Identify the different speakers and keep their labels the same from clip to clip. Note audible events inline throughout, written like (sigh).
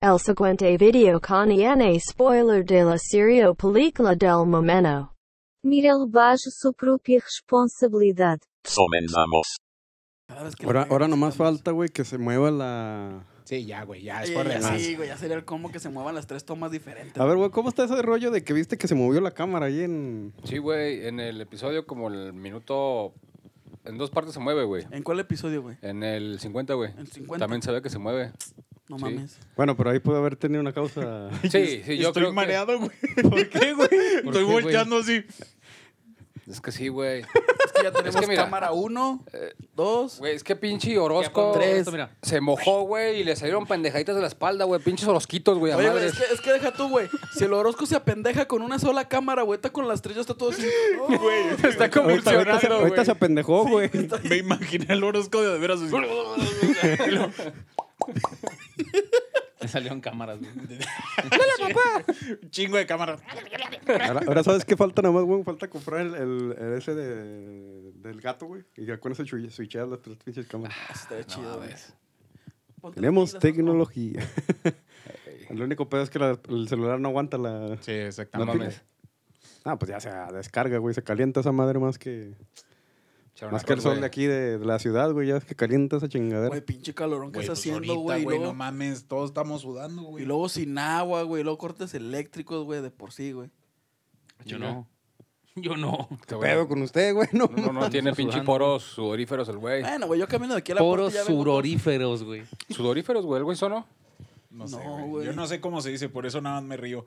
Speaker 1: El siguiente video contiene spoiler de la serie o película del momento.
Speaker 2: Mirel baje su propia responsabilidad.
Speaker 3: Comenzamos.
Speaker 4: Cada vez que le
Speaker 5: Ahora,
Speaker 4: pego,
Speaker 5: ahora
Speaker 4: sí,
Speaker 5: nomás
Speaker 4: cabrón.
Speaker 5: falta, güey, que se mueva la...
Speaker 6: Sí, ya, güey, ya es
Speaker 4: Sí,
Speaker 6: por
Speaker 4: ya
Speaker 6: demás.
Speaker 4: Sí, güey, ya sería el combo que se muevan las tres tomas diferentes.
Speaker 5: A ver, güey, ¿cómo está ese rollo de que viste que se movió la cámara ahí en...
Speaker 7: Sí, güey, en el episodio como el minuto... En dos partes se mueve, güey.
Speaker 4: ¿En cuál episodio, güey?
Speaker 7: En el 50, güey.
Speaker 4: El 50.
Speaker 7: También se ve que se
Speaker 3: (laughs)
Speaker 7: mueve.
Speaker 4: No
Speaker 7: Sí.
Speaker 4: mames.
Speaker 5: Bueno, pero ahí pudo haber tenido una
Speaker 4: (laughs)
Speaker 5: causa...
Speaker 7: Sí, sí, yo
Speaker 3: Estoy
Speaker 7: creo (laughs)
Speaker 3: mareado, güey. ¿Por qué, güey?
Speaker 7: ¿Por
Speaker 3: Estoy
Speaker 7: qué, güey?
Speaker 3: volteando así.
Speaker 7: que... Es que sí, güey.
Speaker 4: Es que ya tenemos
Speaker 7: mira.
Speaker 4: cámara 1, 2.
Speaker 7: Güey, es que pinche Orozco
Speaker 4: tres.
Speaker 7: se mojó, güey, y le salieron pendejaditas de la espalda, güey. Pinches Orozquitos, güey, a
Speaker 4: Oye, güey, es
Speaker 7: madres.
Speaker 4: que, es que deja tú, güey. Si el Orozco se apendeja con una sola cámara, güey, está con las tres, ya está todo así.
Speaker 3: Güey,
Speaker 7: (laughs)
Speaker 5: Ahorita,
Speaker 3: está
Speaker 5: ahorita se,
Speaker 3: convulsionado,
Speaker 5: ahorita
Speaker 3: güey.
Speaker 5: se
Speaker 4: (laughs)
Speaker 5: apendejó, güey.
Speaker 3: Me imaginé el Orozco de veras. (laughs) así.
Speaker 8: Me salieron cámaras. güey.
Speaker 3: Un chingo de cámara.
Speaker 5: Ahora, ahora, ¿sabes qué falta nomás, güey? Falta comprar el, el- el ese de- del gato, güey. Y ya con eso swi- switcheas las tres pinches cámaras.
Speaker 4: Está chido, güey. Ponte
Speaker 5: Tenemos
Speaker 4: las pilas,
Speaker 5: tecnología. El único pedo es que la- el celular no aguanta la...
Speaker 3: Sí,
Speaker 7: No
Speaker 3: exactamente.
Speaker 7: mames.
Speaker 5: Ah, pues ya se descarga, güey. Se calienta esa madre más que...
Speaker 7: Echaron
Speaker 5: Más
Speaker 7: a
Speaker 5: que el
Speaker 7: correr,
Speaker 5: sol de
Speaker 7: güey.
Speaker 5: aquí de, de la ciudad, güey. Ya es que calienta esa
Speaker 4: ¿no?
Speaker 5: chingadera.
Speaker 4: Güey, pinche calorón que
Speaker 3: Güey,
Speaker 4: está
Speaker 3: pues
Speaker 4: haciendo,
Speaker 3: ahorita,
Speaker 4: güey. y
Speaker 3: No
Speaker 4: luego-
Speaker 3: mames, todos estamos sudando,
Speaker 4: Y
Speaker 3: güey.
Speaker 4: luego sin agua, güey. y Luego cortes eléctricos, güey, de por sí, güey.
Speaker 8: Yo no. (laughs) Yo no.
Speaker 7: Este, güey,
Speaker 5: pedo con usted, güey? No,
Speaker 7: No, no, no tiene pinche
Speaker 8: sudando.
Speaker 7: poros sudoríferos el güey.
Speaker 4: Bueno, güey, yo camino de aquí a la
Speaker 8: Poros
Speaker 4: puerta, ya vengo todo-
Speaker 8: suroríferos, güey.
Speaker 7: ¿Sudoríferos, güey? ¿El güey
Speaker 3: (laughs)
Speaker 7: sonó?
Speaker 3: No sé,
Speaker 4: No,
Speaker 3: güey.
Speaker 4: güey.
Speaker 3: Yo no sé cómo se dice, por eso nada más me río.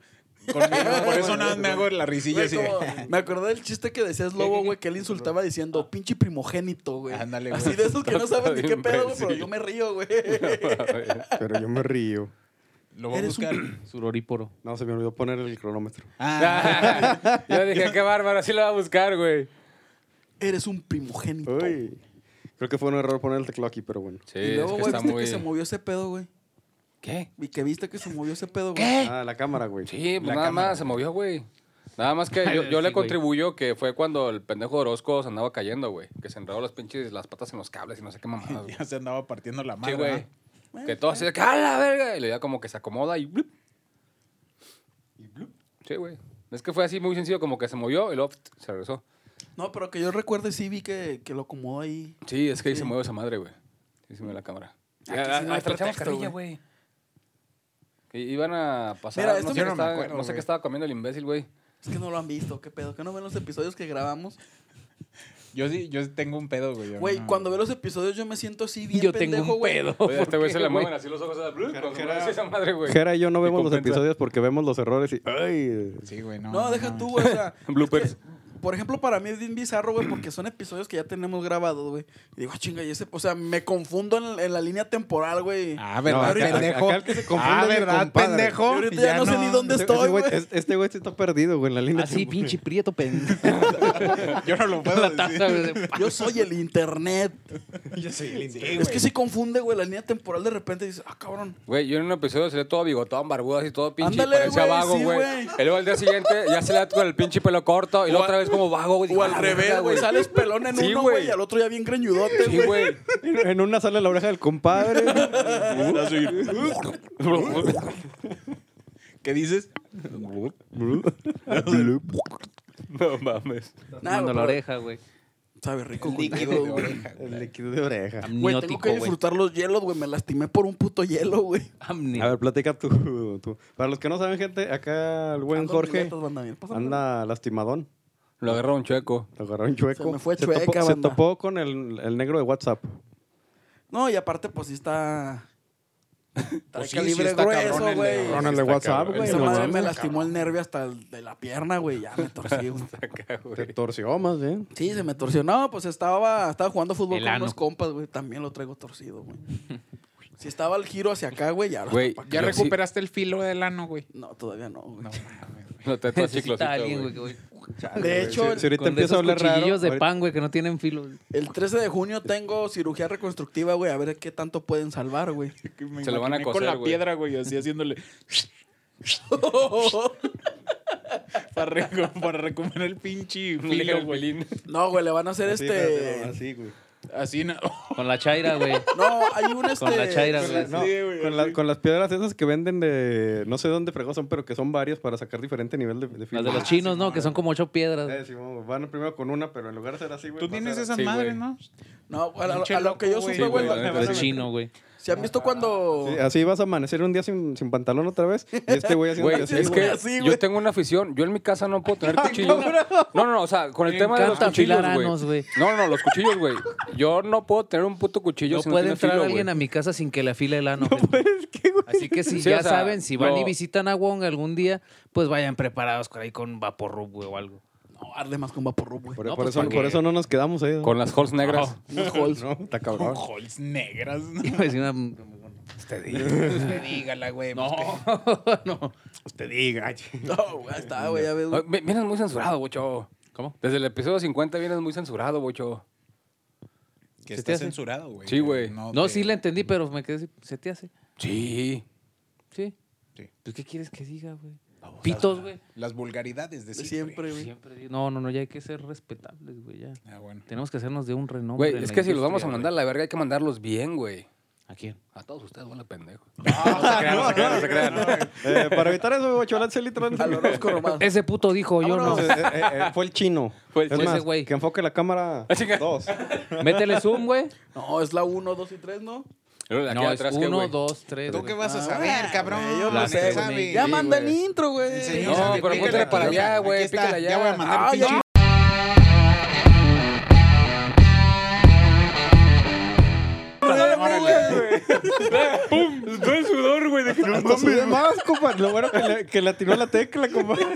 Speaker 3: Conmigo, por eso nada más me hago la risilla
Speaker 4: Güey,
Speaker 3: así.
Speaker 4: como-
Speaker 3: de-
Speaker 4: (laughs) me acordé del chiste que decías Lobo, güey, que él insultaba diciendo pinche primogénito, güey.
Speaker 3: Ah. Ándale, güey.
Speaker 4: Así de esos que no saben ni qué
Speaker 7: Imbécil.
Speaker 4: pedo, güey, pero yo me río,
Speaker 3: (laughs)
Speaker 4: güey.
Speaker 5: Pero yo me río.
Speaker 3: Lo voy a
Speaker 4: Eres un-
Speaker 3: buscar.
Speaker 8: (clears throat) Suroríporo.
Speaker 5: No, se me olvidó poner el cronómetro.
Speaker 3: Ah,
Speaker 7: (laughs) Yo dije, qué bárbaro, así lo va a buscar, güey.
Speaker 4: Eres un primogénito.
Speaker 5: Uy. Creo que fue un error poner el teclado aquí, pero bueno.
Speaker 7: Sí,
Speaker 4: y luego,
Speaker 7: es este que
Speaker 4: güey,
Speaker 7: está
Speaker 4: viste
Speaker 7: muy...
Speaker 4: que se movió ese pedo, güey.
Speaker 7: ¿Qué?
Speaker 4: Y que viste que se movió ese pedo, güey.
Speaker 7: ¿Qué?
Speaker 5: Ah, la cámara, güey.
Speaker 7: Sí, pues
Speaker 3: La
Speaker 7: nada
Speaker 3: cámara.
Speaker 7: más se movió, güey. Nada más (laughs) que yo, yo
Speaker 8: Sí,
Speaker 7: le
Speaker 8: güey.
Speaker 7: contribuyo que fue cuando el pendejo Orozco se andaba cayendo, güey. Que se enredó las pinches las patas en los cables y no sé qué mamadas, güey.
Speaker 3: ya se andaba partiendo
Speaker 7: (laughs)
Speaker 3: la
Speaker 7: Sí,
Speaker 3: madre.
Speaker 7: güey.
Speaker 3: ¿verdad?
Speaker 7: Que todo así de que, ¡ah, la verga! Y le da como que se acomoda y blup. Sí, güey. Es que fue así muy sencillo, como que se movió y luego pst, se regresó.
Speaker 4: No, pero que yo recuerde sí vi que, que lo acomodó ahí.
Speaker 7: Sí, es que ahí
Speaker 4: Sí.
Speaker 7: se mueve esa madre, güey. Sí, se mueve la cámara. Ah,
Speaker 4: Aquí sí no hay pretexto,
Speaker 7: güey. Que iban a pasar.
Speaker 4: Mira,
Speaker 7: no
Speaker 4: esto me-
Speaker 7: sé qué
Speaker 4: yo no me
Speaker 7: estaba-
Speaker 4: acuerdo,
Speaker 7: no sé
Speaker 4: güey.
Speaker 7: qué estaba comiendo el imbécil, (laughs) güey.
Speaker 4: Es que no lo han visto, qué pedo. Que no ven los episodios que grabamos.
Speaker 3: Yo sí, yo tengo un pedo, güey. yo
Speaker 4: Güey,
Speaker 3: no-
Speaker 4: cuando veo los episodios yo me siento así bien
Speaker 8: Yo
Speaker 4: pendejo,
Speaker 8: tengo un
Speaker 4: güey.
Speaker 8: pedo.
Speaker 7: Oye, a
Speaker 8: ¿por
Speaker 7: este güey
Speaker 8: qué,
Speaker 7: se le mueven así los ojos a Blue. Cuando se
Speaker 5: Jera-
Speaker 7: mueve esa madre, güey.
Speaker 5: Jera y yo no
Speaker 3: Y
Speaker 5: vemos los
Speaker 3: compensa.
Speaker 5: episodios porque vemos los errores y. ¡Ay! Este,
Speaker 3: Sí, güey, no.
Speaker 4: No, deja
Speaker 3: mames.
Speaker 4: tú, güey. O sea, es que,
Speaker 7: Bloopers.
Speaker 4: por ejemplo, para mí es bien bizarro, güey, porque son episodios que ya tenemos grabados, güey. Y digo, "Ah, chinga, y ese, o sea, me confundo en, en la línea temporal, güey.
Speaker 3: Ah, ¿verdad,
Speaker 5: No, acá-
Speaker 3: pendejo?
Speaker 5: acá el que se confunde
Speaker 3: ah,
Speaker 5: es mi
Speaker 3: ¿verdad,
Speaker 5: compadre.
Speaker 3: pendejo?
Speaker 4: Yo ahorita ya no sé ni dónde
Speaker 5: (laughs) Este-
Speaker 4: estoy,
Speaker 5: este
Speaker 4: güey.
Speaker 5: es- Este güey se está perdido, güey, en la
Speaker 8: (laughs)
Speaker 5: línea.
Speaker 8: Así,
Speaker 5: temporal.
Speaker 8: pinche
Speaker 4: (laughs)
Speaker 8: prieto pendejo.
Speaker 3: Yo no lo puedo
Speaker 8: La taza,
Speaker 3: decir.
Speaker 8: (laughs) güey, de-
Speaker 4: Yo soy el internet.
Speaker 3: Yo sí,
Speaker 4: es que sí confunde, güey, la línea temporal de repente dices, ah, cabrón.
Speaker 7: Güey, yo en un episodio se le todo bigotón, barbudo, así todo pinche.
Speaker 4: Ándale,
Speaker 7: y parecía
Speaker 4: güey,
Speaker 7: vago,
Speaker 4: sí,
Speaker 7: güey.
Speaker 4: güey.
Speaker 7: y luego al día siguiente ya se le da con el pinche pelo corto. Y
Speaker 4: O
Speaker 7: luego
Speaker 4: a-
Speaker 7: otra vez como vago, güey.
Speaker 4: O
Speaker 7: Digo,
Speaker 4: al
Speaker 7: "A la
Speaker 4: revés,
Speaker 7: verga,
Speaker 4: güey. Sales pelón en
Speaker 7: Sí,
Speaker 4: uno, güey,
Speaker 7: güey.
Speaker 4: y al otro ya bien greñudote,
Speaker 7: Sí,
Speaker 4: güey.
Speaker 7: güey.
Speaker 5: En en una sale la oreja del compadre.
Speaker 3: ¿Qué dices?
Speaker 7: No mames.
Speaker 4: Nah, güey,
Speaker 8: Cuando la
Speaker 4: pero
Speaker 8: oreja, güey.
Speaker 4: Sabe rico con
Speaker 3: Líquido
Speaker 4: líquido,
Speaker 3: de
Speaker 4: güey.
Speaker 3: oreja.
Speaker 5: El líquido de oreja.
Speaker 4: Güey, tengo
Speaker 8: Amniótico,
Speaker 4: que
Speaker 8: güey. Ah,
Speaker 4: disfrutar los hielos, güey. Me lastimé por un puto hielo, güey.
Speaker 8: Amni-
Speaker 5: A ver, platica tú, tú. Para los que no saben, gente, acá el buen
Speaker 4: Ando
Speaker 5: Jorge
Speaker 4: riletas, banda, mira, pásame.
Speaker 5: anda lastimadón.
Speaker 7: Lo agarró un
Speaker 4: (laughs)
Speaker 7: chueco.
Speaker 5: Lo agarró un chueco.
Speaker 4: Se me fue
Speaker 5: topó-
Speaker 4: chueca,
Speaker 5: se
Speaker 4: banda.
Speaker 5: topó con el, el negro de WhatsApp.
Speaker 4: No, y aparte, pues sí está. (laughs) Trae
Speaker 3: Pues sí,
Speaker 4: calibre
Speaker 3: sí está
Speaker 4: grueso,
Speaker 3: cabrón el-
Speaker 4: güey.
Speaker 3: cabrón
Speaker 5: el de WhatsApp, güey.
Speaker 4: Esa
Speaker 5: no
Speaker 4: madre
Speaker 5: mames,
Speaker 4: me lastimó el nervio hasta el de la pierna, güey. Ya me torcí,
Speaker 3: (laughs)
Speaker 4: güey.
Speaker 7: Acá,
Speaker 5: Se
Speaker 7: güey.
Speaker 5: torció más, ¿eh?
Speaker 4: Sí, se me torció. No, pues estaba, estaba jugando fútbol
Speaker 8: El
Speaker 4: con
Speaker 8: ano.
Speaker 4: unos compas, güey. También lo traigo torcido,
Speaker 3: (laughs)
Speaker 4: güey. Si estaba el giro hacia acá, güey, ya.
Speaker 7: Güey,
Speaker 3: Ya
Speaker 7: Lo-
Speaker 3: recuperaste el filo del ano, güey.
Speaker 4: No, todavía no, güey.
Speaker 3: No mames. güey.
Speaker 7: Lo tatuó chiclosito,
Speaker 8: Necesita alguien,
Speaker 7: güey.
Speaker 8: güey. que, güey,
Speaker 4: De hecho,
Speaker 5: Si, si ahorita
Speaker 8: Con de
Speaker 5: empieza a
Speaker 8: esos
Speaker 5: hablar raro.
Speaker 8: cuchillos de
Speaker 5: ahorita-
Speaker 8: pan, güey, que no tienen filo.
Speaker 4: el 13 de junio tengo cirugía reconstructiva, güey. A ver qué tanto pueden salvar, güey.
Speaker 3: Me
Speaker 7: Se lo van a
Speaker 3: imaginé
Speaker 7: coser,
Speaker 3: con la
Speaker 7: güey.
Speaker 3: piedra, güey, así haciéndole (laughs) para, recu- para recuperar el pinche
Speaker 7: Le llega
Speaker 3: filo,
Speaker 7: el
Speaker 3: güey.
Speaker 7: pelín.
Speaker 4: No, güey, le van a hacer
Speaker 5: Así,
Speaker 4: este.
Speaker 5: pero- pero Así, güey.
Speaker 3: Así, no.
Speaker 8: Con la chaira, güey.
Speaker 4: No, hay un este.
Speaker 8: Con la chaira,
Speaker 4: con
Speaker 8: güey.
Speaker 4: la-
Speaker 5: No,
Speaker 4: no,
Speaker 5: con, la- con las piedras esas que venden de no sé dónde fregó son, pero que son varias para sacar diferente nivel de, de
Speaker 8: Las
Speaker 5: fibra.
Speaker 8: de los chinos, ¿no? Que son como ocho
Speaker 5: Eh,
Speaker 8: piedras.
Speaker 5: Simón, van primero con una, pero en lugar de ser así, güey.
Speaker 3: Tú
Speaker 5: va a
Speaker 3: tienes
Speaker 5: ser
Speaker 3: esas
Speaker 5: así.
Speaker 7: Sí,
Speaker 3: madres,
Speaker 7: güey.
Speaker 3: ¿no?
Speaker 4: No, a, a-
Speaker 3: Pinche
Speaker 4: a lo que yo
Speaker 3: loco, güey.
Speaker 4: supe,
Speaker 7: Sí,
Speaker 4: güey.
Speaker 7: güey, la neta
Speaker 8: De
Speaker 7: sí.
Speaker 8: chino, güey.
Speaker 4: ¿Se han visto cuando.
Speaker 5: Sí, ah. así vas a amanecer un día sin, sin pantalón otra vez. Y este güey haciendo
Speaker 7: Güey,
Speaker 5: así,
Speaker 7: es
Speaker 4: güey,
Speaker 7: que
Speaker 4: así, güey.
Speaker 7: yo tengo una afición. Yo en mi casa no puedo tener cuchillo. No, no, no, o sea, con el
Speaker 8: Me
Speaker 7: tema de los
Speaker 8: encanta
Speaker 7: cuchillos,
Speaker 8: afilar
Speaker 7: güey.
Speaker 8: anos, güey.
Speaker 7: No, no, los cuchillos, güey. Yo no puedo tener un puto cuchillo
Speaker 8: No
Speaker 7: si
Speaker 8: puede
Speaker 7: no tiene
Speaker 8: entrar
Speaker 7: filo,
Speaker 8: alguien
Speaker 7: güey.
Speaker 8: a mi casa sin que le afile
Speaker 7: (laughs)
Speaker 8: el ano. gente. Así que si
Speaker 7: Sí,
Speaker 8: ya
Speaker 7: o sea,
Speaker 8: saben, si van
Speaker 7: lo-
Speaker 8: y visitan a Wong algún día, pues vayan preparados con- ahí con Vaporub, güey, o algo.
Speaker 4: No, arde más con vapor, güey.
Speaker 5: Por,
Speaker 8: No,
Speaker 5: por
Speaker 8: pues,
Speaker 5: eso,
Speaker 8: ¿para
Speaker 5: por
Speaker 8: qué?
Speaker 5: eso no nos quedamos ahí.
Speaker 7: Con las holes negras.
Speaker 5: (laughs) No, está cabrón.
Speaker 3: Holes negras. ¿no?
Speaker 8: (laughs) Iba a decir una- Usted dígala, güey. pues No. no.
Speaker 5: Usted diga. ay.
Speaker 4: No, güey, ahí está, güey, ya ves.
Speaker 7: Ay,
Speaker 4: güey.
Speaker 7: vi- Vienes muy censurado, bocho.
Speaker 8: ¿Cómo?
Speaker 7: Desde el episodio 50 vienes muy censurado, bocho.
Speaker 3: Que
Speaker 8: ¿Se
Speaker 3: está
Speaker 8: te hace?
Speaker 3: censurado, güey.
Speaker 7: Sí, güey.
Speaker 8: No,
Speaker 3: te-
Speaker 8: sí la entendí, pero me quedé así. ¿Se te hace?
Speaker 7: Sí.
Speaker 8: Sí.
Speaker 3: Sí.
Speaker 8: ¿Pues qué quieres que diga, güey? Pitos, güey.
Speaker 3: Las vulgaridades de
Speaker 4: De
Speaker 3: siempre.
Speaker 4: siempre, güey.
Speaker 8: Siempre digo, No, no, no, ya hay que ser respetables, güey, ya.
Speaker 3: Ah, bueno.
Speaker 8: Tenemos que hacernos de un renombre.
Speaker 7: Güey,
Speaker 8: en
Speaker 7: es
Speaker 8: la
Speaker 7: que si los vamos a
Speaker 8: industria,
Speaker 7: mandar a la verga hay que mandarlos bien, güey.
Speaker 8: güey. ¿A quién?
Speaker 7: A todos ustedes, huele pendejo.
Speaker 5: (laughs) Eh, para evitar eso, güey, chocolate se literal.
Speaker 4: Al Orozco
Speaker 8: (laughs)
Speaker 4: Román.
Speaker 8: Ese puto dijo yo, no.
Speaker 5: Entonces, eh, eh, eh, fue el chino.
Speaker 7: Fue el
Speaker 5: Es
Speaker 7: chino.
Speaker 5: más,
Speaker 8: Ese güey.
Speaker 5: Que enfoque la cámara.
Speaker 7: Ah, chinga.
Speaker 5: Dos.
Speaker 8: Métele zoom,
Speaker 7: (laughs)
Speaker 8: güey.
Speaker 4: No, es la 1, 2 y 3, ¿no?
Speaker 8: No, es uno, dos, tres.
Speaker 3: ¿Tú
Speaker 8: güey.
Speaker 3: qué vas a
Speaker 4: Ah,
Speaker 3: saber, cabrón?
Speaker 4: yo no
Speaker 3: Ni
Speaker 4: sé,
Speaker 3: sabe.
Speaker 8: güey.
Speaker 4: Ya
Speaker 8: Sí,
Speaker 4: manda el intro, güey.
Speaker 3: El señor
Speaker 7: No,
Speaker 3: sabe,
Speaker 7: pero
Speaker 3: pícale
Speaker 7: póntale para allá,
Speaker 3: Aquí
Speaker 7: güey,
Speaker 3: está,
Speaker 7: pícale allá.
Speaker 3: Ya voy a mandar
Speaker 4: Ah,
Speaker 3: pinche-
Speaker 4: ya.
Speaker 3: (laughs)
Speaker 5: No mames, más, compadre. Lo bueno que le, que le atinó la tecla, compadre.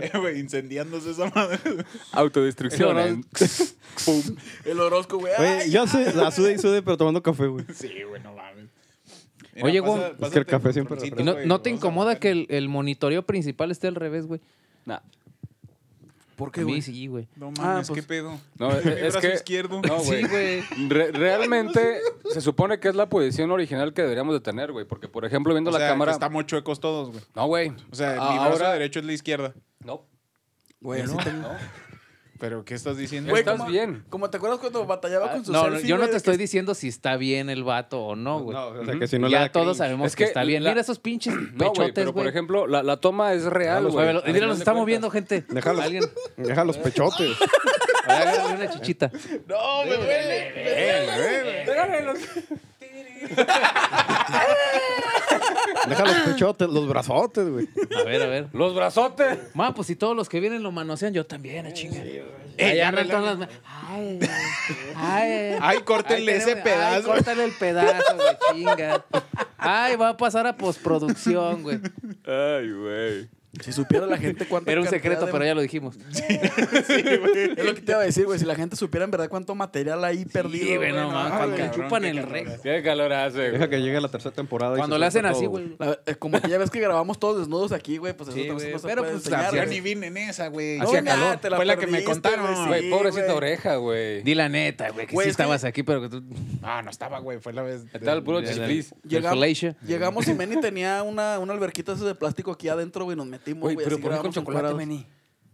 Speaker 3: Eh, güey, incendiándose esa madre. (laughs)
Speaker 7: Autodestrucción.
Speaker 8: Eso no-
Speaker 7: ¿eh?
Speaker 4: El Orozco, güey.
Speaker 5: Oye,
Speaker 4: Ay,
Speaker 5: yo sé, la sude y sude, pero tomando café, güey.
Speaker 3: Sí, güey, no mames.
Speaker 8: Oye, güey,
Speaker 5: es que el café siempre
Speaker 8: ¿Y no, no te incomoda que el, el monitoreo principal esté al revés, güey?
Speaker 7: Nah.
Speaker 4: ¿Por
Speaker 8: Que
Speaker 4: qué, güey?
Speaker 8: sí, güey.
Speaker 3: No
Speaker 4: Ah,
Speaker 3: mames,
Speaker 4: pues-
Speaker 3: qué pedo. (laughs)
Speaker 7: No, es,
Speaker 3: Mi
Speaker 7: es
Speaker 3: brazo
Speaker 7: que.
Speaker 3: izquierdo.
Speaker 7: No, güey.
Speaker 8: Sí,
Speaker 7: (laughs)
Speaker 8: güey.
Speaker 3: (laughs)
Speaker 7: Re- realmente se supone que es la posición original que deberíamos de tener, güey. Porque, por ejemplo, viendo
Speaker 3: O
Speaker 7: la
Speaker 3: sea, que
Speaker 7: cámara.
Speaker 3: estamos chuecos todos, güey.
Speaker 7: No, güey.
Speaker 3: O sea,
Speaker 7: A-
Speaker 3: mi brazo
Speaker 7: ahora.
Speaker 3: derecho es la izquierda.
Speaker 7: No.
Speaker 4: Güey, así
Speaker 7: No,
Speaker 4: también.
Speaker 7: no.
Speaker 3: ¿Pero qué estás diciendo?
Speaker 4: Güey,
Speaker 7: Estás
Speaker 4: como-
Speaker 7: bien.
Speaker 4: Como te acuerdas cuando batallaba con su
Speaker 8: Ah, No, no,
Speaker 4: selfie,
Speaker 8: yo no
Speaker 4: güey,
Speaker 8: te
Speaker 4: de
Speaker 8: estoy
Speaker 4: que-
Speaker 8: diciendo si está bien el vato o no, güey.
Speaker 5: No, o sea, que si no le
Speaker 8: ya
Speaker 5: da
Speaker 8: todos
Speaker 5: cringe.
Speaker 8: sabemos
Speaker 7: Es
Speaker 8: que,
Speaker 7: que
Speaker 8: está bien.
Speaker 7: la-
Speaker 8: Mira esos pinches
Speaker 7: No, güey,
Speaker 8: pechotes,
Speaker 7: pero por
Speaker 8: güey.
Speaker 7: ejemplo, la, la toma es real,
Speaker 8: Vamos,
Speaker 7: güey.
Speaker 8: muévelo.
Speaker 7: Al
Speaker 8: Mira,
Speaker 7: final
Speaker 8: los
Speaker 7: de
Speaker 8: estamos
Speaker 7: cuentas.
Speaker 8: viendo, gente.
Speaker 5: Deja los,
Speaker 8: Alguien.
Speaker 5: deja los pechotes.
Speaker 8: Agárrale una chichita.
Speaker 4: No, Eh, me duele.
Speaker 5: Deja los pechotes, los brazotes, güey.
Speaker 8: A ver, a ver.
Speaker 7: ¡Los brazotes!
Speaker 8: (laughs) Ma, pues si todos los que vienen lo manosean, yo también, a chinga. Ay,
Speaker 3: ya
Speaker 8: andan
Speaker 3: me
Speaker 8: todas las- Ay, ay.
Speaker 3: Ay, córtenle
Speaker 8: Ay,
Speaker 3: ese
Speaker 8: tenemos- Ay,
Speaker 3: pedazo.
Speaker 8: córtale el pedazo, güey, chinga. Ay, va a pasar a postproducción, güey.
Speaker 7: Ay, güey.
Speaker 4: Si supiera la gente cuánto.
Speaker 8: Era un secreto, pero
Speaker 4: (laughs)
Speaker 8: ya lo dijimos.
Speaker 4: Es lo que te iba a decir, güey. Si la gente supiera en verdad cuánto material hay perdido.
Speaker 8: Sí, güey, no mames, cuando le
Speaker 3: cabrón,
Speaker 8: chupan
Speaker 3: qué
Speaker 8: el
Speaker 3: cabrón.
Speaker 8: rey.
Speaker 7: Qué calor hace,
Speaker 5: Deja
Speaker 7: güey.
Speaker 5: que llegue la tercera temporada. y
Speaker 8: Cuando
Speaker 5: se
Speaker 8: le hacen
Speaker 5: suelta
Speaker 8: así,
Speaker 5: todo,
Speaker 8: güey.
Speaker 4: La- eh, como que ya ves que grabamos todos desnudos aquí, güey, pues eso
Speaker 8: Sí,
Speaker 4: otra cosa
Speaker 8: güey,
Speaker 4: no se
Speaker 8: pero
Speaker 4: puede
Speaker 8: pues,
Speaker 4: enseñar,
Speaker 8: hacía
Speaker 3: Ya
Speaker 4: güey.
Speaker 3: ni vine en esa, güey.
Speaker 4: No,
Speaker 7: Hacía
Speaker 4: nada,
Speaker 7: calor.
Speaker 4: te la
Speaker 3: Fue la que me
Speaker 4: perdiste,
Speaker 3: contaron,
Speaker 4: sí,
Speaker 7: Güey, pobrecita
Speaker 4: güey.
Speaker 7: oreja, güey.
Speaker 8: Di la neta, güey, que
Speaker 4: Güey,
Speaker 8: sí
Speaker 4: es que-
Speaker 8: estabas aquí, pero que tú...
Speaker 3: Ah, no estaba, güey. Fue la vez.
Speaker 7: Está el puro
Speaker 8: de- de-
Speaker 7: chiflis.
Speaker 4: Llegamos-
Speaker 8: del Falacia.
Speaker 4: Llegamos y Manny tenía una, una alberquita esa de plástico aquí adentro, güey, nos metimos,
Speaker 7: Güey,
Speaker 4: güey.
Speaker 7: pero
Speaker 4: así
Speaker 7: ¿por qué con
Speaker 4: grabamos
Speaker 7: chocolate,
Speaker 4: encuerados. (laughs)
Speaker 7: Meni?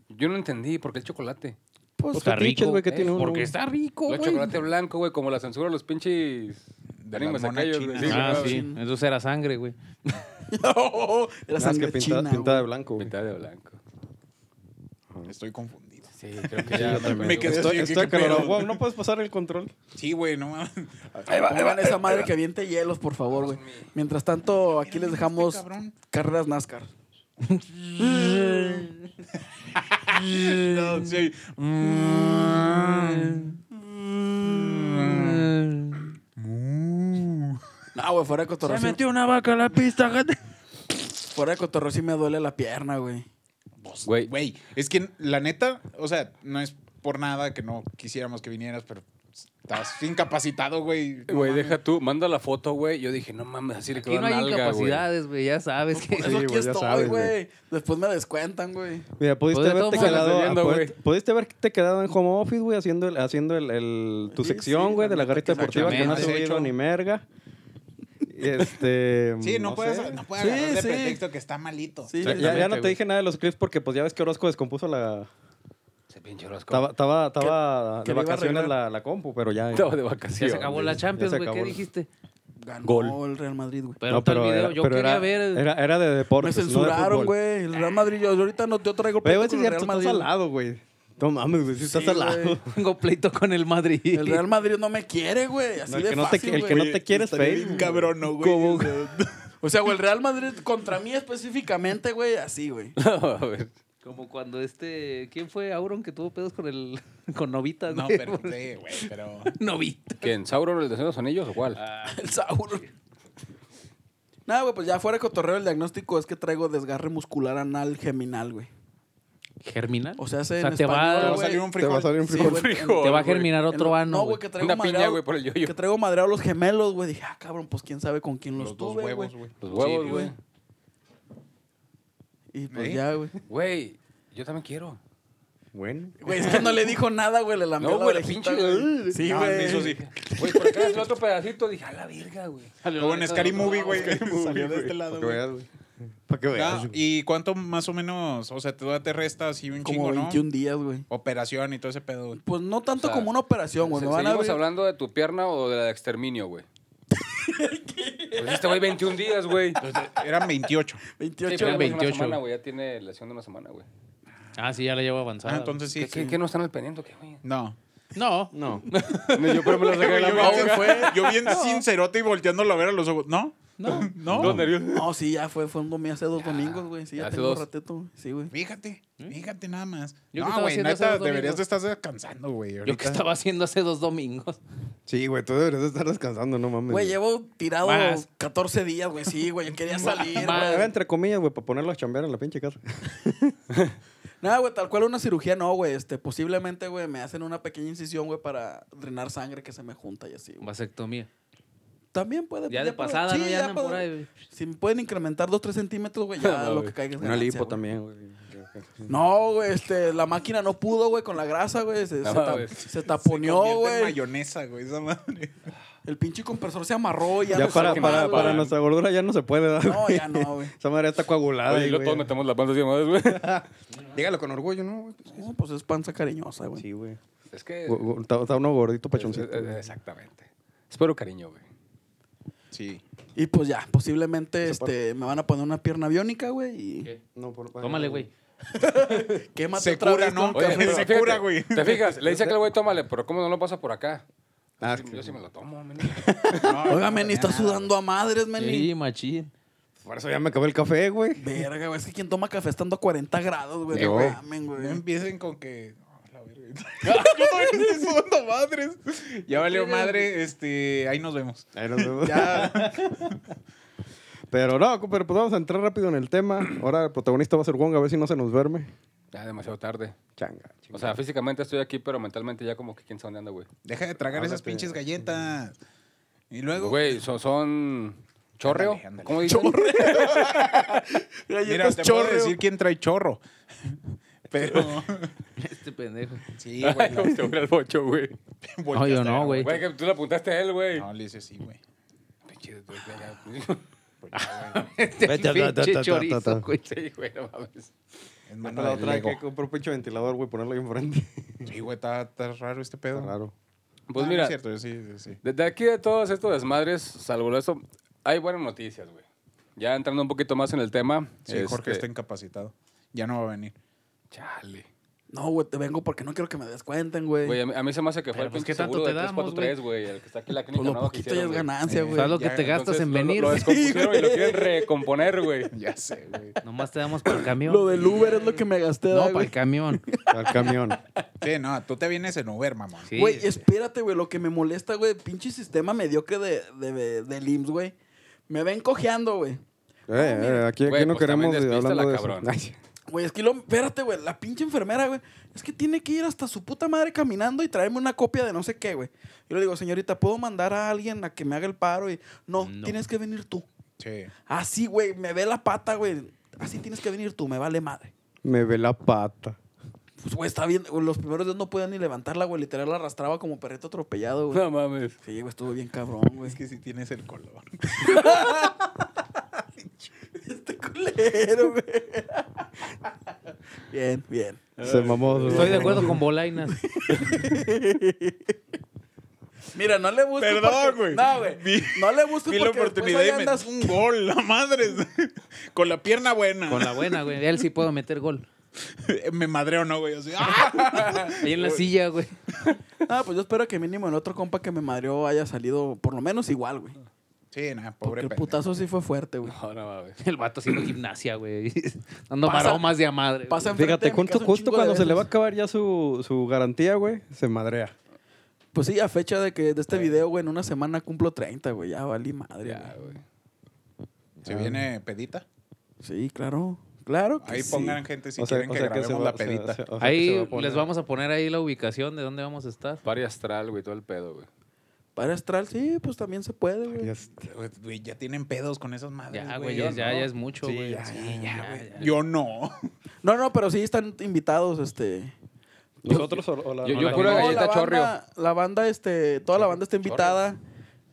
Speaker 7: Yo no entendí, ¿por qué el chocolate?
Speaker 5: Pues
Speaker 8: Está
Speaker 5: qué pinches,
Speaker 8: rico,
Speaker 5: güey, que
Speaker 8: eh,
Speaker 5: tiene uno.
Speaker 8: Porque está rico,
Speaker 7: Los
Speaker 8: Oh, güey. Ah,
Speaker 7: chocolate blanco, güey, como la censura de los pinches
Speaker 3: De
Speaker 7: animes
Speaker 3: las monas
Speaker 7: aquellos.
Speaker 3: chinas.
Speaker 7: güey. Sí,
Speaker 8: Ah,
Speaker 7: güey.
Speaker 8: sí. Entonces era sangre, güey.
Speaker 4: Era
Speaker 5: Nada más
Speaker 4: sangre
Speaker 5: que pintada,
Speaker 4: china,
Speaker 5: pintada de
Speaker 4: güey.
Speaker 5: blanco, güey.
Speaker 7: Pintada de blanco.
Speaker 3: Estoy confundido.
Speaker 7: Sí, creo que ya.
Speaker 3: también. Me quedé-
Speaker 5: Estoy,
Speaker 3: Sí,
Speaker 5: estoy
Speaker 3: qué pedo.
Speaker 5: acalorado. Wow, no puedes pasar el control.
Speaker 3: Sí, güey, no mames.
Speaker 4: Pongan esa madre que aviente hielos, por favor, güey. Mientras tanto, aquí les dejamos
Speaker 3: Este cabrón.
Speaker 4: carreras NASCAR.
Speaker 3: No, sí.
Speaker 4: No, güey, fuera de cotorreo. sí-
Speaker 8: una vaca a la pista, gente.
Speaker 4: Fuera de cotorreo sí me duele la pierna, güey.
Speaker 7: Güey,
Speaker 3: Güey, es que la neta, o sea, no es por nada que no quisiéramos que vinieras, pero estás incapacitado, güey. No
Speaker 7: güey,
Speaker 3: mames.
Speaker 7: deja tú, manda la foto, güey. Yo dije, no mames, así le
Speaker 8: Aquí
Speaker 7: quedó la
Speaker 8: no hay
Speaker 7: nalga, güey.
Speaker 8: incapacidades, güey, ya sabes que...
Speaker 9: pues,
Speaker 4: Por eso
Speaker 9: (laughs)
Speaker 5: Sí,
Speaker 4: aquí
Speaker 5: güey, ya
Speaker 4: estoy,
Speaker 5: sabes, güey.
Speaker 4: güey. Después me descuentan, güey.
Speaker 5: Mira, pudiste
Speaker 8: Pues de
Speaker 5: haberte
Speaker 8: todos modos,
Speaker 5: quedado,
Speaker 7: estás viendo,
Speaker 5: pudiste,
Speaker 7: güey.
Speaker 5: pudiste haberte quedado en home office, güey, haciendo, el- haciendo el, el- tu
Speaker 4: Sí,
Speaker 5: sección,
Speaker 4: sí,
Speaker 5: güey, de la
Speaker 4: también,
Speaker 5: garita deportiva que no has
Speaker 3: exactamente.
Speaker 5: subido ni merga. Y, Este,
Speaker 3: Sí, no, puedes,
Speaker 5: sé.
Speaker 3: no puedes
Speaker 4: Sí,
Speaker 3: agarrar de
Speaker 4: sí.
Speaker 3: pretexto que está malito.
Speaker 4: Sí,
Speaker 5: Ya, ya no
Speaker 8: Exactamente,
Speaker 5: te
Speaker 8: güey.
Speaker 5: dije nada de los clips porque pues ya ves que Orozco descompuso la,
Speaker 7: Ese pinche Orozco.
Speaker 5: Estaba, estaba, estaba
Speaker 4: que
Speaker 5: de
Speaker 4: le iba a
Speaker 5: vacaciones
Speaker 4: arreglar.
Speaker 5: la, la compu, pero ya. eh.
Speaker 7: Estaba de
Speaker 9: Ya
Speaker 7: vacaciones.
Speaker 9: se
Speaker 7: (laughs)
Speaker 9: acabó la Champions,
Speaker 5: se
Speaker 9: güey. ¿Qué
Speaker 5: acabó.
Speaker 9: dijiste?
Speaker 4: Ganó
Speaker 7: Gol.
Speaker 4: el Real Madrid, güey.
Speaker 9: Pero, tal video, yo
Speaker 5: pero
Speaker 9: quería
Speaker 5: era-
Speaker 9: ver. (laughs)
Speaker 5: Era, era de deporte.
Speaker 4: Me censuraron, güey. El Real Madrid, yo ahorita no te traigo
Speaker 5: Pero
Speaker 4: pedo
Speaker 5: güey,
Speaker 4: con
Speaker 5: si
Speaker 4: el
Speaker 5: cierto,
Speaker 4: Real
Speaker 5: estás
Speaker 4: Madrid.
Speaker 5: al lado, güey. No mames, güey, si estás
Speaker 4: Sí,
Speaker 5: al lado.
Speaker 4: güey.
Speaker 9: Tengo pleito con el Madrid.
Speaker 4: El Real Madrid no me quiere, güey. Así
Speaker 5: No, el
Speaker 4: de
Speaker 5: que no te-
Speaker 4: fácil,
Speaker 5: el que
Speaker 4: güey.
Speaker 5: no te quiere es
Speaker 3: Estaría
Speaker 5: Facebook,
Speaker 3: bien cabrón, ¿no, güey?
Speaker 5: ¿Cómo?
Speaker 3: O sea,
Speaker 4: O sea, güey, el Real Madrid contra mí específicamente, güey, así, güey. (laughs)
Speaker 7: A ver.
Speaker 9: Como cuando este. ¿Quién fue Auron que tuvo pedos con el. (laughs) con Novita,
Speaker 3: No,
Speaker 9: güey?
Speaker 3: pero sí, güey, pero.
Speaker 9: (laughs) Novita.
Speaker 7: ¿Quién? ¿Sauron el deseo de los anillos o cuál?
Speaker 4: El Sauron. Nada, güey, pues ya fuera de cotorreo el diagnóstico es que traigo desgarre muscular anal geminal, güey.
Speaker 9: ¿Germinal?
Speaker 4: O sea, hace
Speaker 9: O sea,
Speaker 4: en
Speaker 9: te va-
Speaker 4: español,
Speaker 3: Te va a
Speaker 4: güey.
Speaker 3: salir un
Speaker 10: Te va a
Speaker 3: frijol.
Speaker 10: salir un
Speaker 4: Sí,
Speaker 10: frijol.
Speaker 4: güey, en-
Speaker 9: Te va a germinar
Speaker 4: en
Speaker 9: otro
Speaker 4: lo-
Speaker 9: ano.
Speaker 4: No,
Speaker 9: güey.
Speaker 4: güey, que traigo
Speaker 7: Una
Speaker 4: madreado-
Speaker 7: piña, güey, por el yoyo.
Speaker 4: Que traigo madreado los gemelos, güey. Dije, ah, cabrón, pues quién sabe con quién los,
Speaker 3: Los dos
Speaker 4: tuve, güey.
Speaker 3: huevos, güey.
Speaker 7: Los huevos,
Speaker 4: Sí,
Speaker 7: güey.
Speaker 4: güey. Y pues
Speaker 3: ¿Eh?
Speaker 4: ya, güey.
Speaker 7: Güey, yo también quiero.
Speaker 5: Bueno.
Speaker 4: Güey, es que no le dijo nada, güey. Le lambió
Speaker 7: No,
Speaker 4: la
Speaker 7: güey, la
Speaker 4: orejita,
Speaker 7: pinche-
Speaker 4: güey. Sí,
Speaker 3: No,
Speaker 4: güey.
Speaker 3: eso sí.
Speaker 7: Güey, por acá es otro pedacito. Dije, a la verga, güey.
Speaker 3: Como en Scary Movie, güey. Salió de este lado,
Speaker 5: Para que
Speaker 3: güey.
Speaker 5: veas, güey. Para que
Speaker 3: No,
Speaker 5: veas. güey.
Speaker 3: ¿Y cuánto más o menos? O sea, te, te resta así un
Speaker 4: Como
Speaker 3: chingo,
Speaker 4: 21
Speaker 3: ¿no?
Speaker 4: días, güey.
Speaker 3: Operación y todo ese pedo, güey.
Speaker 4: Pues no tanto
Speaker 7: O sea,
Speaker 4: como una operación, güey.
Speaker 7: Se-
Speaker 4: Me van a
Speaker 7: ¿Seguimos
Speaker 4: abrir-
Speaker 7: hablando de tu pierna o de la de exterminio, güey? Pues este güey 21 días, güey.
Speaker 3: Entonces, eran 28.
Speaker 4: 28,
Speaker 7: (laughs) Sí, pero ya
Speaker 4: güey.
Speaker 7: pasó
Speaker 9: 28.
Speaker 7: Una semana, güey. Ya tiene lesión de una semana, güey.
Speaker 9: Ah, sí, ya la llevo avanzada.
Speaker 3: Ah, entonces sí.
Speaker 7: ¿Qué,
Speaker 3: sí.
Speaker 7: qué- qué no están al pendiente o qué, güey?
Speaker 3: No.
Speaker 9: No.
Speaker 5: No. (laughs)
Speaker 7: Yo
Speaker 4: (laughs)
Speaker 7: pero me lo saqué de la
Speaker 3: Yo,
Speaker 7: mano.
Speaker 3: bien, yo bien sincerote y volteándolo a ver a los ojos. ¿No?
Speaker 9: No.
Speaker 3: (laughs) ¿No?
Speaker 4: No, sí, ya fue. Fue un domingo, hace dos domingos, güey. Sí, ya
Speaker 7: hace
Speaker 4: tengo
Speaker 7: dos.
Speaker 4: un ratito. güey. Sí, güey.
Speaker 3: Fíjate, fíjate nada más.
Speaker 9: Yo que
Speaker 3: no,
Speaker 9: estaba
Speaker 3: güey,
Speaker 9: haciendo hace
Speaker 3: neta,
Speaker 9: dos domingos.
Speaker 3: deberías de estar descansando, güey.
Speaker 9: Yo que
Speaker 3: ahorita.
Speaker 9: estaba haciendo hace dos domingos.
Speaker 5: Sí, güey, tú deberías de estar descansando, no mames.
Speaker 4: Güey, llevo tirado
Speaker 9: Más.
Speaker 4: 14 días, güey. Sí, güey. yo Quería salir,
Speaker 9: Más.
Speaker 4: güey.
Speaker 5: Era entre comillas, güey, para ponerlo a chambear en la pinche casa.
Speaker 4: Nada, güey, tal cual una cirugía no, güey. Este, posiblemente, güey, me hacen una pequeña incisión, güey, para drenar sangre que se me junta y así, güey.
Speaker 9: Vasectomía.
Speaker 4: También puede...
Speaker 9: Ya de
Speaker 4: por-
Speaker 9: pasada,
Speaker 4: sí,
Speaker 9: ¿no?
Speaker 4: ya
Speaker 9: Ya andan
Speaker 4: pa-
Speaker 9: por ahí.
Speaker 4: Si me pueden incrementar 2, 3 centímetros, güey, ya lo que caiga es
Speaker 5: Una
Speaker 4: ganancia,
Speaker 5: lipo
Speaker 4: güey.
Speaker 5: también, güey.
Speaker 4: No, güey, este, la máquina no pudo, güey, con la grasa, güey.
Speaker 5: Ah,
Speaker 4: Se,
Speaker 7: No,
Speaker 4: se ta-
Speaker 7: güey.
Speaker 4: se
Speaker 3: Se
Speaker 4: taponeó,
Speaker 3: convierte en
Speaker 4: güey.
Speaker 3: mayonesa, güey, esa madre.
Speaker 4: El pinche compresor se amarró y ya,
Speaker 5: Ya
Speaker 4: no
Speaker 5: para,
Speaker 4: sale
Speaker 5: para,
Speaker 4: mal,
Speaker 5: para
Speaker 4: güey.
Speaker 5: nuestra gordura ya no se puede dar.
Speaker 4: No, ya no, güey.
Speaker 5: (laughs) Esa madre está coagulada.
Speaker 7: Oye, y luego
Speaker 5: güey.
Speaker 7: todos metemos la panza así de madres, güey.
Speaker 5: Dígalo con orgullo, ¿no? güey?
Speaker 4: No, pues es panza cariñosa, güey.
Speaker 5: Sí, güey.
Speaker 7: Es que...
Speaker 5: Gu- gu- Está, está uno gordito pachoncito.
Speaker 7: Eh, eh,
Speaker 5: güey.
Speaker 7: Exactamente. Espero cariño, güey.
Speaker 3: Sí.
Speaker 4: Y pues ya, posiblemente,
Speaker 5: Esa parte.
Speaker 4: este, me van a poner una pierna biónica, güey,
Speaker 7: eh.
Speaker 4: y...
Speaker 5: No, por-
Speaker 9: Tómale, güey.
Speaker 4: Quémate
Speaker 3: Se
Speaker 4: otra
Speaker 3: cura,
Speaker 4: vez
Speaker 3: ¿no?
Speaker 4: con
Speaker 3: Oye, (laughs)
Speaker 4: café.
Speaker 3: se cura, güey.
Speaker 7: Te fijas, le dice que el güey, tómale, pero ¿cómo no lo pasa por acá?
Speaker 5: Ah,
Speaker 7: Yo sí-
Speaker 5: que-
Speaker 7: yo sí me lo tomo, men.
Speaker 9: (laughs)
Speaker 3: No,
Speaker 4: Oiga,
Speaker 3: no
Speaker 4: Meni,
Speaker 3: tenía
Speaker 4: está
Speaker 3: nada.
Speaker 4: sudando a madres, Meni.
Speaker 9: Sí, machín. (laughs)
Speaker 5: Por eso ya me acabó el café, güey.
Speaker 4: Verga, güey. Es que quien toma café estando a 40 grados, güey.
Speaker 5: Yo.
Speaker 4: No mamen,
Speaker 3: No
Speaker 4: güey.
Speaker 3: empiecen con que. oh, la verga. (laughs) Yo todavía no estoy sudando madres. Ya valió madre, este, ahí nos vemos.
Speaker 4: (laughs)
Speaker 5: Ahí nos vemos.
Speaker 3: Ya.
Speaker 5: Pero no, pero pues vamos a entrar rápido en el tema. Ahora el protagonista va a ser Wong, a ver si no se nos duerme.
Speaker 7: Ya demasiado tarde.
Speaker 5: Changa.
Speaker 7: O sea, físicamente estoy aquí, pero mentalmente ya como que quién sabe dónde anda, güey.
Speaker 3: Deja de tragar esas
Speaker 5: Ándate.
Speaker 3: pinches galletas. Y luego.
Speaker 7: Güey, son, son chorreo.
Speaker 3: Ándale, ándale.
Speaker 7: ¿Cómo dicen?
Speaker 3: mira, te puedo decir quién trae (laughs) chorro. Pero.
Speaker 9: Este pendejo.
Speaker 3: Sí,
Speaker 7: Ay,
Speaker 3: güey.
Speaker 7: no, se fue el bocho, güey.
Speaker 9: No, yo no, güey.
Speaker 7: (laughs) Güey, que tú le apuntaste a él, güey.
Speaker 3: No, le hice sí, güey.
Speaker 7: Pinche-
Speaker 3: (laughs)
Speaker 5: Vete, vete,
Speaker 9: Pinche
Speaker 5: vete,
Speaker 9: chorizo,
Speaker 5: vete.
Speaker 9: güey.
Speaker 7: Sí, güey, no mames.
Speaker 5: Mata
Speaker 3: Es mano
Speaker 5: la
Speaker 3: de
Speaker 5: otra
Speaker 3: Lego.
Speaker 5: que compró un pinche ventilador, güey, ponerlo ahí (laughs) enfrente.
Speaker 3: Sí, güey, está, está raro este pedo.
Speaker 5: Está raro.
Speaker 7: Pues
Speaker 3: Ah,
Speaker 7: mira,
Speaker 3: Es cierto, sí, sí, sí.
Speaker 7: Desde aquí de todos estos desmadres, salvo eso, hay buenas noticias, güey. Ya entrando un poquito más en el tema.
Speaker 3: Sí, Jorge
Speaker 7: este,
Speaker 3: está incapacitado. Ya no va a venir.
Speaker 7: Chale.
Speaker 4: No, güey, te vengo porque no quiero que me descuenten, güey.
Speaker 7: Güey, a mí, a mí se me hace que fue
Speaker 9: Pero,
Speaker 7: el
Speaker 9: pues,
Speaker 7: pinche
Speaker 9: ¿qué tanto
Speaker 7: seguro de
Speaker 9: te damos,
Speaker 7: 343, güey. El que está aquí en la clínica.
Speaker 4: Pues lo
Speaker 7: ¿no? que
Speaker 4: poquito ya es
Speaker 7: hicieron, güey.
Speaker 4: ganancia, güey.
Speaker 9: ¿Sabes lo que
Speaker 7: Ya,
Speaker 9: te gastas
Speaker 7: entonces,
Speaker 9: en
Speaker 7: lo-
Speaker 9: venir?
Speaker 7: Lo, lo
Speaker 9: güey?
Speaker 7: descompusieron y lo
Speaker 9: (laughs)
Speaker 7: quieren recomponer, güey.
Speaker 3: Ya sé, güey.
Speaker 9: Nomás te damos para el camión.
Speaker 4: Lo del Uber es lo que me gasté,
Speaker 9: No,
Speaker 4: güey.
Speaker 5: pues
Speaker 9: para el camión.
Speaker 5: Al camión. (laughs) Eh,
Speaker 3: Sí, no, tú te vienes en Uber, mamón.
Speaker 9: Sí.
Speaker 4: Güey, espérate, güey. Lo que me molesta, güey, pinche sistema mediocre de, de, de, del IMSS, güey. Me ven cojeando, güey.
Speaker 5: Eh, eh, aquí, aquí
Speaker 7: Güey,
Speaker 5: no
Speaker 7: pues, también
Speaker 5: queremos ir
Speaker 7: despístala,
Speaker 5: hablando de eso.
Speaker 7: cabrón.
Speaker 5: Ay,
Speaker 4: Güey, es que lo... Espérate, güey. La pinche enfermera, güey. Es que tiene que ir hasta su puta madre caminando y traerme una copia de no sé qué, güey. Yo le digo, señorita, ¿puedo mandar a alguien a que me haga el paro? Y no,
Speaker 9: No.
Speaker 4: tienes que venir tú.
Speaker 3: Sí.
Speaker 4: Así, güey. Me ve la pata, güey. Así tienes que venir tú. Me vale madre.
Speaker 5: me ve la pata.
Speaker 4: Pues, güey, está bien. güey, Los primeros días no podía ni levantarla, güey. Literal la arrastraba como perrito atropellado, güey.
Speaker 7: No mames.
Speaker 4: Sí, güey, estuvo bien cabrón, güey.
Speaker 3: Es que sí tienes
Speaker 4: (laughs)
Speaker 3: el color.
Speaker 4: Este culero, güey. Bien, bien.
Speaker 5: Se mamó. se
Speaker 9: Estoy de
Speaker 5: mamó. (laughs)
Speaker 9: acuerdo con Bolainas.
Speaker 4: Mira, no le busques.
Speaker 3: Perdón,
Speaker 4: porque-
Speaker 3: güey.
Speaker 4: No, güey.
Speaker 3: Vi-
Speaker 4: No le busques
Speaker 3: Vi la
Speaker 4: porque después
Speaker 3: oportunidad
Speaker 4: ahí
Speaker 3: y me
Speaker 4: andas
Speaker 3: das un gol, la madre. (laughs) Con la pierna buena.
Speaker 9: Con la buena, güey. Él sí puedo meter gol.
Speaker 3: (laughs) Me madreo, ¿no, güey? Así,
Speaker 4: (laughs)
Speaker 3: ¡ah!
Speaker 9: Ahí en la silla, güey.
Speaker 4: Ah, pues yo espero que mínimo el otro compa que me madreó haya salido por lo menos igual, güey.
Speaker 3: Sí, nada,
Speaker 4: Porque
Speaker 3: pobre
Speaker 4: el
Speaker 3: pendejo.
Speaker 4: putazo sí fue fuerte, güey.
Speaker 7: No, no mames.
Speaker 9: El vato haciendo gimnasia, güey. (laughs) Dando
Speaker 4: Pasa-
Speaker 9: maromas de a madre. güey.
Speaker 4: Pasa enfrente de
Speaker 5: Fíjate,
Speaker 4: mi
Speaker 5: justo,
Speaker 4: casa un
Speaker 5: justo
Speaker 4: chingo de
Speaker 5: cuando se le va a
Speaker 4: veces.
Speaker 5: acabar ya su, su garantía, güey, se madrea.
Speaker 4: Pues sí, a fecha de que de
Speaker 3: Eh.
Speaker 4: este video, güey, en una semana cumplo 30, güey. Ya valí madre,
Speaker 7: Ya,
Speaker 4: güey.
Speaker 7: Ah, güey.
Speaker 3: ¿Se viene pedita?
Speaker 4: Sí, claro. Claro que
Speaker 3: Ahí
Speaker 4: sí.
Speaker 3: pongan gente si quieren que grabemos
Speaker 5: se va-
Speaker 3: la
Speaker 5: o sea,
Speaker 3: pedita.
Speaker 5: o sea, o sea que se
Speaker 9: Ahí
Speaker 5: va a poner-
Speaker 9: les vamos a poner ahí la ubicación de dónde vamos a estar.
Speaker 7: Party astral, güey, todo el pedo, güey.
Speaker 4: Para astral, sí, pues también se puede, güey.
Speaker 5: Ya está.
Speaker 3: Güey, Pues, Güey, ya tienen pedos con esas madres.
Speaker 9: Ya, güey, ya,
Speaker 3: yo
Speaker 9: ya,
Speaker 3: no.
Speaker 9: ya es mucho,
Speaker 3: Sí,
Speaker 9: güey.
Speaker 3: ya,
Speaker 9: Sí,
Speaker 3: ya,
Speaker 9: ya,
Speaker 3: güey.
Speaker 9: ya.
Speaker 3: Yo no.
Speaker 4: No, no, pero sí están invitados, este.
Speaker 5: ¿Nosotros o, o la.?
Speaker 7: Yo-
Speaker 5: o
Speaker 7: yo
Speaker 5: la-
Speaker 7: puro
Speaker 4: No,
Speaker 7: galleta
Speaker 4: la banda,
Speaker 7: chorrio.
Speaker 4: La banda, este, toda la banda está invitada.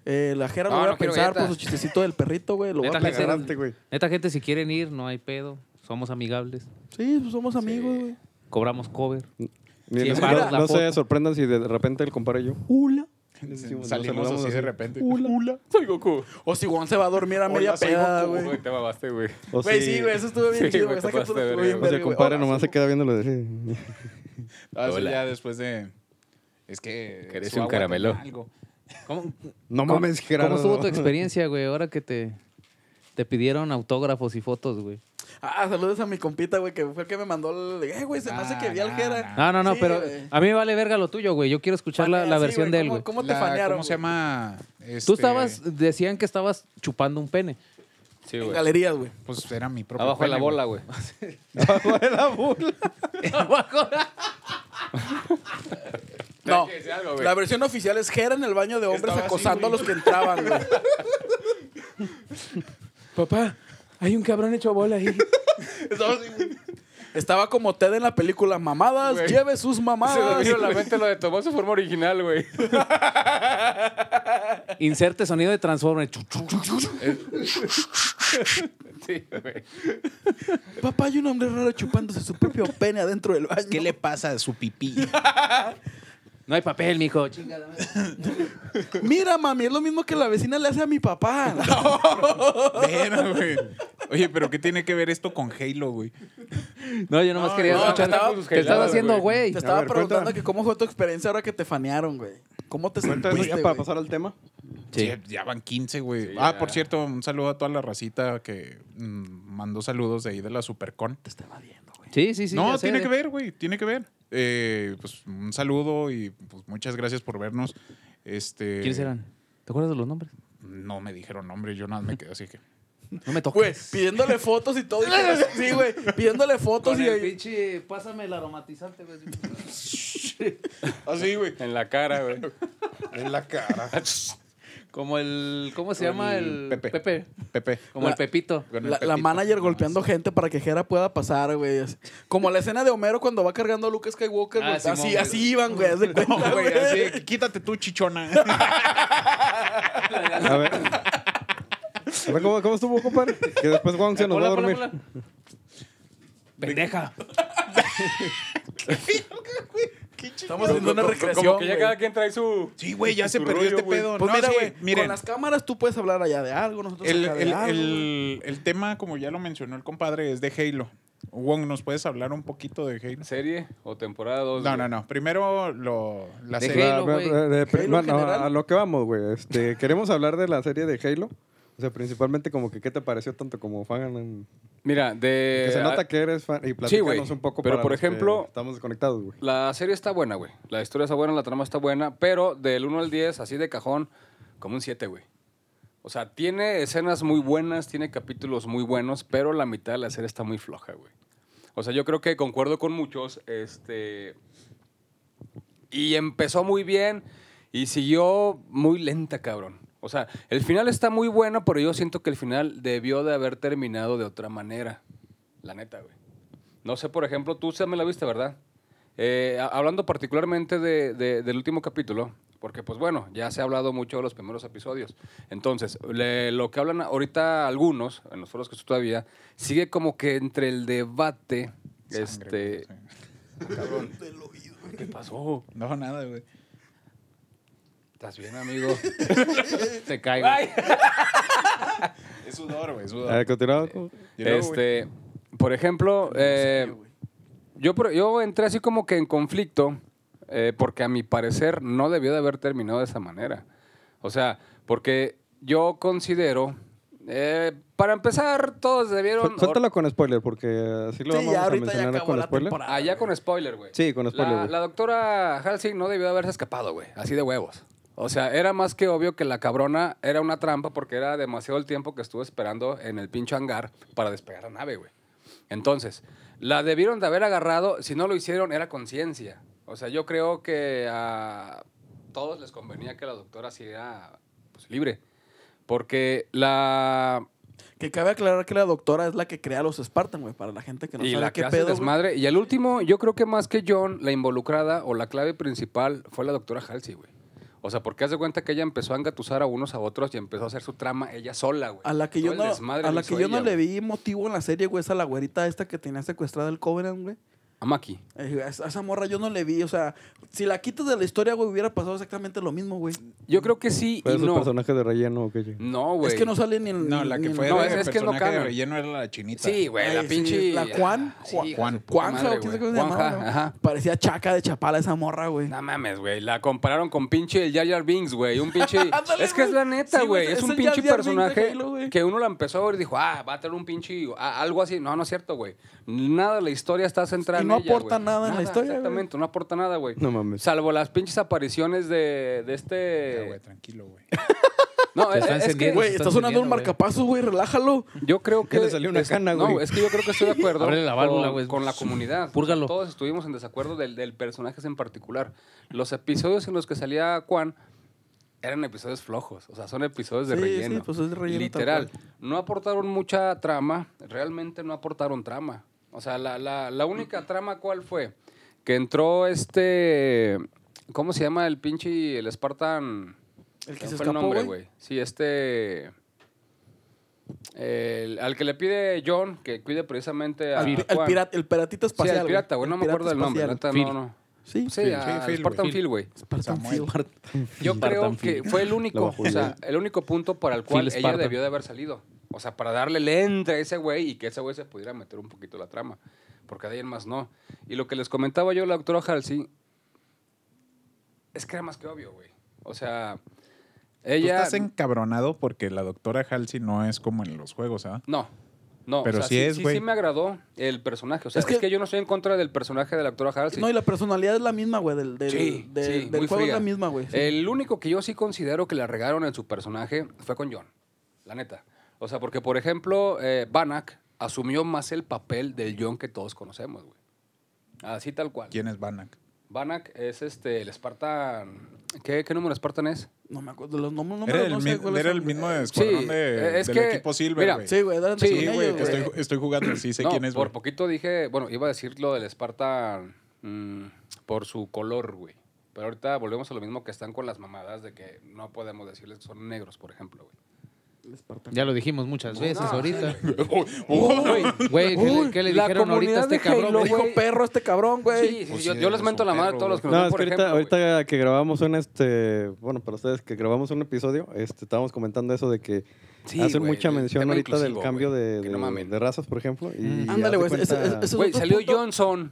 Speaker 4: Eh, la Jera
Speaker 7: No,
Speaker 4: lo voy
Speaker 7: no
Speaker 4: a
Speaker 7: quiero
Speaker 4: pensar
Speaker 7: galleta.
Speaker 4: por su chistecito del perrito, güey. Lo voy a
Speaker 9: Neta,
Speaker 4: pensar.
Speaker 9: gente,
Speaker 5: agarrante, güey.
Speaker 9: neta, gente, si quieren ir, no hay pedo. Somos amigables.
Speaker 4: Sí, pues somos amigos, güey.
Speaker 9: Cobramos cover.
Speaker 5: Ni-
Speaker 9: Sí,
Speaker 5: no
Speaker 9: es
Speaker 5: no-
Speaker 9: la
Speaker 5: no se
Speaker 9: foto.
Speaker 5: sorprendan si de repente el compadre y yo. ¡Hula! Decimos, nos
Speaker 3: Salimos
Speaker 5: saludamos
Speaker 3: así, de repente.
Speaker 7: Soy Goku.
Speaker 4: O si Juan se va a dormir a media peda, güey.
Speaker 7: Te babaste, güey.
Speaker 5: O
Speaker 4: Güey,
Speaker 5: si-
Speaker 4: sí, güey, eso estuvo bien
Speaker 7: Sí,
Speaker 4: chido, güey.
Speaker 7: güey,
Speaker 4: Esa
Speaker 7: pasaste
Speaker 4: captura
Speaker 7: de
Speaker 4: estuvo bien
Speaker 5: O
Speaker 7: verga,
Speaker 5: sea, el
Speaker 4: verga, güey.
Speaker 5: compadre
Speaker 4: Hola,
Speaker 5: nomás
Speaker 4: sí.
Speaker 5: se queda viéndolo así.
Speaker 3: Ah, eso
Speaker 7: Hola.
Speaker 3: ya después de. Es que.
Speaker 7: ¿Querés
Speaker 3: su
Speaker 7: un
Speaker 3: agua tenía
Speaker 7: caramelo?
Speaker 3: algo.
Speaker 9: ¿Cómo,
Speaker 5: No
Speaker 9: cómo-
Speaker 5: mames, Gerardo.
Speaker 9: ¿Cómo estuvo tu
Speaker 5: (laughs)
Speaker 9: experiencia, güey? Ahora que te, te pidieron autógrafos y fotos, güey.
Speaker 4: Ah, saludos a mi compita, güey, que fue el que me mandó el... Eh, güey, se me hace
Speaker 3: Ah,
Speaker 4: que vi al
Speaker 3: nah,
Speaker 4: Jera.
Speaker 3: nah.
Speaker 9: No, no, no,
Speaker 4: Sí,
Speaker 9: pero
Speaker 4: güey.
Speaker 9: a mí me vale verga lo tuyo, güey. Yo quiero escuchar la, la
Speaker 4: Sí,
Speaker 9: versión
Speaker 4: güey,
Speaker 9: de él,
Speaker 4: ¿cómo-
Speaker 9: güey.
Speaker 4: ¿Cómo te
Speaker 3: La-
Speaker 4: fanearon?
Speaker 3: ¿Cómo se
Speaker 4: güey?
Speaker 3: llama?
Speaker 9: Tú
Speaker 3: Este,
Speaker 9: estabas, decían que estabas chupando un pene.
Speaker 7: Sí,
Speaker 9: (laughs)
Speaker 4: En
Speaker 7: güey.
Speaker 4: galerías, güey.
Speaker 3: Pues era mi propio.
Speaker 7: Abajo de la
Speaker 3: pene,
Speaker 7: bola, (laughs) güey.
Speaker 4: No,
Speaker 7: que decir algo, güey.
Speaker 4: la versión oficial es Jera en el baño de hombres
Speaker 3: Estaba así,
Speaker 4: acosando a
Speaker 3: güey.
Speaker 4: los que entraban, güey.
Speaker 9: Papá, hay un cabrón hecho bola ahí.
Speaker 4: Estaba como Ted en la película Mamadas,
Speaker 7: Güey.
Speaker 4: lleve sus
Speaker 7: Se me
Speaker 4: mamadas.
Speaker 7: vino a la mente lo de tomar su forma original, güey.
Speaker 9: Inserte sonido de Transformer.
Speaker 7: (laughs) Sí, güey.
Speaker 4: Papá, hay un hombre raro chupándose su propio pene adentro del baño.
Speaker 3: ¿Qué le pasa a su pipí?
Speaker 9: No hay papel, mijo. Chingada.
Speaker 4: Mira, mami, es lo mismo que la vecina le hace a mi papá.
Speaker 3: (laughs) Verga, güey. Oye, pero ¿qué tiene que ver esto con Halo, güey?
Speaker 9: No, yo nomás quería
Speaker 4: no,
Speaker 9: escuchar.
Speaker 4: te estaba-
Speaker 9: ¿Qué
Speaker 7: te
Speaker 9: estás
Speaker 7: estaba
Speaker 9: haciendo,
Speaker 4: Te
Speaker 9: güey?
Speaker 4: estaba
Speaker 5: ver,
Speaker 4: preguntando
Speaker 5: cuenta.
Speaker 4: que cómo fue tu experiencia ahora que te fanearon, güey. ¿Cómo te
Speaker 5: Cuenta eso ya
Speaker 4: sentiste,
Speaker 5: para
Speaker 4: güey?
Speaker 5: pasar al tema.
Speaker 3: Sí, ya van 15, güey.
Speaker 7: Sí,
Speaker 3: ah,
Speaker 7: ya.
Speaker 3: por cierto, un saludo a toda la racita que mm, mandó saludos de ahí de la Supercon.
Speaker 4: Te estaba viendo, güey.
Speaker 9: Sí, sí, sí.
Speaker 3: no,
Speaker 9: ya sé.
Speaker 3: tiene que ver, güey, tiene que ver. Eh, pues un saludo y pues muchas gracias por vernos. Este,
Speaker 9: ¿Quiénes eran? ¿Te acuerdas de los nombres?
Speaker 3: No me dijeron nombre, yo nada más me quedé así que.
Speaker 9: No me
Speaker 4: Güey,
Speaker 9: toques.
Speaker 4: pidiéndole fotos y todo. y que las- sí, güey. Pidiéndole fotos y ahí-
Speaker 9: pinche, pásame el aromatizante, güey.
Speaker 3: Así, güey.
Speaker 7: En la cara, güey.
Speaker 5: En la
Speaker 3: (laughs)
Speaker 5: cara.
Speaker 9: Como el. ¿Cómo se llama? El
Speaker 3: Pepe.
Speaker 9: Pepe.
Speaker 3: Pepe.
Speaker 9: Como
Speaker 4: La-
Speaker 9: el Pepito.
Speaker 3: con el
Speaker 4: La, la
Speaker 3: Pepito.
Speaker 4: manager golpeando gente para que Jera pueda pasar, güey. así. Como la escena de Homero cuando va cargando a Lucas Skywalker,
Speaker 9: Ah,
Speaker 4: güey.
Speaker 9: Simón,
Speaker 4: así,
Speaker 9: güey.
Speaker 4: así iban, güey. haz de cuenta,
Speaker 3: (laughs) No, Ah, güey,
Speaker 4: güey.
Speaker 3: así, quítate tú, chichona.
Speaker 5: A ver. A ver, ¿cómo, cómo estuvo, compadre? Que después Juan se nos va a
Speaker 9: Hola,
Speaker 5: dormir.
Speaker 9: hola, hola. Pendeja.
Speaker 4: Estamos haciendo una recreación.
Speaker 7: Como que ya
Speaker 4: güey.
Speaker 7: cada quien trae su.
Speaker 3: Sí, güey, ya se
Speaker 7: Tu
Speaker 3: perdió
Speaker 7: rollo,
Speaker 3: este
Speaker 7: güey.
Speaker 3: pedo.
Speaker 4: Pues
Speaker 3: No,
Speaker 4: mira,
Speaker 3: sí,
Speaker 4: güey,
Speaker 3: miren.
Speaker 4: con las cámaras tú puedes hablar allá de algo, nosotros
Speaker 3: El,
Speaker 4: acá de
Speaker 3: el-
Speaker 4: algo, güey.
Speaker 3: el- el tema, como ya lo mencionó el compadre, es de Halo. Wong, ¿nos puedes hablar un poquito de Halo?
Speaker 7: ¿Serie o temporada 2?
Speaker 3: No, no, no. Primero lo, la
Speaker 9: De
Speaker 3: serie.
Speaker 9: Halo,
Speaker 5: Va, va,
Speaker 9: güey.
Speaker 5: va, de- pri-
Speaker 4: en
Speaker 5: no, no,
Speaker 4: general.
Speaker 5: a lo que vamos, güey. Este, queremos hablar de la serie de Halo. O sea, principalmente como que qué te pareció tanto como fan. en-
Speaker 7: Mira, de.
Speaker 5: que se nota que eres fan y platícanos
Speaker 7: Eh, ah, güey.
Speaker 5: un poco
Speaker 7: Pero,
Speaker 5: para
Speaker 7: por
Speaker 5: los que
Speaker 7: ejemplo-
Speaker 5: estamos desconectados, güey.
Speaker 7: La serie está buena, güey. La historia está buena, la trama está buena, pero del 1 al 10, así de cajón, como un 7, güey. O sea, tiene escenas muy buenas, tiene capítulos muy buenos, pero la mitad de la serie está muy floja, güey. O sea, yo creo que concuerdo con muchos, este... Y empezó muy bien y siguió muy lenta, cabrón. O sea, el final está muy bueno, pero yo siento que el final debió de haber terminado de otra manera. La neta, güey. No sé, por ejemplo, tú se me la viste, ¿verdad? Eh, a- hablando particularmente de- de- del último capítulo, porque pues bueno, ya se ha hablado mucho de los primeros episodios. Entonces, le- lo que hablan ahorita algunos, en los foros que estoy todavía, sigue como que entre el debate,
Speaker 3: Sangre,
Speaker 7: este,
Speaker 3: güey, sí.
Speaker 4: Del oído.
Speaker 7: ¿Qué pasó?
Speaker 3: No, nada, güey.
Speaker 7: ¿Estás bien,
Speaker 4: (laughs)
Speaker 7: amigo? Te caigo.
Speaker 3: Es sudor, güey, es
Speaker 5: A ver,
Speaker 3: sudor.
Speaker 5: continuado.
Speaker 3: Y luego, güey,
Speaker 7: Este, por ejemplo, eh, yo, por- yo entré así como que en conflicto eh, porque a mi parecer no debió de haber terminado de esa manera. O sea, porque yo considero, eh, para empezar, todos debieron...
Speaker 5: Suéltalo con spoiler, porque así lo
Speaker 4: Sí,
Speaker 5: vamos
Speaker 4: ya
Speaker 5: a
Speaker 4: ahorita ya
Speaker 5: mencionar
Speaker 4: acabó
Speaker 5: con
Speaker 4: la
Speaker 5: spoiler.
Speaker 4: temporada.
Speaker 7: Allá con spoiler, güey.
Speaker 5: Sí, con spoiler,
Speaker 7: La,
Speaker 5: güey.
Speaker 7: la doctora Halsey no debió de haberse escapado, güey. Así de huevos. O sea, era más que obvio que la cabrona era una trampa porque era demasiado el tiempo que estuvo esperando en el pincho hangar para despegar la nave, güey. Entonces, la debieron de haber agarrado. Si no lo hicieron, era conciencia. O sea, yo creo que a todos les convenía que la doctora siguiera pues, libre. Porque la
Speaker 4: Que cabe aclarar que la doctora es la que crea los Spartan, güey, para la gente que no
Speaker 7: y
Speaker 4: sabe
Speaker 7: la que
Speaker 4: qué
Speaker 7: hace
Speaker 4: pedo. güey.
Speaker 7: desmadre. Y al último, yo creo que más que John, la involucrada o la clave principal fue la doctora Halsey, güey. O sea, porque haz de cuenta que ella empezó a engatusar a unos a otros y empezó a hacer su trama ella sola, güey.
Speaker 4: A la que
Speaker 7: Todo
Speaker 4: yo
Speaker 7: el
Speaker 4: no,
Speaker 7: desmadre
Speaker 4: a
Speaker 7: lo
Speaker 4: la
Speaker 7: hizo
Speaker 4: que yo no
Speaker 7: ella,
Speaker 4: le
Speaker 7: güey.
Speaker 4: vi motivo en la serie, güey, es a la güerita esta que tenía secuestrada el Covenant, güey.
Speaker 7: A Maki.
Speaker 4: Eh, A esa a esa morra yo no le vi, o sea, si la quitas de la historia, güey, hubiera pasado exactamente lo mismo, güey.
Speaker 7: Yo creo que sí
Speaker 5: Pero
Speaker 7: y
Speaker 5: esos
Speaker 7: no.
Speaker 5: personajes de relleno, ¿ok?
Speaker 7: No, güey.
Speaker 4: Es que no sale ni el.
Speaker 3: No,
Speaker 4: Mm,
Speaker 3: la
Speaker 4: ni
Speaker 3: que
Speaker 4: el-
Speaker 3: fue
Speaker 7: No,
Speaker 3: de
Speaker 7: es- es que es no
Speaker 3: personaje de
Speaker 7: canon.
Speaker 3: relleno era la chinita.
Speaker 7: Sí, güey, la
Speaker 4: Ay, sí,
Speaker 7: pinche.
Speaker 4: la Juan-
Speaker 7: Sí,
Speaker 4: Juan-
Speaker 7: hija
Speaker 3: Juan-
Speaker 7: de su puta
Speaker 4: Juanja,
Speaker 7: madre,
Speaker 4: o quién sabe cómo
Speaker 7: güey.
Speaker 4: se llamaba,
Speaker 7: Juanja,
Speaker 4: güey.
Speaker 7: ajá.
Speaker 4: Parecía chaca de chapala esa morra, güey.
Speaker 7: No mames, güey. La compararon con pinche el Jar Jar Binks, güey.
Speaker 4: (laughs)
Speaker 7: Un pinche. es que es la neta,
Speaker 4: Sí, güey,
Speaker 7: güey. es
Speaker 4: es
Speaker 7: un
Speaker 4: el Jar Jar
Speaker 7: pinche
Speaker 4: Binks de
Speaker 7: personaje
Speaker 4: Halo, güey.
Speaker 7: que uno la empezó a ver y dijo, ah, va a tener un pinche. a- algo así. No, no es cierto, güey. Nada, de la historia está centrada
Speaker 4: Y
Speaker 7: en
Speaker 4: no
Speaker 7: ella,
Speaker 4: aporta
Speaker 7: güey.
Speaker 4: nada en la historia,
Speaker 7: Exactamente, no aporta nada, güey.
Speaker 5: No mames.
Speaker 7: Salvo las pinches apariciones de, de
Speaker 3: Ya, Ah, güey,
Speaker 7: este.
Speaker 3: tranquilo, güey.
Speaker 7: No,
Speaker 9: Te
Speaker 7: es,
Speaker 9: está
Speaker 7: es que.
Speaker 9: encendiendo.
Speaker 4: Güey,
Speaker 9: Estás
Speaker 4: está sonando
Speaker 9: viviendo,
Speaker 4: un
Speaker 9: güey.
Speaker 4: marcapaso, güey, relájalo.
Speaker 7: Yo creo que.
Speaker 5: Que le salió una
Speaker 7: es-
Speaker 5: cana,
Speaker 7: No,
Speaker 5: güey.
Speaker 7: es que yo creo que estoy de acuerdo.
Speaker 9: Ábrele la válvula,
Speaker 7: con-
Speaker 9: güey.
Speaker 7: Con la comunidad.
Speaker 9: Púrgalo.
Speaker 7: Todos estuvimos en desacuerdo del, del personaje en particular. Los episodios en los que salía Juan eran episodios flojos. O sea, son episodios de
Speaker 4: Sí,
Speaker 7: relleno.
Speaker 4: sí, pues es de relleno
Speaker 7: Literal.
Speaker 4: tal
Speaker 7: No aportaron mucha trama. Realmente no aportaron trama. O sea, la, la, la única trama, ¿cuál fue? Que entró este. ¿Cómo se llama el pinche. el Spartan.
Speaker 4: El que
Speaker 7: ¿Cuál
Speaker 4: se
Speaker 7: fue el
Speaker 4: escapó,
Speaker 7: nombre,
Speaker 4: güey.
Speaker 7: Sí, este. el- al que le pide John que cuide precisamente a.
Speaker 4: Al pi- El,
Speaker 7: Juan.
Speaker 4: pirata, el piratita
Speaker 7: Sí, al
Speaker 4: espacial.
Speaker 7: pirata, güey. No
Speaker 4: El
Speaker 7: me acuerdo
Speaker 4: pirata
Speaker 7: del nombre. la neta,
Speaker 4: espacial.
Speaker 7: no, no.
Speaker 4: Sí,
Speaker 7: Sí,
Speaker 3: Phil,
Speaker 7: a-
Speaker 3: sí,
Speaker 7: al
Speaker 3: Phil,
Speaker 7: Spartan
Speaker 3: güey.
Speaker 7: Phil, güey.
Speaker 4: Spartan
Speaker 3: Samuel.
Speaker 4: Field.
Speaker 7: Yo creo
Speaker 9: Spartan
Speaker 7: que
Speaker 9: Phil.
Speaker 7: fue el único,
Speaker 5: bajó
Speaker 7: o sea,
Speaker 5: bien.
Speaker 7: el único punto para el cual
Speaker 9: Phil
Speaker 7: ella
Speaker 9: Spartan.
Speaker 7: debió de haber salido. O sea, para darle lente a ese güey y que ese güey se pudiera meter un poquito la trama. Porque de ahí en más no. Y lo que les comentaba yo a la doctora Halsey es que era más que obvio, güey. O sea, ella...
Speaker 3: Tú estás encabronado porque la doctora Halsey no es como en los juegos, ¿ah?
Speaker 7: No. No,
Speaker 3: Pero
Speaker 7: o sea,
Speaker 3: sí es,
Speaker 7: sí,
Speaker 3: güey.
Speaker 7: sí me agradó el personaje. O sea,
Speaker 4: Es
Speaker 7: es
Speaker 4: que-
Speaker 7: que, yo no estoy en contra del personaje de la doctora Halsey.
Speaker 4: No, y la personalidad es la misma, güey. Del, del,
Speaker 7: Sí,
Speaker 4: del,
Speaker 7: sí,
Speaker 4: del
Speaker 7: muy
Speaker 4: juego es
Speaker 7: fría.
Speaker 4: la misma, güey. sí.
Speaker 7: El único que yo sí considero que la regaron en su personaje fue con John, la neta. O sea, porque, por ejemplo, eh, Banach asumió más el papel del John que todos conocemos, güey. Así tal cual.
Speaker 3: ¿Quién es Bannack?
Speaker 7: Banach es este, el Spartan... ¿Qué, qué número Spartan es?
Speaker 4: No me acuerdo de los nombres,
Speaker 3: Era
Speaker 4: números,
Speaker 3: el,
Speaker 4: no
Speaker 3: mi-
Speaker 4: sé cuáles
Speaker 3: era
Speaker 4: son. eh,
Speaker 3: el mismo de
Speaker 7: Sí,
Speaker 3: escuadrón de-
Speaker 7: es
Speaker 3: del
Speaker 7: que-
Speaker 3: equipo Silver,
Speaker 7: mira,
Speaker 3: güey.
Speaker 4: Sí, güey, era
Speaker 7: Sí,
Speaker 3: Sí, güey, que
Speaker 4: ellos,
Speaker 3: estoy, estoy jugando, sí sé
Speaker 7: No,
Speaker 3: quién es,
Speaker 7: por
Speaker 3: güey.
Speaker 7: poquito dije... Bueno, iba a decir lo del Spartan mm, por su color, güey. Pero ahorita volvemos a lo mismo que están con las mamadas de que no podemos decirles que son negros, por ejemplo, güey.
Speaker 9: Ya lo dijimos muchas veces
Speaker 7: No,
Speaker 9: ahorita.
Speaker 7: Oh, güey.
Speaker 9: Güey, ¿qué, le-
Speaker 4: Uy,
Speaker 9: qué le
Speaker 7: la
Speaker 9: dijeron ahorita a
Speaker 7: comunidad
Speaker 9: este
Speaker 7: de
Speaker 9: cabrón?
Speaker 7: Halo,
Speaker 9: güey?
Speaker 4: Dijo
Speaker 7: güey.
Speaker 4: perro este cabrón, güey.
Speaker 7: Sí, sí,
Speaker 3: Pues
Speaker 7: yo,
Speaker 3: sí,
Speaker 7: yo les
Speaker 3: eres
Speaker 7: mento
Speaker 3: un
Speaker 7: la madre a
Speaker 3: perro,
Speaker 7: todos los que nos
Speaker 5: No,
Speaker 7: ven,
Speaker 5: es
Speaker 7: por
Speaker 5: que ahorita,
Speaker 7: ejemplo, güey.
Speaker 5: ahorita que grabamos un este, bueno, para ustedes que grabamos un episodio, este, estábamos comentando eso de que
Speaker 7: Sí,
Speaker 5: hacen
Speaker 7: güey,
Speaker 5: mucha
Speaker 7: del
Speaker 5: mención
Speaker 7: tema
Speaker 5: ahorita
Speaker 7: inclusivo,
Speaker 5: del cambio
Speaker 7: güey,
Speaker 5: de,
Speaker 7: que no
Speaker 5: de-
Speaker 7: mamen.
Speaker 5: de razas, por ejemplo. Y
Speaker 9: Mm.
Speaker 4: Ándale,
Speaker 5: haz de
Speaker 4: güey, ese-
Speaker 5: cuenta-
Speaker 4: ese- ese-
Speaker 7: Güey,
Speaker 4: otro
Speaker 7: salió
Speaker 4: punto.
Speaker 7: Johnson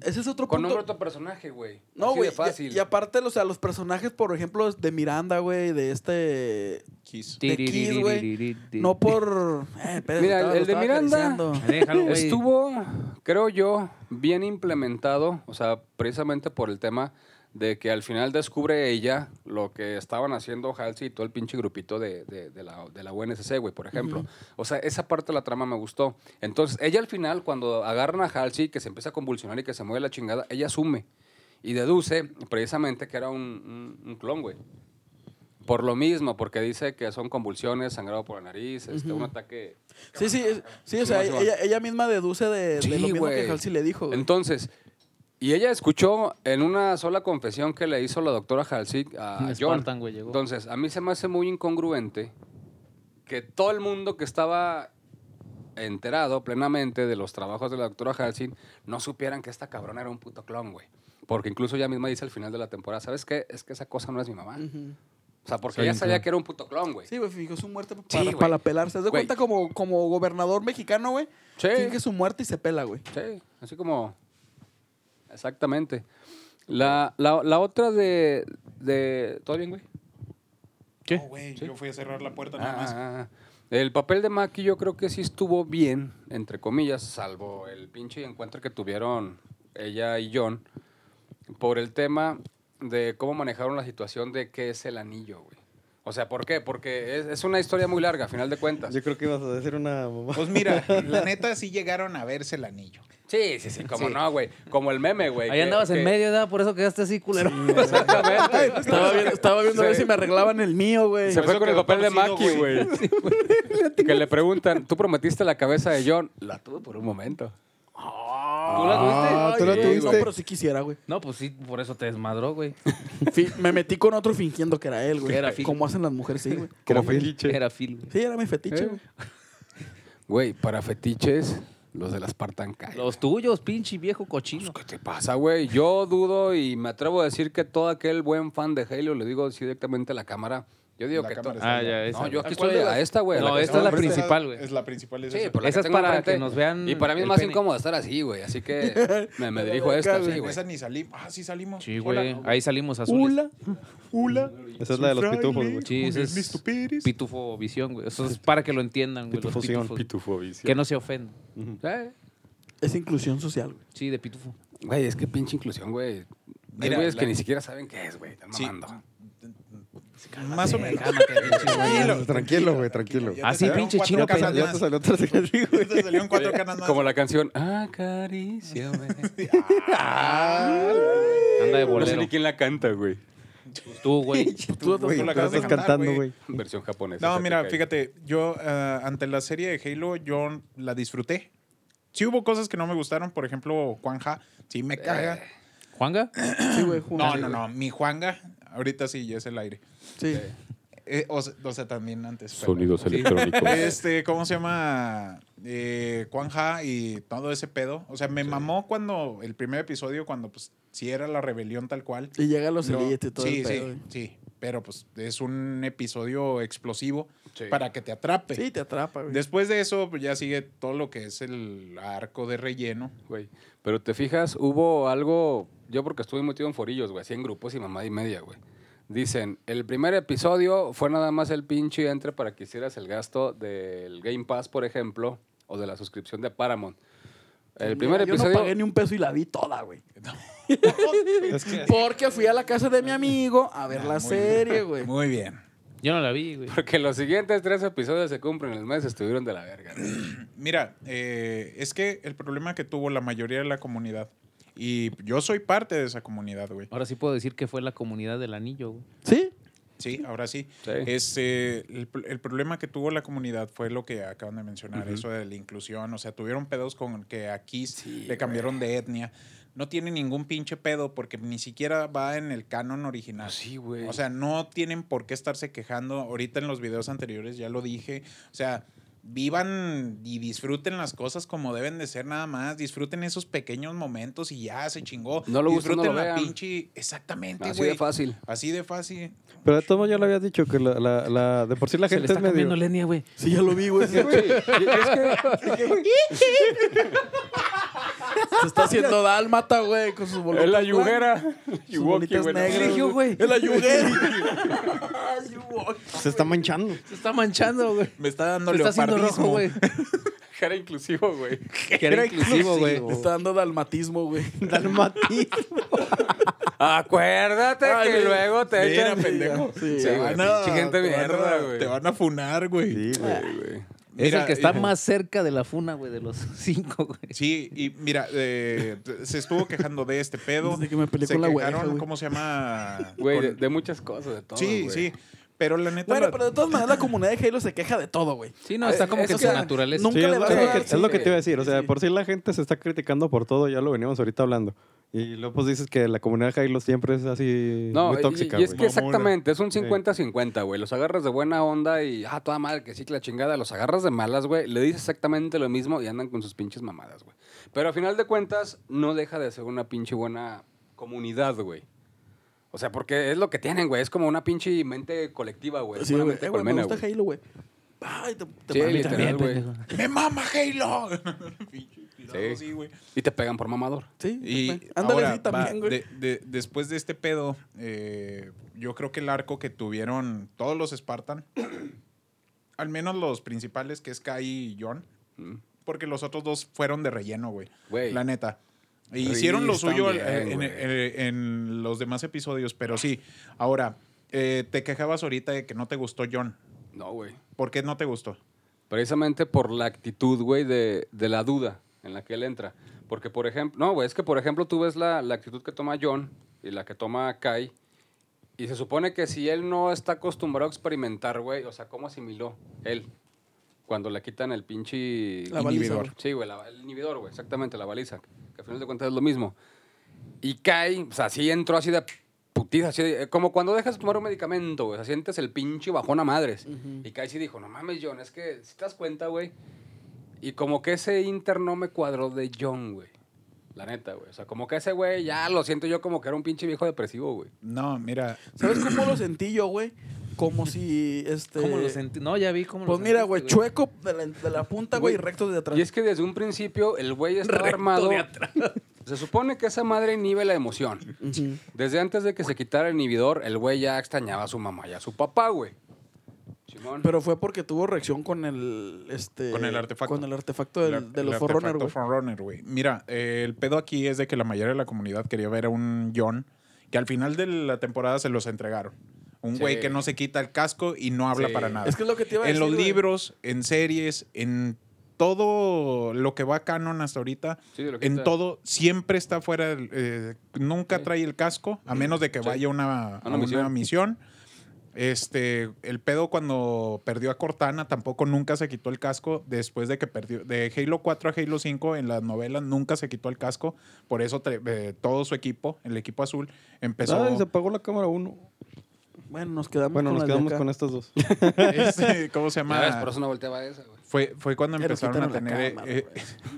Speaker 4: Ese es otro
Speaker 7: con
Speaker 4: punto.
Speaker 7: nombre de otro personaje, güey.
Speaker 4: No,
Speaker 7: Así
Speaker 4: güey.
Speaker 7: de fácil.
Speaker 4: Y, y aparte, o sea, los personajes, por ejemplo, de Miranda, güey, de este.
Speaker 3: Kiss.
Speaker 4: de Kiss, güey. No por. Eh, espérate,
Speaker 7: Mira,
Speaker 4: estaba-
Speaker 7: el
Speaker 4: lo
Speaker 7: de
Speaker 4: estaba
Speaker 7: Miranda-
Speaker 4: acariciando.
Speaker 9: Déjalo, güey.
Speaker 7: Estuvo, creo yo, bien implementado, o sea, precisamente por el tema de que al final descubre ella lo que estaban haciendo Halsey y todo el pinche grupito de, de- de la, de la UNSC, güey, por ejemplo. O sea, esa parte de la trama me gustó. Entonces, ella al final, cuando agarran a Halsey, que se empieza a convulsionar y que se mueve la chingada, ella asume y deduce precisamente que era un, un- un clon, güey. Por lo mismo, porque dice que son convulsiones, sangrado por la nariz, este, un ataque
Speaker 4: Sí, sí, es- sí, o
Speaker 7: Sí,
Speaker 4: sea,
Speaker 7: más,
Speaker 4: ella, ella misma deduce de, de
Speaker 7: Sí,
Speaker 4: lo mismo
Speaker 7: güey.
Speaker 4: que Halsey le dijo, güey.
Speaker 7: Entonces, y ella escuchó en una sola confesión que le hizo la doctora Halsey a
Speaker 9: Un
Speaker 7: John.
Speaker 9: Spartan, güey, llegó.
Speaker 7: Entonces, a mí se me hace muy incongruente que todo el mundo que estaba enterado plenamente de los trabajos de la doctora Halsey, no supieran que esta cabrona era un puto clon, güey. Porque incluso ella misma dice al final de la temporada, ¿sabes qué? Es que esa cosa no es mi mamá. O sea, porque
Speaker 8: Soy
Speaker 7: ella
Speaker 8: un
Speaker 7: sabía
Speaker 8: clon.
Speaker 7: que era un puto clon, güey.
Speaker 4: Sí, güey, fingió su muerte para,
Speaker 7: güey.
Speaker 4: para pelarse. ¿Te das
Speaker 7: Güey.
Speaker 4: cuenta como, como gobernador mexicano, güey?
Speaker 7: Sí.
Speaker 4: Finge su muerte y se pela, güey.
Speaker 7: Sí, así como. Exactamente. La, la, la otra de, de. ¿Todo bien, güey?
Speaker 8: ¿Qué?
Speaker 3: No, güey, yo fui a cerrar la puerta nada más.
Speaker 7: Ah, el papel de Maki yo creo que sí estuvo bien, entre comillas, salvo el pinche encuentro que tuvieron ella y John por el tema de cómo manejaron la situación de qué es el anillo, güey. O sea, ¿por qué? Porque es, es una historia muy larga, a final de cuentas.
Speaker 5: Yo creo que ibas a decir una mamá.
Speaker 3: Pues mira, la neta sí llegaron a verse el anillo.
Speaker 7: Sí, sí, sí, como no, güey. Como el meme, güey.
Speaker 9: Ahí
Speaker 7: que-
Speaker 9: andabas en
Speaker 7: que-
Speaker 9: medio, ¿verdad? Por eso quedaste así, culero.
Speaker 7: Exactamente.
Speaker 4: (laughs) Estaba viendo, estaba viendo a ver
Speaker 7: Sí.
Speaker 4: si me arreglaban el mío, güey.
Speaker 7: Se fue
Speaker 3: eso
Speaker 7: con el
Speaker 3: quedó
Speaker 7: papel de
Speaker 3: torcido,
Speaker 7: Maki, güey. (laughs) que le preguntan, ¿tú prometiste la cabeza de John? La tuve por un momento. ¿Tú
Speaker 4: Ay,
Speaker 7: la tuviste?
Speaker 5: Ah, tú la
Speaker 7: Sí,
Speaker 4: güey, No,
Speaker 5: tuviste.
Speaker 4: pero sí quisiera, güey.
Speaker 9: No, pues sí, por eso te desmadró, güey.
Speaker 4: Fi- Me metí con otro fingiendo que era él, güey.
Speaker 9: Que era Phil.
Speaker 4: Como hacen las mujeres, sí, güey.
Speaker 5: Como
Speaker 9: Era Phil. güey.
Speaker 4: Sí, era mi fetiche,
Speaker 7: Eh.
Speaker 4: güey.
Speaker 7: Güey, para fetiches, los de las Partancay.
Speaker 9: Los tuyos, pinche viejo cochino.
Speaker 7: Pues,
Speaker 4: Pues,
Speaker 7: ¿Qué te pasa, güey? Yo dudo y me atrevo a decir que todo aquel buen fan de Halo, le digo así directamente a la cámara. Yo digo
Speaker 3: La
Speaker 7: que... to-
Speaker 3: cámara
Speaker 8: Ah, ya, esa.
Speaker 7: No, yo aquí
Speaker 4: ¿A cuál
Speaker 7: estoy
Speaker 4: de
Speaker 7: a
Speaker 4: las-
Speaker 7: esta, güey. a
Speaker 9: No, esta
Speaker 7: que
Speaker 9: es
Speaker 7: tengo
Speaker 9: la
Speaker 7: enfrente.
Speaker 9: principal, güey.
Speaker 3: Es la principal, es
Speaker 7: Sí,
Speaker 3: esa.
Speaker 7: por la
Speaker 9: Esa
Speaker 7: que
Speaker 9: es
Speaker 7: tengo
Speaker 9: para
Speaker 7: enfrente.
Speaker 9: que nos vean
Speaker 7: Y para mí es
Speaker 9: el
Speaker 7: más
Speaker 9: pene.
Speaker 7: incómodo estar así, güey. Así que me, me dirijo a esta, sí,
Speaker 3: En
Speaker 7: güey.
Speaker 3: esa ni salimos. Ah, sí salimos.
Speaker 8: Sí,
Speaker 3: Hola.
Speaker 8: güey. Ahí salimos azules.
Speaker 10: Hula.
Speaker 5: Esa es la de los pitufos, güey.
Speaker 8: Sí, ese es pitufo visión, güey. Eso es para que lo entiendan, güey. los
Speaker 5: Pitufoción.
Speaker 8: pitufos. Que no se ofendan.
Speaker 7: Sí.
Speaker 4: Es inclusión social, güey.
Speaker 8: Sí, de pitufo.
Speaker 7: Eh, Güey, es que pinche inclusión, güey. Hay
Speaker 3: Mira,
Speaker 7: güeyes
Speaker 3: la-
Speaker 7: que ni siquiera saben qué es, güey. Están
Speaker 3: Sí.
Speaker 7: mamando.
Speaker 3: Más o menos.
Speaker 5: Tranquilo, tranquilo, güey, tranquilo.
Speaker 3: Ya te
Speaker 8: Así,
Speaker 3: salieron
Speaker 8: pinche
Speaker 3: cuatro
Speaker 8: chino
Speaker 3: canas
Speaker 5: Ya
Speaker 3: más.
Speaker 5: te (laughs) salió otra sección,
Speaker 3: (laughs) Ya te salieron cuatro canas más.
Speaker 7: Como la canción Acariciame. (laughs)
Speaker 3: (laughs)
Speaker 8: Anda de
Speaker 7: no sé
Speaker 8: bolero.
Speaker 7: ni quién la canta, güey.
Speaker 8: Pues tú, güey.
Speaker 3: Tú, tú
Speaker 5: güey.
Speaker 3: la
Speaker 5: Tú
Speaker 3: acabas de
Speaker 5: estás
Speaker 3: cantar,
Speaker 5: cantando, güey.
Speaker 7: Versión japonesa.
Speaker 3: No, mira,
Speaker 7: épica.
Speaker 3: fíjate, yo ah, ante la serie de Halo, yo la disfruté. Sí hubo cosas que no me gustaron, por ejemplo, Juan Ja, sí me caga.
Speaker 8: ¿Juanga?
Speaker 4: Sí, güey. juntos.
Speaker 3: no, no, no, mi Juanga, ahorita sí, ya es el aire.
Speaker 4: Sí.
Speaker 3: Eh, o, se- o sea, también antes. pero-
Speaker 7: electrónicos.
Speaker 3: (laughs) Este, ¿cómo se llama? Eh, Juan Ja y todo ese pedo. O sea, me mamó cuando el primer episodio, cuando pues sí era la rebelión tal cual.
Speaker 4: Y llega los
Speaker 3: Lo-
Speaker 4: elites y todo
Speaker 3: sí,
Speaker 4: el pedo,
Speaker 3: sí,
Speaker 4: güey.
Speaker 3: sí. Pero pues es un episodio explosivo
Speaker 7: Sí.
Speaker 3: para que te atrape.
Speaker 4: Sí, te atrapa, güey.
Speaker 3: Después de eso, pues ya sigue todo lo que es el arco de relleno.
Speaker 7: Güey. Pero te fijas, hubo algo. Yo, porque estuve metido en forillos, güey. Así en grupos y mamá y media, güey. Dicen, el primer episodio fue nada más el pinche entre para que hicieras el gasto del Game Pass, por ejemplo, o de la suscripción de Paramount. El primer
Speaker 4: Mira,
Speaker 7: episodio.
Speaker 4: Ah, Yo no pagué ni un peso y la vi toda, güey. (laughs) Porque fui a la casa de mi amigo a ver la
Speaker 3: Ah, muy
Speaker 4: serie, güey.
Speaker 3: Muy bien.
Speaker 8: Yo no la vi, güey.
Speaker 7: Porque los siguientes tres episodios se cumplen el mes, estuvieron de la verga.
Speaker 3: Mira, eh, es que el problema que tuvo la mayoría de la comunidad, y yo soy parte de esa comunidad, güey.
Speaker 8: Ahora sí puedo decir que fue la comunidad del anillo, güey.
Speaker 4: ¿Sí?
Speaker 3: Sí, ahora sí.
Speaker 7: Sí.
Speaker 3: Este, el, pr- el problema que tuvo la comunidad fue lo que acaban de mencionar, eso de la inclusión. O sea, tuvieron pedos con que aquí le cambiaron de etnia. No tiene ningún pinche pedo porque ni siquiera va en el canon original.
Speaker 7: Pues sí, güey.
Speaker 3: O sea, no tienen por qué estarse quejando. Ahorita en los videos anteriores ya lo dije. O sea, vivan y disfruten las cosas como deben de ser nada más. Disfruten esos pequeños momentos y ya se chingó.
Speaker 7: No lo gusten, no
Speaker 3: disfruten
Speaker 7: lo
Speaker 3: la
Speaker 7: vean.
Speaker 3: pinche. Exactamente,
Speaker 7: Así
Speaker 3: güey.
Speaker 7: de fácil.
Speaker 3: Así de fácil.
Speaker 5: Pero de todos modos ya lo habías dicho que la, la, la- de por sí la
Speaker 9: Se le
Speaker 5: gente
Speaker 9: está
Speaker 5: es medio.
Speaker 9: comiendo lenia, güey.
Speaker 4: Sí, ya lo vi, güey. Sí, güey. Se está haciendo dálmata, güey, con sus bolitas.
Speaker 7: (laughs)
Speaker 4: Sus bolitas negras,
Speaker 9: Eligió, güey.
Speaker 4: El ayuguera.
Speaker 5: Se está manchando.
Speaker 9: Se está manchando, güey.
Speaker 3: Me está dando
Speaker 9: Se está haciendo rojo,
Speaker 3: leopardismo.
Speaker 9: güey.
Speaker 7: Era inclusivo, güey.
Speaker 9: Que era inclusivo, güey.
Speaker 4: Me está dando dalmatismo, güey.
Speaker 7: Acuérdate
Speaker 4: Ay,
Speaker 7: que
Speaker 4: güey.
Speaker 7: luego te
Speaker 3: Mira,
Speaker 7: echan.
Speaker 3: pendejo.
Speaker 4: Sí,
Speaker 7: Sí, güey.
Speaker 3: Van a-
Speaker 7: pinche gente
Speaker 3: te van a-
Speaker 7: mierda, güey.
Speaker 3: Te van a funar, güey.
Speaker 5: Sí, güey.
Speaker 7: Sí, güey.
Speaker 9: Es el
Speaker 3: Mira,
Speaker 9: que está
Speaker 3: eh,
Speaker 9: más cerca de la funa, güey, de
Speaker 8: (laughs)
Speaker 9: los cinco, güey.
Speaker 3: Sí, y mira, eh, se estuvo quejando de este pedo.
Speaker 4: Desde que me peleé
Speaker 3: se
Speaker 4: con la güey,
Speaker 3: quejaron,
Speaker 4: güey.
Speaker 3: ¿cómo se llama?
Speaker 7: Güey, de,
Speaker 3: Con-
Speaker 7: de muchas cosas, de todo.
Speaker 3: sí,
Speaker 7: güey.
Speaker 3: sí. Pero la neta.
Speaker 4: Bueno,
Speaker 3: la-
Speaker 4: pero de todas maneras la comunidad de Halo se queja de todo, güey.
Speaker 9: Sí, no,
Speaker 8: Eh,
Speaker 9: está como
Speaker 7: es
Speaker 9: que en
Speaker 7: que
Speaker 9: su naturaleza.
Speaker 4: nunca
Speaker 5: Sí,
Speaker 4: le
Speaker 5: es,
Speaker 4: vas
Speaker 5: lo
Speaker 4: a
Speaker 5: que,
Speaker 4: dar-
Speaker 5: es lo que te iba a
Speaker 4: sí,
Speaker 5: decir. O sea,
Speaker 4: sí.
Speaker 5: de por sí la gente se está criticando por todo, ya lo veníamos ahorita hablando. Y luego pues dices que la comunidad de Halo siempre es así
Speaker 7: No,
Speaker 5: muy
Speaker 7: y-
Speaker 5: tóxica,
Speaker 7: y, es que
Speaker 5: güey.
Speaker 7: exactamente, es un
Speaker 5: Sí.
Speaker 7: 50-50, güey. Los agarras de buena onda y, ah, toda madre, que sí, que la chingada. Los agarras de malas, güey. Le dices exactamente lo mismo y andan con sus pinches mamadas, güey. Pero a final de cuentas, no deja de ser una pinche buena comunidad, güey. O sea, porque es lo que tienen, güey. Es como una pinche mente colectiva, güey. Es
Speaker 4: Sí,
Speaker 7: una
Speaker 4: güey.
Speaker 7: mente
Speaker 4: Eh, güey, me
Speaker 7: Pues, colmena,
Speaker 4: gusta
Speaker 7: güey.
Speaker 4: Halo, güey. Ay, te, te
Speaker 7: Sí,
Speaker 4: mami,
Speaker 7: literal,
Speaker 4: también,
Speaker 7: güey.
Speaker 4: pendejo.
Speaker 3: ¡Me mama
Speaker 4: (laughs)
Speaker 3: Halo! Pinche tirado,
Speaker 7: Sí.
Speaker 3: sí, güey.
Speaker 7: Y te pegan por mamador.
Speaker 4: Sí,
Speaker 3: Y
Speaker 4: ándale,
Speaker 3: ahora,
Speaker 4: sí, también,
Speaker 3: va,
Speaker 4: güey.
Speaker 3: de- de- después de este pedo, eh, yo creo que el arco que tuvieron todos los Spartan, (clears throat) al menos los principales, que es Kai y John,
Speaker 7: Mm.
Speaker 3: porque los otros dos fueron de relleno, güey.
Speaker 7: Güey.
Speaker 3: La neta. E
Speaker 7: Reeves
Speaker 3: hicieron lo suyo
Speaker 7: también,
Speaker 3: eh, en,
Speaker 7: güey.
Speaker 3: eh, en los demás episodios, pero sí. Ahora, eh, te quejabas ahorita de que no te gustó John.
Speaker 7: No, güey.
Speaker 3: ¿Por qué no te gustó?
Speaker 7: Precisamente por la actitud, güey, de, de la duda en la que él entra. Porque, por ejemplo, no, güey, es que, por ejemplo, tú ves la, la actitud que toma John y la que toma Kai. Y se supone que si él no está acostumbrado a experimentar, güey, o sea, ¿cómo asimiló él? Cuando le quitan el pinche
Speaker 4: La baliza, güey.
Speaker 7: Sí, güey, la- el inhibidor, güey, exactamente, la baliza. Que al final de cuentas es lo mismo. Y Kai, o sea, sí entró así de putiza, así de- eh, como cuando dejas de tomar un medicamento, güey. O sea, sientes el pinche bajón a madres. Y Kai sí dijo, no mames, John, es que si te das cuenta, güey. Y como que ese Inter no me cuadró de John, güey. La neta, güey. O sea, como que ese güey, ya lo siento yo como que era un pinche viejo depresivo, güey.
Speaker 3: No, mira.
Speaker 4: ¿Sabes cómo lo sentí yo, güey? Como si, este...
Speaker 8: ¿Cómo lo sentí? No, ya vi cómo lo
Speaker 4: Pues mira,
Speaker 8: sentiste,
Speaker 4: güey, chueco de la, de la punta, güey, y
Speaker 7: Güey,
Speaker 4: recto de atrás.
Speaker 7: Y es que desde un principio el güey estaba armado. (laughs) Se supone que esa madre inhibe la emoción.
Speaker 4: Ujú.
Speaker 7: Desde antes de que se quitara el inhibidor, el güey ya extrañaba a su mamá y a su papá, güey. Simón.
Speaker 4: Pero fue porque tuvo reacción con el, este...
Speaker 3: Con el artefacto.
Speaker 4: Con el artefacto del-
Speaker 3: El ar-
Speaker 4: de
Speaker 3: el
Speaker 4: los
Speaker 3: artefacto
Speaker 4: Forerunner, güey.
Speaker 3: Forerunner, güey. Mira, eh, el pedo aquí es de que la mayoría de la comunidad quería ver a un John que al final de la temporada se los entregaron. Un
Speaker 7: Sí.
Speaker 3: güey que no se quita el casco y no habla
Speaker 7: Sí.
Speaker 3: para nada.
Speaker 4: Es que es lo que te iba a
Speaker 3: en
Speaker 4: decir,
Speaker 3: los
Speaker 4: güey.
Speaker 3: libros, en series, en todo lo que va canon hasta ahorita,
Speaker 7: Sí, de lo que
Speaker 3: en
Speaker 7: está.
Speaker 3: todo, siempre está fuera, del- eh, nunca trae el casco, a menos de que vaya una, a una misión.
Speaker 7: misión.
Speaker 3: Este, el pedo cuando perdió a Cortana tampoco nunca se quitó el casco después de que perdió de Halo 4 a Halo 5 en las novelas nunca se quitó el casco, por eso tre- eh, todo su equipo, el equipo azul empezó
Speaker 5: Ay, se
Speaker 3: (laughs)
Speaker 5: apagó la cámara uno.
Speaker 4: Bueno, nos quedamos
Speaker 5: Bueno,
Speaker 4: con las
Speaker 5: nos
Speaker 4: de
Speaker 5: quedamos
Speaker 4: acá.
Speaker 5: con estas
Speaker 4: (laughs)
Speaker 5: dos.
Speaker 3: este, ¿cómo se
Speaker 7: Ya
Speaker 3: llama?
Speaker 7: ves, por eso no volteaba esa, güey.
Speaker 3: Fue, fue cuando
Speaker 4: Pero
Speaker 3: empezaron a
Speaker 4: quitaron la
Speaker 3: tener. eh,
Speaker 4: cámara,
Speaker 3: eh,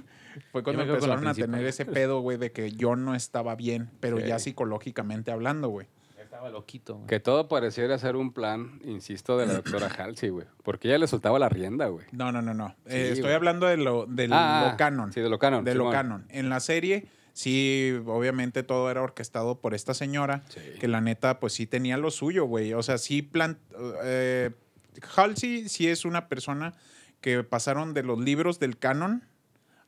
Speaker 3: (laughs) fue cuando
Speaker 8: Yo me quedo con la
Speaker 3: empezaron a
Speaker 8: principal.
Speaker 3: tener ese pedo, güey, de que yo no estaba bien, pero
Speaker 7: Sí.
Speaker 3: ya psicológicamente hablando, güey.
Speaker 8: Estaba loquito. güey.
Speaker 7: Que todo pareciera ser un plan, insisto, de la
Speaker 3: (clears throat)
Speaker 7: doctora Halsey, güey. Porque ella le soltaba la rienda, güey.
Speaker 3: No, no, no, no. Eh,
Speaker 7: Sí,
Speaker 3: estoy
Speaker 7: güey.
Speaker 3: hablando de lo, del
Speaker 7: Ah,
Speaker 3: lo canon.
Speaker 7: sí, de lo canon,
Speaker 3: De lo
Speaker 7: Simón.
Speaker 3: canon. En la serie, sí, obviamente todo era orquestado por esta señora,
Speaker 7: Sí.
Speaker 3: que la neta, pues sí tenía lo suyo, güey. O sea, sí plan... eh, Halsey sí es una persona que pasaron de los libros del canon,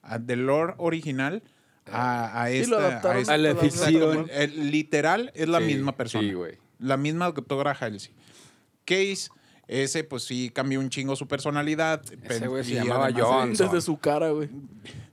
Speaker 3: a- del lore original, a, a
Speaker 4: Y
Speaker 5: este,
Speaker 3: esta...
Speaker 4: lo adaptaron
Speaker 3: esta-
Speaker 4: a la ficción.
Speaker 3: Eh, literal es la
Speaker 7: Sí,
Speaker 3: misma persona.
Speaker 7: sí, güey.
Speaker 3: La misma doctora Halsey. Case, ese pues sí cambió un chingo su personalidad.
Speaker 7: Ese güey se
Speaker 3: Y
Speaker 7: llamaba
Speaker 3: además de-
Speaker 7: Johnson.
Speaker 4: Desde su cara, güey.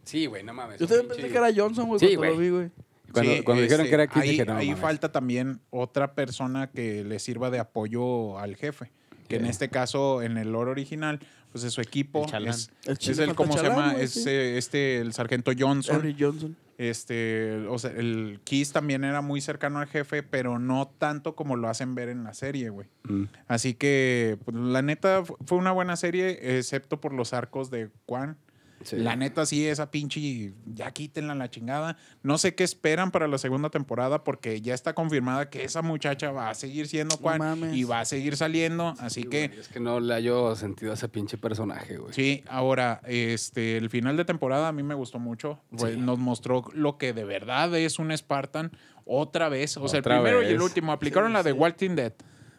Speaker 7: Sí, güey, no mames.
Speaker 4: Yo también pensé que era Johnson, güey,
Speaker 7: Sí,
Speaker 4: cuando lo
Speaker 7: güey.
Speaker 4: vi, güey.
Speaker 7: Cuando,
Speaker 3: Sí,
Speaker 7: cuando dijeron
Speaker 3: este,
Speaker 7: que era Keith,
Speaker 3: ahí,
Speaker 7: dije, no
Speaker 3: ahí
Speaker 7: mames.
Speaker 3: falta también otra persona que le sirva de apoyo al jefe. Que en
Speaker 7: Sí.
Speaker 3: este caso, en el lore original, pues es su equipo.
Speaker 8: El chalán.
Speaker 3: es,
Speaker 4: El
Speaker 3: es
Speaker 4: chile
Speaker 3: el,
Speaker 4: falta
Speaker 3: ¿cómo se
Speaker 4: chalán,
Speaker 3: llama?
Speaker 4: güey,
Speaker 3: es,
Speaker 4: sí.
Speaker 3: eh, este, el sargento Johnson.
Speaker 4: Henry Johnson.
Speaker 3: Este, o sea, el Kiss también era muy cercano al jefe, pero no tanto como lo hacen ver en la serie, güey.
Speaker 7: Mm.
Speaker 3: Así que, pues, la neta, fu- fue una buena serie, excepto por los arcos de Juan.
Speaker 7: Sí.
Speaker 3: La neta, sí, esa pinche, ya quítenla a la chingada. No sé qué esperan para la segunda temporada, porque ya está confirmada que esa muchacha va a seguir siendo Juan
Speaker 4: mames.
Speaker 3: y va a seguir saliendo. Así
Speaker 7: Sí,
Speaker 3: que,
Speaker 7: güey, es que no le hallo sentido a ese pinche personaje, güey.
Speaker 3: Sí, ahora, este, el final de temporada a mí me gustó mucho. Pues, Nos mostró lo que de verdad es un Spartan otra vez. O sea,
Speaker 7: Otra
Speaker 3: el primero y el
Speaker 7: vez.
Speaker 3: último. Aplicaron
Speaker 4: Sí,
Speaker 3: la de
Speaker 4: sí.
Speaker 3: Walking Dead.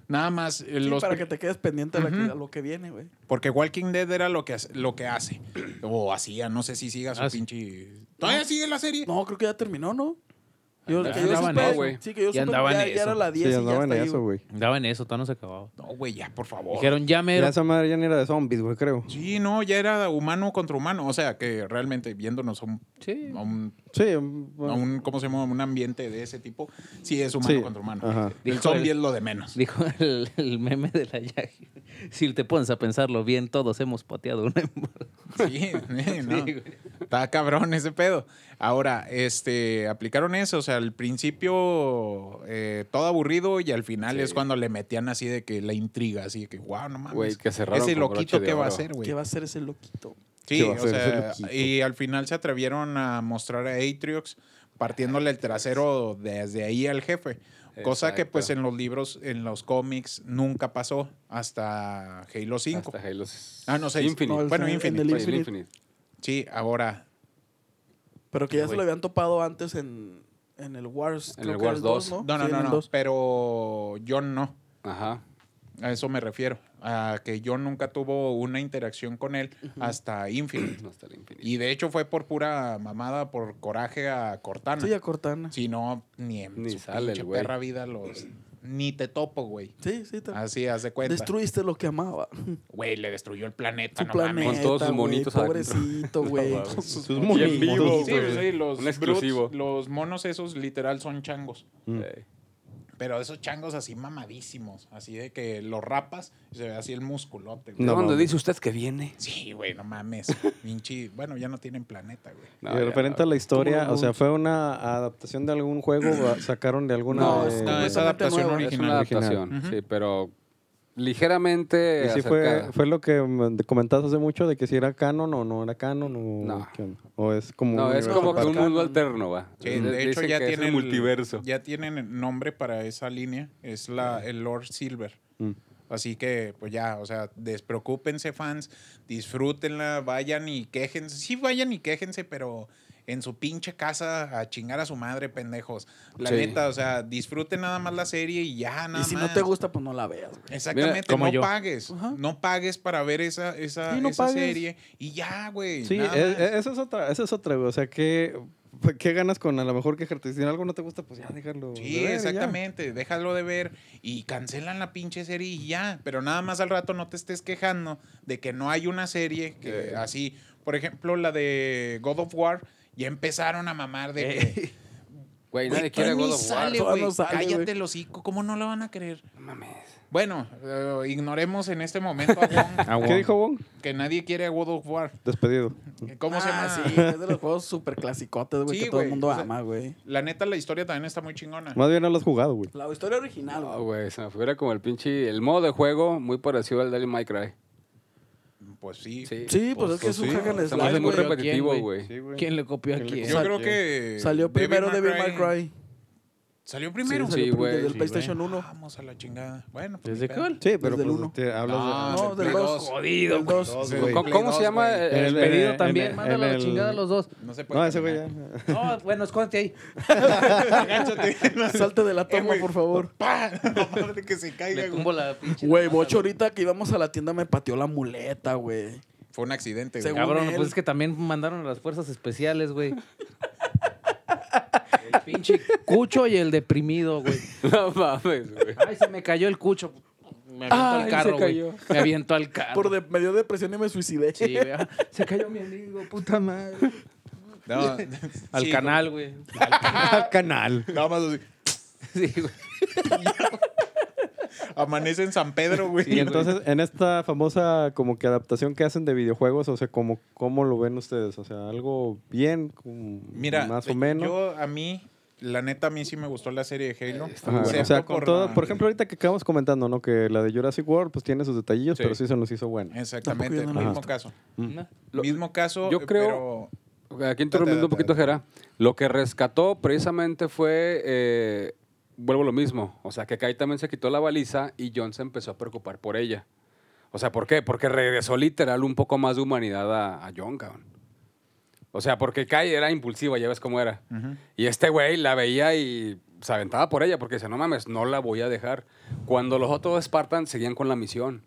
Speaker 3: Nada más, eh,
Speaker 4: Sí,
Speaker 3: los
Speaker 4: para
Speaker 3: pri-
Speaker 4: que te quedes pendiente a, la que-
Speaker 3: Ujú.
Speaker 4: a lo que viene, güey.
Speaker 3: porque Walking Dead era lo que, hace- lo que hace. O hacía, no sé si siga su
Speaker 8: Ah, sí.
Speaker 3: pinche... ¿Todavía sigue la serie?
Speaker 4: No, creo que ya terminó, ¿no? Yo,
Speaker 8: Ya
Speaker 4: que yo
Speaker 8: andaban
Speaker 4: supe,
Speaker 8: en eso.
Speaker 4: Sí, que yo
Speaker 8: Ya
Speaker 4: supe,
Speaker 8: andaban
Speaker 4: ya,
Speaker 8: en
Speaker 4: ya era
Speaker 8: eso.
Speaker 4: la 10
Speaker 5: Sí,
Speaker 4: y ya
Speaker 5: andaban
Speaker 4: está
Speaker 5: en
Speaker 4: ahí,
Speaker 5: eso,
Speaker 4: güey.
Speaker 5: güey.
Speaker 8: Daban eso, todavía no se acababa.
Speaker 7: Oh.
Speaker 3: No, güey, ya, por favor.
Speaker 8: Dijeron, ya
Speaker 5: Mira,
Speaker 8: mero.
Speaker 5: esa madre ya ni era de zombies, güey, creo.
Speaker 3: Sí, no, ya era humano contra humano. O sea, que realmente viéndonos a un,
Speaker 8: Sí.
Speaker 3: a un-
Speaker 5: Sí,
Speaker 3: a
Speaker 5: bueno.
Speaker 3: un- ¿cómo se llama? Un ambiente de ese tipo, sí es humano
Speaker 5: Sí,
Speaker 3: contra humano.
Speaker 5: ajá.
Speaker 3: El
Speaker 8: Dijo
Speaker 3: zombie
Speaker 8: el-
Speaker 3: es lo de menos.
Speaker 8: Dijo (laughs) el, el meme de la Yagi. Si te pones a pensarlo bien, todos hemos pateado una
Speaker 3: Sí,
Speaker 8: embarrada.
Speaker 3: (laughs) eh, no.
Speaker 8: Sí, güey.
Speaker 3: Está cabrón ese pedo. Ahora, este, aplicaron eso, o sea, al principio eh, todo aburrido y al final es cuando le metían así de que la intriga, así de que, wow, no mames.
Speaker 7: Güey, que cerraron
Speaker 3: Ese
Speaker 7: con
Speaker 3: loquito,
Speaker 7: broche de
Speaker 3: ¿qué va a
Speaker 7: oro.
Speaker 3: hacer, güey?
Speaker 4: ¿Qué va a hacer ese loquito?
Speaker 3: Sí,
Speaker 5: ¿Qué va a
Speaker 3: o
Speaker 5: hacer ese
Speaker 3: sea,
Speaker 5: loquito?
Speaker 3: y al final se atrevieron a mostrar a Atriox partiéndole el trasero desde ahí al jefe. Cosa que pues en
Speaker 7: Exacto.
Speaker 3: los libros, en los cómics, nunca pasó hasta Halo 5.
Speaker 7: Hasta Halo
Speaker 3: Ah, no, seis.
Speaker 7: Infinite.
Speaker 4: No, el-
Speaker 3: Bueno,
Speaker 4: en
Speaker 3: Infinite,
Speaker 4: el
Speaker 7: Pues, el
Speaker 4: Infinite.
Speaker 7: Infinite.
Speaker 3: Sí, ahora
Speaker 4: Pero que ya se
Speaker 7: Güey.
Speaker 4: lo habían topado antes en, en el Wars.
Speaker 7: En
Speaker 4: creo
Speaker 7: el
Speaker 4: que era
Speaker 7: Wars
Speaker 4: dos,
Speaker 7: 2.
Speaker 3: No, no,
Speaker 4: Sí, en
Speaker 3: no,
Speaker 4: el
Speaker 3: no,
Speaker 4: 2.
Speaker 3: pero John no.
Speaker 7: Ajá.
Speaker 3: A eso me refiero. A que John nunca tuvo una interacción con él hasta
Speaker 7: (clears throat)
Speaker 3: Infinite.
Speaker 7: No, Hasta el Infinite.
Speaker 3: Y de hecho fue por pura mamada, por coraje a Cortana.
Speaker 4: Sí, a Cortana. Sí,
Speaker 3: Si no, ni en
Speaker 7: Ni
Speaker 3: su
Speaker 7: sale el
Speaker 3: pinche
Speaker 7: güey.
Speaker 3: perra vida los... Ni te topo, güey.
Speaker 4: sí, también.
Speaker 3: Así, haz de cuenta.
Speaker 4: Destruiste lo que amaba.
Speaker 3: Güey, le destruyó el planeta,
Speaker 4: Tu
Speaker 3: Ah, no
Speaker 4: planeta.
Speaker 3: mames.
Speaker 7: Con todos sus
Speaker 4: güey,
Speaker 7: monitos adentro. (laughs)
Speaker 4: Pobrecito, güey. Pues,
Speaker 7: mames.
Speaker 4: Con sus-
Speaker 5: Sus
Speaker 7: Y en vivo,
Speaker 5: monos,
Speaker 3: Sí,
Speaker 7: güey.
Speaker 3: sí, los,
Speaker 7: Un
Speaker 3: brutes,
Speaker 7: exclusivo.
Speaker 3: los monos esos literal son changos.
Speaker 7: Ey.
Speaker 3: Pero esos changos así mamadísimos. Así de que los rapas y se ve así el musculote, güey.
Speaker 5: No
Speaker 7: ¿Cuándo
Speaker 5: mames.
Speaker 7: dice usted que viene?
Speaker 3: Sí, güey, no mames. Pinche. Bueno, ya no tienen planeta, güey.
Speaker 7: No,
Speaker 5: y
Speaker 7: ya,
Speaker 5: referente a
Speaker 7: no.
Speaker 5: la historia,
Speaker 4: ¿Cómo
Speaker 5: o sea,
Speaker 4: no?
Speaker 5: ¿fue una adaptación de algún juego? o ¿Sacaron de alguna?
Speaker 4: No,
Speaker 5: de-
Speaker 3: No, es
Speaker 4: completamente
Speaker 3: adaptación
Speaker 4: nuevo.
Speaker 7: Es
Speaker 3: original.
Speaker 7: una adaptación,
Speaker 3: Ujú.
Speaker 7: sí, pero ligeramente
Speaker 5: Y sí fue,
Speaker 7: acercada.
Speaker 5: fue lo que me comentaste hace mucho de que si era canon o no era canon o
Speaker 7: No.
Speaker 5: qué onda? O es como
Speaker 7: No, es
Speaker 5: universo
Speaker 7: como que
Speaker 5: aparte.
Speaker 7: un mundo alterno, va.
Speaker 3: Sí, Eh, de hecho,
Speaker 7: Dicen
Speaker 3: ya
Speaker 7: que es el
Speaker 3: tienen.
Speaker 7: multiverso.
Speaker 3: Ya tienen nombre para esa línea. Es la, el Lord Silver.
Speaker 5: Mm.
Speaker 3: Así que, pues ya, o sea, despreocúpense, fans. Disfrútenla, vayan y quéjense. Sí, vayan y quéjense, pero en su pinche casa a chingar a su madre, pendejos. La
Speaker 7: Sí.
Speaker 3: neta, o sea, disfruten nada más la serie y ya, nada
Speaker 4: Y si
Speaker 3: más.
Speaker 4: no te gusta, pues no la veas, güey.
Speaker 3: Exactamente,
Speaker 8: como
Speaker 3: no
Speaker 8: yo.
Speaker 3: pagues.
Speaker 4: Ajá.
Speaker 3: No pagues para ver esa, esa,
Speaker 4: Sí, no
Speaker 3: esa
Speaker 4: pagues.
Speaker 3: serie. Y ya, güey.
Speaker 5: Sí,
Speaker 3: nada
Speaker 5: es-
Speaker 3: más.
Speaker 5: es- esa es otra, esa es otra, güey. O sea, ¿qué, ¿qué ganas con a lo mejor quejarte? Si algo no te gusta, pues ya déjalo. de
Speaker 3: Sí,
Speaker 5: ver y ya.
Speaker 3: exactamente. Déjalo de ver y cancelan la pinche serie y ya. Pero nada más al rato no te estés quejando de que no hay una serie que así. Por ejemplo, la de God of War, ya empezaron a mamar de que.
Speaker 7: Güey,
Speaker 3: "Güey,
Speaker 7: nadie quiere
Speaker 3: todavía
Speaker 7: God
Speaker 3: ni
Speaker 7: of War.
Speaker 3: sale,
Speaker 4: todavía
Speaker 3: güey.
Speaker 4: no sale,
Speaker 3: Cállate
Speaker 4: güey".
Speaker 3: el hocico, ¿cómo no la van a querer?
Speaker 7: No mames.
Speaker 3: Bueno, eh, ignoremos en este momento a Wong,
Speaker 5: ¿Qué dijo Wong?
Speaker 3: que nadie quiere a God of War.
Speaker 5: Despedido.
Speaker 3: ¿Cómo se llama?
Speaker 4: Ah, Sí, es de los juegos súper clasicotes, güey,
Speaker 3: Sí,
Speaker 4: que todo el
Speaker 3: güey,
Speaker 4: mundo
Speaker 3: o sea-
Speaker 4: ama, güey.
Speaker 3: La neta, la historia también está muy chingona.
Speaker 5: Más bien no lo has jugado, güey.
Speaker 4: La historia original,
Speaker 7: No,
Speaker 4: güey.
Speaker 7: güey, se me figura como el pinche. El modo de juego muy parecido al Devil May Cry.
Speaker 3: Pues sí.
Speaker 4: Sí, pues, es que es un hack and
Speaker 7: Se me hace
Speaker 4: slash,
Speaker 7: muy
Speaker 4: güey.
Speaker 7: repetitivo,
Speaker 8: ¿Quién,
Speaker 7: güey.
Speaker 5: Sí, güey.
Speaker 8: ¿Quién le copió a
Speaker 5: ¿Quién le
Speaker 8: quién?
Speaker 3: Yo
Speaker 4: Sal-
Speaker 3: creo que.
Speaker 4: Salió primero Devil May Cry.
Speaker 3: ¿Salió primero?
Speaker 7: Sí,
Speaker 4: salió
Speaker 7: güey.
Speaker 4: Desde el
Speaker 7: Sí,
Speaker 4: PlayStation 1.
Speaker 3: Vamos a la chingada. Bueno, pues.
Speaker 8: ¿Desde
Speaker 3: ni pedo.
Speaker 8: cuál?
Speaker 5: Sí, pero
Speaker 4: Desde el
Speaker 5: pues,
Speaker 4: uno. Ah,
Speaker 5: te hablas
Speaker 3: No,
Speaker 5: de...
Speaker 4: No,
Speaker 3: Play
Speaker 4: del 2.
Speaker 3: dos.
Speaker 4: Jodido, del 2.
Speaker 3: güey.
Speaker 7: ¿Cómo,
Speaker 3: Play
Speaker 7: cómo se
Speaker 3: dos,
Speaker 7: llama?
Speaker 3: güey.
Speaker 7: el-
Speaker 5: En el-
Speaker 7: el-
Speaker 5: eh,
Speaker 8: Pedido
Speaker 5: en
Speaker 8: también,
Speaker 5: el-
Speaker 8: mándalo a
Speaker 5: en
Speaker 8: la
Speaker 5: el-
Speaker 8: chingada a los dos.
Speaker 3: No se puede.
Speaker 5: No, ese güey ya...
Speaker 3: caminar.
Speaker 5: (laughs)
Speaker 8: No, bueno, escóndete ahí.
Speaker 4: Salte de la
Speaker 3: Eh,
Speaker 4: toma,
Speaker 3: güey.
Speaker 4: por favor.
Speaker 3: ¡Pah! (laughs) No, madre, que se caiga,
Speaker 8: Le
Speaker 3: güey.
Speaker 8: tumbo la pinche.
Speaker 4: Güey,
Speaker 8: mano,
Speaker 4: Bocho, ahorita que íbamos a la tienda me pateó la muleta, güey.
Speaker 3: Fue un accidente, güey.
Speaker 4: Según-
Speaker 8: Cabrón,
Speaker 4: él.
Speaker 8: pues es que también mandaron a las fuerzas especiales, güey. (laughs) El pinche cucho y el deprimido, güey.
Speaker 7: (laughs) No mames, güey.
Speaker 8: Ay, se me cayó el cucho. Me avientó
Speaker 7: Ay,
Speaker 8: al
Speaker 7: se
Speaker 8: carro, güey.
Speaker 7: cayó.
Speaker 8: Me avientó al carro.
Speaker 4: Por de, me dio depresión y me suicidé.
Speaker 8: Sí,
Speaker 4: (laughs)
Speaker 8: güey. Ah, Se cayó mi amigo, puta madre.
Speaker 3: No,
Speaker 8: (laughs) Al
Speaker 3: sí,
Speaker 8: canal, güey.
Speaker 5: Al canal.
Speaker 3: güey. Nada más así.
Speaker 8: Sí, güey.
Speaker 3: Amanece en San Pedro, güey.
Speaker 5: Y entonces, en esta famosa como que adaptación que hacen de videojuegos, o sea, como, ¿cómo lo ven ustedes? O sea, algo bien, como
Speaker 3: Mira, eh,
Speaker 5: más o menos.
Speaker 3: Yo, a mí, la neta, a mí sí me gustó la serie de Halo.
Speaker 5: Ajá,
Speaker 3: Excepto
Speaker 5: o sea, con todo,
Speaker 3: la-
Speaker 5: por ejemplo, ahorita que acabamos comentando, ¿no? Que la de Jurassic World, pues tiene sus detallillos,
Speaker 7: Sí.
Speaker 5: pero sí se nos hizo buena.
Speaker 3: Exactamente,
Speaker 4: Tampoco yo no
Speaker 5: la he
Speaker 3: mismo
Speaker 5: visto.
Speaker 3: caso.
Speaker 8: No.
Speaker 7: Lo-
Speaker 3: mismo caso,
Speaker 7: yo
Speaker 3: eh,
Speaker 7: creo-
Speaker 3: pero-
Speaker 7: Aquí interrumpiendo un poquito, Jera. Lo que rescató precisamente fue. eh, vuelvo a lo mismo. O sea, que Kai también se quitó la baliza y John se empezó a preocupar por ella. O sea, ¿por qué? Porque regresó literal un poco más de humanidad a, a John, cabrón. O sea, porque Kai era impulsiva, ya ves cómo era.
Speaker 3: Ujú.
Speaker 7: Y este güey la veía y se aventaba por ella porque dice, no mames, no la voy a dejar. Cuando los otros Spartan seguían con la misión.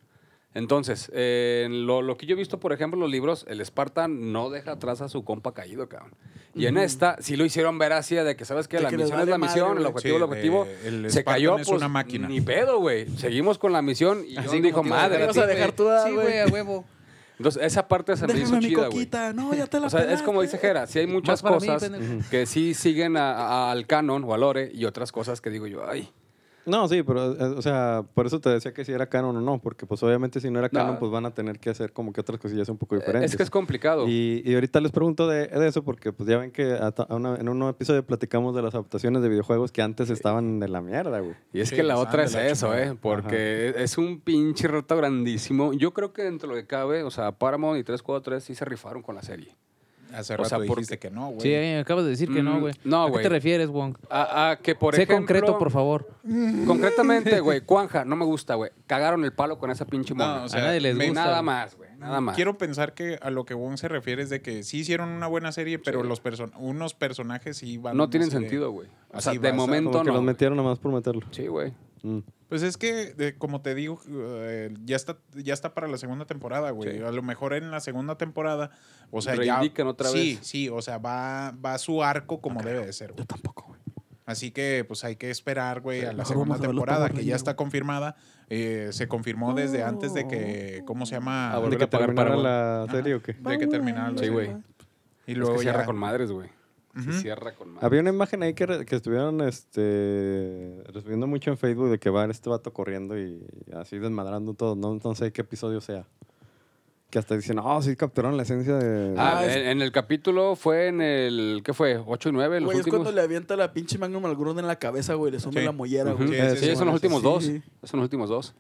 Speaker 7: Entonces, eh, en lo, lo que yo he visto, por ejemplo, en los libros, el Spartan no deja atrás a su compa caído, cabrón. Y en esta sí lo hicieron ver así de que, ¿sabes qué?
Speaker 4: De
Speaker 7: La
Speaker 4: que les
Speaker 7: misión es
Speaker 4: vale
Speaker 7: la
Speaker 4: madre,
Speaker 7: misión, el
Speaker 4: güey.
Speaker 7: objetivo es el
Speaker 3: Sí,
Speaker 7: objetivo.
Speaker 3: eh, el
Speaker 7: se
Speaker 3: Spartan
Speaker 7: cayó,
Speaker 3: es
Speaker 7: pues,
Speaker 3: una máquina.
Speaker 7: ni pedo, güey. Seguimos con la misión y John dijo,
Speaker 8: como te
Speaker 7: madre.
Speaker 4: ibas a
Speaker 7: sí, güey".
Speaker 4: dejar tú, ah,
Speaker 8: Sí,
Speaker 4: güey.
Speaker 8: güey, a huevo.
Speaker 7: Entonces, esa parte se me hizo
Speaker 4: Déjame mi
Speaker 7: chida, güey.
Speaker 4: coquita. No, ya te la
Speaker 7: (laughs) O sea, es como dice
Speaker 4: pelaste.
Speaker 7: Jera, sí hay muchas
Speaker 8: Más para mí,
Speaker 7: cosas
Speaker 8: pendejo.
Speaker 7: que sí siguen a- a- al canon o al lore y otras cosas que digo yo, ay,
Speaker 5: No, sí, pero, eh, o sea, por eso te decía que si era canon o no, porque pues obviamente si no era
Speaker 7: No.
Speaker 5: canon, pues van a tener que hacer como que otras cosillas un poco
Speaker 7: Eh,
Speaker 5: diferentes.
Speaker 7: Es que es complicado.
Speaker 5: Y, y ahorita les pregunto de, de eso porque pues ya ven que a ta- a una- en un episodio platicamos de las adaptaciones de videojuegos que antes estaban de la mierda, güey.
Speaker 7: Y es
Speaker 3: Sí,
Speaker 7: que la
Speaker 3: pues,
Speaker 7: otra es
Speaker 3: anda la
Speaker 7: eso,
Speaker 3: chingada.
Speaker 7: ¿eh? Porque es un pinche reto grandísimo. Yo creo que dentro de lo que cabe, o sea, Paramount y 343 sí se rifaron con la serie.
Speaker 3: Hace
Speaker 7: O
Speaker 3: rato
Speaker 7: sea, porque-
Speaker 3: dijiste que no, güey.
Speaker 8: Sí, eh, acabas de decir que no,
Speaker 7: Mm,
Speaker 8: güey.
Speaker 7: no,
Speaker 8: ¿A qué
Speaker 7: güey.
Speaker 8: te refieres, Wong?
Speaker 7: A, a que, por
Speaker 8: sé
Speaker 7: ejemplo...
Speaker 8: concreto, por favor.
Speaker 7: Concretamente, güey, Cuanja, no me gusta, güey. Cagaron el palo con esa pinche
Speaker 3: No,
Speaker 7: mona.
Speaker 3: o sea,
Speaker 8: nadie les
Speaker 3: me-
Speaker 8: gusta.
Speaker 7: nada más, güey. Nada más.
Speaker 3: Quiero pensar que a lo que Wong se refiere es de que sí hicieron una buena serie, pero los person unos personajes sí van
Speaker 7: no
Speaker 3: así
Speaker 7: tienen
Speaker 3: de-
Speaker 7: sentido, güey. O sea,
Speaker 3: así
Speaker 7: de
Speaker 3: basado.
Speaker 5: Como
Speaker 7: momento
Speaker 5: que
Speaker 7: no.
Speaker 5: los
Speaker 7: güey.
Speaker 5: metieron nomás por meterlo.
Speaker 7: Sí, güey.
Speaker 5: Mm.
Speaker 3: Pues es que, de- como te digo, eh, ya está, ya está para la segunda temporada, güey.
Speaker 7: Sí.
Speaker 3: A lo mejor en la segunda temporada, o sea,
Speaker 7: Reindican
Speaker 3: ya.
Speaker 7: otra
Speaker 3: sí,
Speaker 7: vez.
Speaker 3: sí, o sea, va, va su arco como debe de ser, güey.
Speaker 4: Tampoco, güey.
Speaker 3: Así que, pues hay que esperar, güey, a la
Speaker 4: Mejor
Speaker 3: segunda
Speaker 4: vamos a ver la
Speaker 3: temporada,
Speaker 4: Power
Speaker 3: que ya
Speaker 4: Ranger,
Speaker 3: está confirmada. Eh, se confirmó desde antes de que, ¿cómo se llama?
Speaker 7: A
Speaker 5: ¿De
Speaker 7: volver
Speaker 5: que
Speaker 7: a pagar
Speaker 5: terminara
Speaker 7: Paramount.
Speaker 5: la
Speaker 3: Ajá.
Speaker 5: serie o qué?
Speaker 3: De que terminara la
Speaker 7: Sí, güey.
Speaker 3: serie. Y
Speaker 7: Es
Speaker 3: luego
Speaker 7: que cierra
Speaker 3: ya-
Speaker 7: con madres, güey. Sí,
Speaker 3: Ujú.
Speaker 7: cierra con madres.
Speaker 5: Había una imagen ahí que, re- que estuvieron este, recibiendo mucho en Facebook de que va este vato corriendo y así desmadrando todo. No, no sé qué episodio sea. Que hasta dicen, oh, sí capturaron la esencia de...
Speaker 7: Ah,
Speaker 4: Ah, es-
Speaker 7: en, en el capítulo fue en el... ¿Qué fue? ¿8 y 9? Los
Speaker 4: Güey, es cuando
Speaker 7: últimos...
Speaker 4: le avienta la pinche Magnum al Grun en la cabeza, güey. Le sube
Speaker 3: Sí.
Speaker 4: la mollera,
Speaker 7: Ujú. Eh,
Speaker 4: güey.
Speaker 7: Sí,
Speaker 3: Sí, sí,
Speaker 7: esos son los
Speaker 3: sí,
Speaker 7: últimos
Speaker 4: sí.
Speaker 7: dos. Esos son los últimos dos.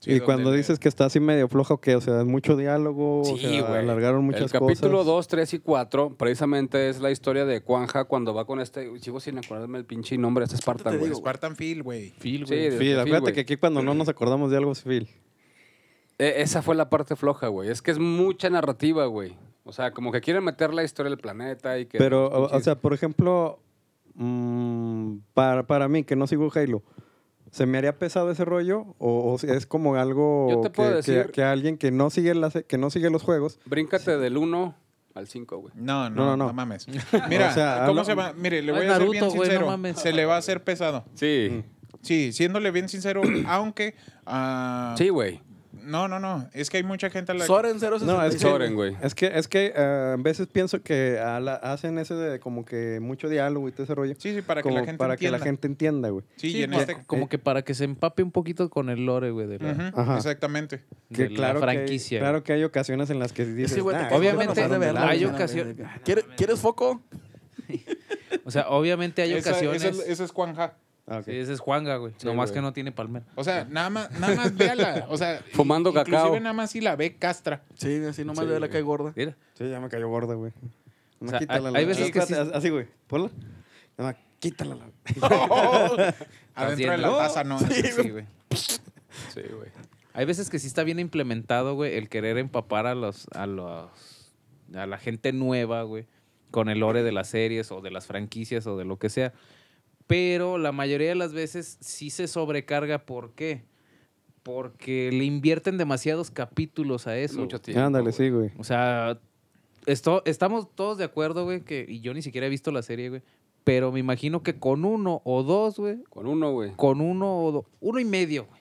Speaker 3: Sí,
Speaker 5: y
Speaker 3: donde
Speaker 5: cuando
Speaker 3: le-
Speaker 5: dices que está así medio floja, que O sea, es mucho diálogo, o sea, alargaron muchas
Speaker 7: El capítulo
Speaker 5: cosas.
Speaker 7: 2, 3 y 4 precisamente es la historia de Cuanja cuando va con este... Uy, Sigo sin acordarme el pinche nombre, este Spartan,
Speaker 4: te
Speaker 7: güey.
Speaker 4: digo,
Speaker 3: Spartan Field, güey.
Speaker 8: Phil,
Speaker 7: Sí,
Speaker 8: güey.
Speaker 7: de-
Speaker 5: Phil,
Speaker 7: de
Speaker 5: acuérdate
Speaker 7: güey.
Speaker 5: que aquí cuando no nos acordamos de algo es Phil.
Speaker 7: E- Esa fue la parte floja, güey. Es que es mucha narrativa, güey. O sea, como que quieren meter la historia del planeta y que...
Speaker 5: Pero, o, o sea, por ejemplo, mm, para, para mí, que no sigo Halo, ¿se me haría pesado ese rollo? ¿O, o si es como algo
Speaker 7: Yo te
Speaker 5: que,
Speaker 7: puedo
Speaker 5: que-
Speaker 7: decir-
Speaker 5: que alguien que no, sigue la se- que no sigue los juegos?
Speaker 7: Bríncate del 1 al 5, güey.
Speaker 3: No,
Speaker 5: No,
Speaker 3: no,
Speaker 5: no,
Speaker 3: no,
Speaker 5: no.
Speaker 3: mames. Mira,
Speaker 5: (laughs) O sea,
Speaker 3: ¿cómo
Speaker 5: hablo-
Speaker 3: se va? Mire, le
Speaker 8: No
Speaker 3: voy
Speaker 8: es
Speaker 3: a ser bien
Speaker 8: Naruto, güey, no
Speaker 3: sincero.
Speaker 8: mames.
Speaker 3: Se le va a hacer pesado.
Speaker 7: Sí.
Speaker 3: Sí, siéndole bien sincero, (clears throat) aunque. ah,
Speaker 7: Sí, güey.
Speaker 3: No, no, no. Es que hay mucha gente a la
Speaker 4: Soren 067.
Speaker 5: No, es que-
Speaker 7: Soren, güey.
Speaker 5: Es que, es que eh, a veces pienso que a la- hacen ese de como que mucho diálogo y todo ese rollo.
Speaker 3: Sí, sí, para que
Speaker 5: como
Speaker 3: la gente
Speaker 5: para
Speaker 3: entienda.
Speaker 5: que la gente entienda, güey.
Speaker 3: Sí,
Speaker 8: Sí,
Speaker 3: y en
Speaker 8: pa-
Speaker 3: este.
Speaker 8: Como que para que se empape un poquito con el lore, güey, de la,
Speaker 3: Ujú,
Speaker 5: Ajá.
Speaker 3: Exactamente.
Speaker 8: de
Speaker 5: Que
Speaker 8: la
Speaker 5: claro,
Speaker 8: franquicia.
Speaker 5: Que hay, claro que hay ocasiones en las que dices,
Speaker 4: Ese güey te
Speaker 5: "Nah,
Speaker 4: cae gordo,
Speaker 8: obviamente,
Speaker 4: nomás de verlo,
Speaker 8: hay
Speaker 4: güey.
Speaker 8: ocasión-
Speaker 4: ¿Quieres, ¿Quieres foco?
Speaker 8: güey. O sea, obviamente hay
Speaker 3: Esa-
Speaker 8: ocasiones...
Speaker 3: Ese es, ese es Juan Ja.
Speaker 5: ah, ok".
Speaker 8: Sí, ese es Juanga, güey.
Speaker 5: Sí,
Speaker 8: Nomás
Speaker 5: güey.
Speaker 8: que no tiene palmera.
Speaker 3: O sea, nada más, nada más véala. O
Speaker 8: (laughs)
Speaker 3: sea,
Speaker 7: Fumando
Speaker 3: inclusive
Speaker 7: cacao.
Speaker 3: nada más si la ve castra. (laughs)
Speaker 4: Sí, así nomás
Speaker 7: Sí,
Speaker 4: le da la
Speaker 7: güey.
Speaker 4: cae gorda.
Speaker 8: Mira.
Speaker 5: Sí, ya me cayó gorda, güey.
Speaker 8: O sea,
Speaker 5: quítala,
Speaker 8: hay-
Speaker 5: la-
Speaker 8: hay veces que
Speaker 5: Espérate,
Speaker 8: sí-
Speaker 5: Así, güey. Ponla. Nada más, quítala. la-
Speaker 3: Adentro de la
Speaker 8: viendo?
Speaker 3: taza, no. Sí, güey.
Speaker 7: Sí, güey.
Speaker 8: Hay veces que sí está bien implementado, güey, el querer empapar a los, a los, a la gente nueva, güey, con el lore de las series o de las franquicias o de lo que sea. Pero la mayoría de las veces sí se sobrecarga. ¿Por qué? Porque le invierten demasiados capítulos a eso.
Speaker 7: Mucho
Speaker 8: güey.
Speaker 7: tiempo.
Speaker 5: Ándale,
Speaker 7: güey.
Speaker 5: sí, güey.
Speaker 8: O sea, esto, estamos todos de acuerdo, güey, que y yo ni siquiera he visto la serie, güey. Pero me imagino que con uno o dos, güey,
Speaker 7: Con uno, güey.
Speaker 8: con uno o dos, uno y medio, güey.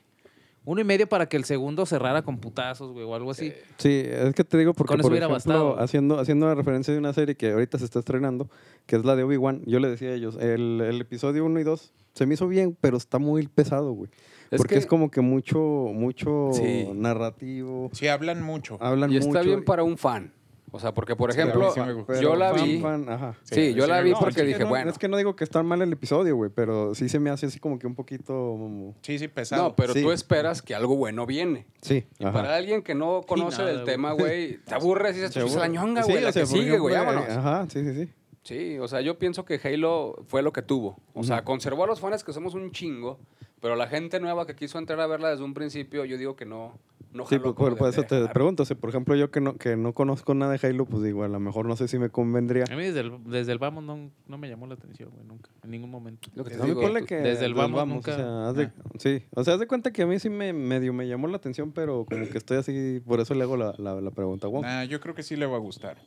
Speaker 8: Uno y medio para que el segundo cerrara con putazos, güey, o algo así.
Speaker 5: Sí, es que te digo porque,
Speaker 8: Con eso
Speaker 5: por
Speaker 8: hubiera
Speaker 5: ejemplo,
Speaker 8: bastado.
Speaker 5: haciendo, haciendo una referencia de una serie que ahorita se está estrenando, que es la de Obi-Wan, yo le decía a ellos, el, el episodio 1 y 2 se me hizo bien, pero está muy pesado, güey.
Speaker 7: Es
Speaker 5: porque
Speaker 7: que-
Speaker 5: es como que mucho, mucho
Speaker 7: Sí.
Speaker 5: narrativo,
Speaker 3: Sí, hablan mucho.
Speaker 5: hablan
Speaker 7: Y
Speaker 5: mucho.
Speaker 7: está bien para un fan. O sea, porque, por
Speaker 3: a
Speaker 7: ejemplo,
Speaker 3: mí sí me gustó.
Speaker 5: pero
Speaker 7: yo la
Speaker 5: fan,
Speaker 7: vi.
Speaker 5: fan, ajá.
Speaker 7: Sí,
Speaker 3: Sí,
Speaker 7: yo
Speaker 3: sí
Speaker 7: la
Speaker 3: me
Speaker 7: vi
Speaker 3: gustó.
Speaker 7: porque
Speaker 5: es que
Speaker 7: dije,
Speaker 5: no-
Speaker 7: bueno.
Speaker 5: Es que no digo que está mal el episodio, güey, pero sí se me hace así como que un poquito... mm,
Speaker 3: Sí, sí, pesado.
Speaker 7: No, pues, pero
Speaker 5: Sí.
Speaker 7: tú esperas que algo bueno viene.
Speaker 5: Sí,
Speaker 7: Y
Speaker 5: ajá.
Speaker 7: para alguien que no conoce
Speaker 8: nada,
Speaker 7: del
Speaker 8: güey.
Speaker 7: tema, güey, te aburres y dices, pues la ñonga,
Speaker 5: Sí,
Speaker 7: güey,
Speaker 5: o
Speaker 7: la
Speaker 5: sea,
Speaker 7: que
Speaker 5: por
Speaker 7: sigue, güey,
Speaker 5: ejemplo, eh,
Speaker 7: vámonos.
Speaker 5: Ajá, sí, sí, sí.
Speaker 7: Sí, o sea, yo pienso que Halo fue lo que tuvo. O sea, conservó a los fans que somos un chingo, pero la gente nueva que quiso entrar a verla desde un principio, yo digo que no. no
Speaker 5: Sí,
Speaker 7: jaló
Speaker 5: por,
Speaker 7: como
Speaker 5: por- por eso
Speaker 7: debería
Speaker 5: te
Speaker 7: jalar.
Speaker 5: pregunto. Si, por ejemplo, yo que no, que no conozco nada de Halo, pues digo, a lo mejor no sé si me convendría.
Speaker 7: Eh,
Speaker 8: A mí desde el, desde el vamos no, no me llamó la atención, güey, nunca, en ningún momento.
Speaker 7: Lo que te
Speaker 5: A mí
Speaker 7: pues digo,
Speaker 5: ponle
Speaker 7: tú-
Speaker 5: que
Speaker 8: desde
Speaker 5: del
Speaker 8: el vamos nunca-
Speaker 5: O sea, haz de-
Speaker 7: Ah.
Speaker 5: Sí, o sea, haz de cuenta que a mí sí me medio me llamó la atención, pero como que estoy así, por eso le hago la, la- la pregunta. Wong.
Speaker 3: Nah, yo creo que sí le va a gustar.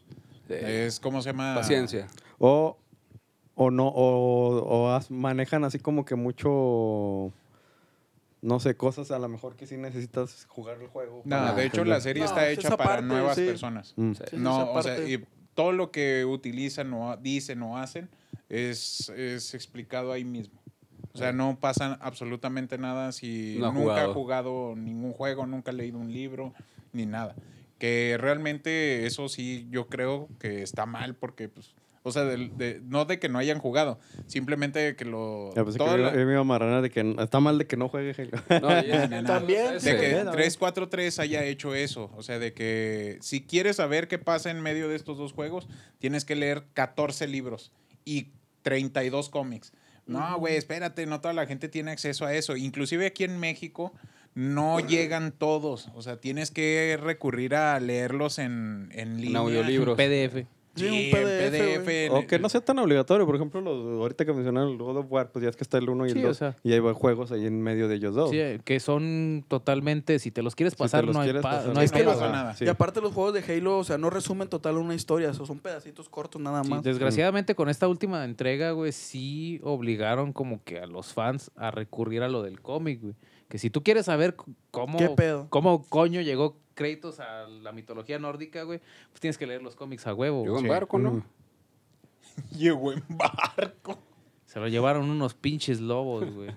Speaker 7: eh,
Speaker 3: Es como se llama.
Speaker 7: paciencia.
Speaker 5: O, o no, o, o as- manejan así como que mucho, no sé, cosas a lo mejor que sí necesitas jugar el juego. para
Speaker 3: No,
Speaker 7: Ah,
Speaker 3: de hecho
Speaker 5: entender.
Speaker 3: la serie
Speaker 4: No,
Speaker 3: está
Speaker 4: pues,
Speaker 3: hecha
Speaker 4: esa
Speaker 3: para
Speaker 4: parte,
Speaker 3: nuevas
Speaker 4: sí.
Speaker 3: personas.
Speaker 5: Mm.
Speaker 7: Sí.
Speaker 4: Sí,
Speaker 3: No,
Speaker 4: esa
Speaker 3: o sea,
Speaker 4: parte.
Speaker 3: y todo lo que utilizan o ha- dicen o hacen es, es explicado ahí mismo. O sea, no pasa absolutamente nada si
Speaker 7: No ha
Speaker 3: nunca ha
Speaker 7: jugado.
Speaker 3: jugado ningún juego, nunca ha leído un libro, ni nada. Que realmente eso sí yo creo que está mal porque, pues, o sea, del- de- no de que no hayan jugado, simplemente que lo...
Speaker 5: Ya pensé que
Speaker 3: toda
Speaker 5: yo-
Speaker 3: la-
Speaker 5: yo me iba a amarrar de que n- está mal de que no juegue. Halo. (laughs)
Speaker 7: No, ya-
Speaker 3: no, no.
Speaker 4: También.
Speaker 7: Ese.
Speaker 3: de que
Speaker 5: Sí.
Speaker 3: 343 haya hecho eso. O sea, de que si quieres saber qué pasa en medio de estos dos juegos, tienes que leer 14 libros y 32 cómics. No, güey, espérate, no toda la gente tiene acceso a eso. Inclusive aquí en México no llegan todos. O sea, tienes que recurrir a leerlos en, en línea.
Speaker 7: audiolibros.
Speaker 8: PDF.
Speaker 4: Sí,
Speaker 3: Sí, en
Speaker 4: un PDF,
Speaker 3: PDF.
Speaker 4: güey.
Speaker 3: en-
Speaker 5: O que no sea tan obligatorio. Por ejemplo, los, ahorita que mencionaron el God of War, pues ya es que está el 1 y
Speaker 8: Sí,
Speaker 5: el
Speaker 8: o
Speaker 5: 2.
Speaker 8: sea.
Speaker 5: Y hay juegos ahí en medio de ellos dos.
Speaker 8: Sí, eh, que son totalmente, si te los quieres
Speaker 5: te
Speaker 8: pasar,
Speaker 5: los
Speaker 8: no, hay
Speaker 5: quieres
Speaker 8: pa-
Speaker 5: pasar,
Speaker 8: no hay
Speaker 3: no pasa
Speaker 8: pedo.
Speaker 3: nada.
Speaker 8: güey.
Speaker 5: Sí.
Speaker 4: Y aparte los juegos de Halo, o sea, no resumen total una historia, o sea, son pedacitos cortos nada
Speaker 8: Sí,
Speaker 4: más.
Speaker 8: desgraciadamente con esta última entrega, güey, sí obligaron como que a los fans a recurrir a lo del cómic, güey. Que si tú quieres saber c- cómo,
Speaker 4: ¿Qué pedo?
Speaker 8: cómo coño llegó Kratos a la mitología nórdica, güey, pues tienes que leer los cómics a huevo.
Speaker 7: Llegó
Speaker 8: güey.
Speaker 7: en barco,
Speaker 5: Mm,
Speaker 7: ¿no?
Speaker 3: Llegó en barco.
Speaker 8: Se lo llevaron unos pinches lobos, güey,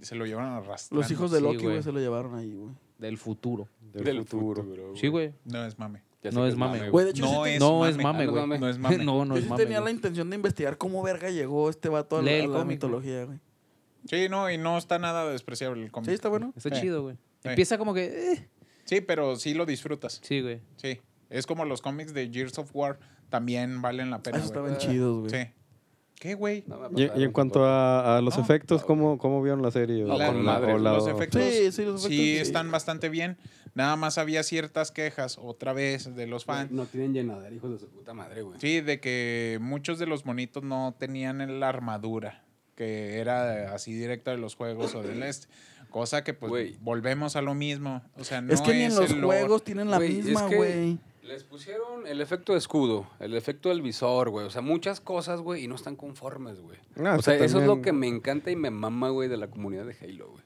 Speaker 3: Se lo llevaron arrastrando.
Speaker 4: Los hijos de
Speaker 8: sí,
Speaker 4: Loki, güey,
Speaker 8: güey.
Speaker 4: se lo llevaron ahí, güey.
Speaker 8: del futuro.
Speaker 5: Del,
Speaker 7: Del
Speaker 5: futuro.
Speaker 8: Sí, güey.
Speaker 3: No es mame.
Speaker 7: Ya sé
Speaker 8: No
Speaker 7: que
Speaker 8: es mame,
Speaker 4: Güey, de hecho, sí
Speaker 3: No
Speaker 4: te-
Speaker 3: es
Speaker 8: no, es
Speaker 3: mame.
Speaker 8: mame,
Speaker 7: Ah, no
Speaker 8: güey.
Speaker 7: mames.
Speaker 3: No
Speaker 8: (laughs)
Speaker 3: es mame.
Speaker 8: no, no
Speaker 4: yo (laughs)
Speaker 8: es
Speaker 4: sí
Speaker 8: mame.
Speaker 4: tenía la
Speaker 8: güey.
Speaker 4: intención de investigar cómo verga llegó este vato a la,
Speaker 8: Lee el
Speaker 4: a la
Speaker 8: cómic,
Speaker 4: mitología, güey.
Speaker 3: Sí, no, y no está nada despreciable el cómic.
Speaker 4: Sí, está bueno.
Speaker 8: Está
Speaker 3: Sí.
Speaker 8: chido, güey.
Speaker 3: Sí.
Speaker 8: Empieza como que... eh,
Speaker 3: Sí, pero sí lo disfrutas.
Speaker 8: Sí, güey.
Speaker 3: Sí. Es como los cómics de Gears of War también valen la pena.
Speaker 4: Esos
Speaker 3: güey.
Speaker 4: estaban chidos, Ah, güey.
Speaker 3: Sí. ¿Qué, güey?
Speaker 7: No me
Speaker 5: Y,
Speaker 7: pasaron,
Speaker 5: y en cuanto a, a los
Speaker 3: No.
Speaker 5: efectos, ¿cómo, ¿cómo vieron la serie?
Speaker 7: No,
Speaker 5: O
Speaker 7: con
Speaker 5: la-
Speaker 7: madre,
Speaker 5: o la-
Speaker 3: los efectos
Speaker 4: Sí,
Speaker 3: sí,
Speaker 4: sí, los efectos, sí.
Speaker 3: están bastante bien. Nada más había ciertas quejas, otra vez, de los fans.
Speaker 7: No tienen llenadera, hijos de su puta madre, güey.
Speaker 3: Sí, de que muchos de los monitos no tenían el- la armadura, que era así directa de los juegos o del este. Cosa que, pues,
Speaker 7: Güey.
Speaker 3: volvemos a lo mismo. O sea, no
Speaker 4: es que ni en los
Speaker 3: el lore.
Speaker 4: juegos tienen la
Speaker 7: Güey, es
Speaker 4: misma,
Speaker 7: que-
Speaker 4: güey.
Speaker 7: Les pusieron el efecto de escudo, el efecto del visor, güey. O sea, muchas cosas, güey, y no están conformes, güey.
Speaker 5: Ah,
Speaker 7: o sea,
Speaker 5: eso
Speaker 7: eso es lo
Speaker 5: también.
Speaker 7: que me encanta y me mama, güey, de la comunidad de Halo, güey.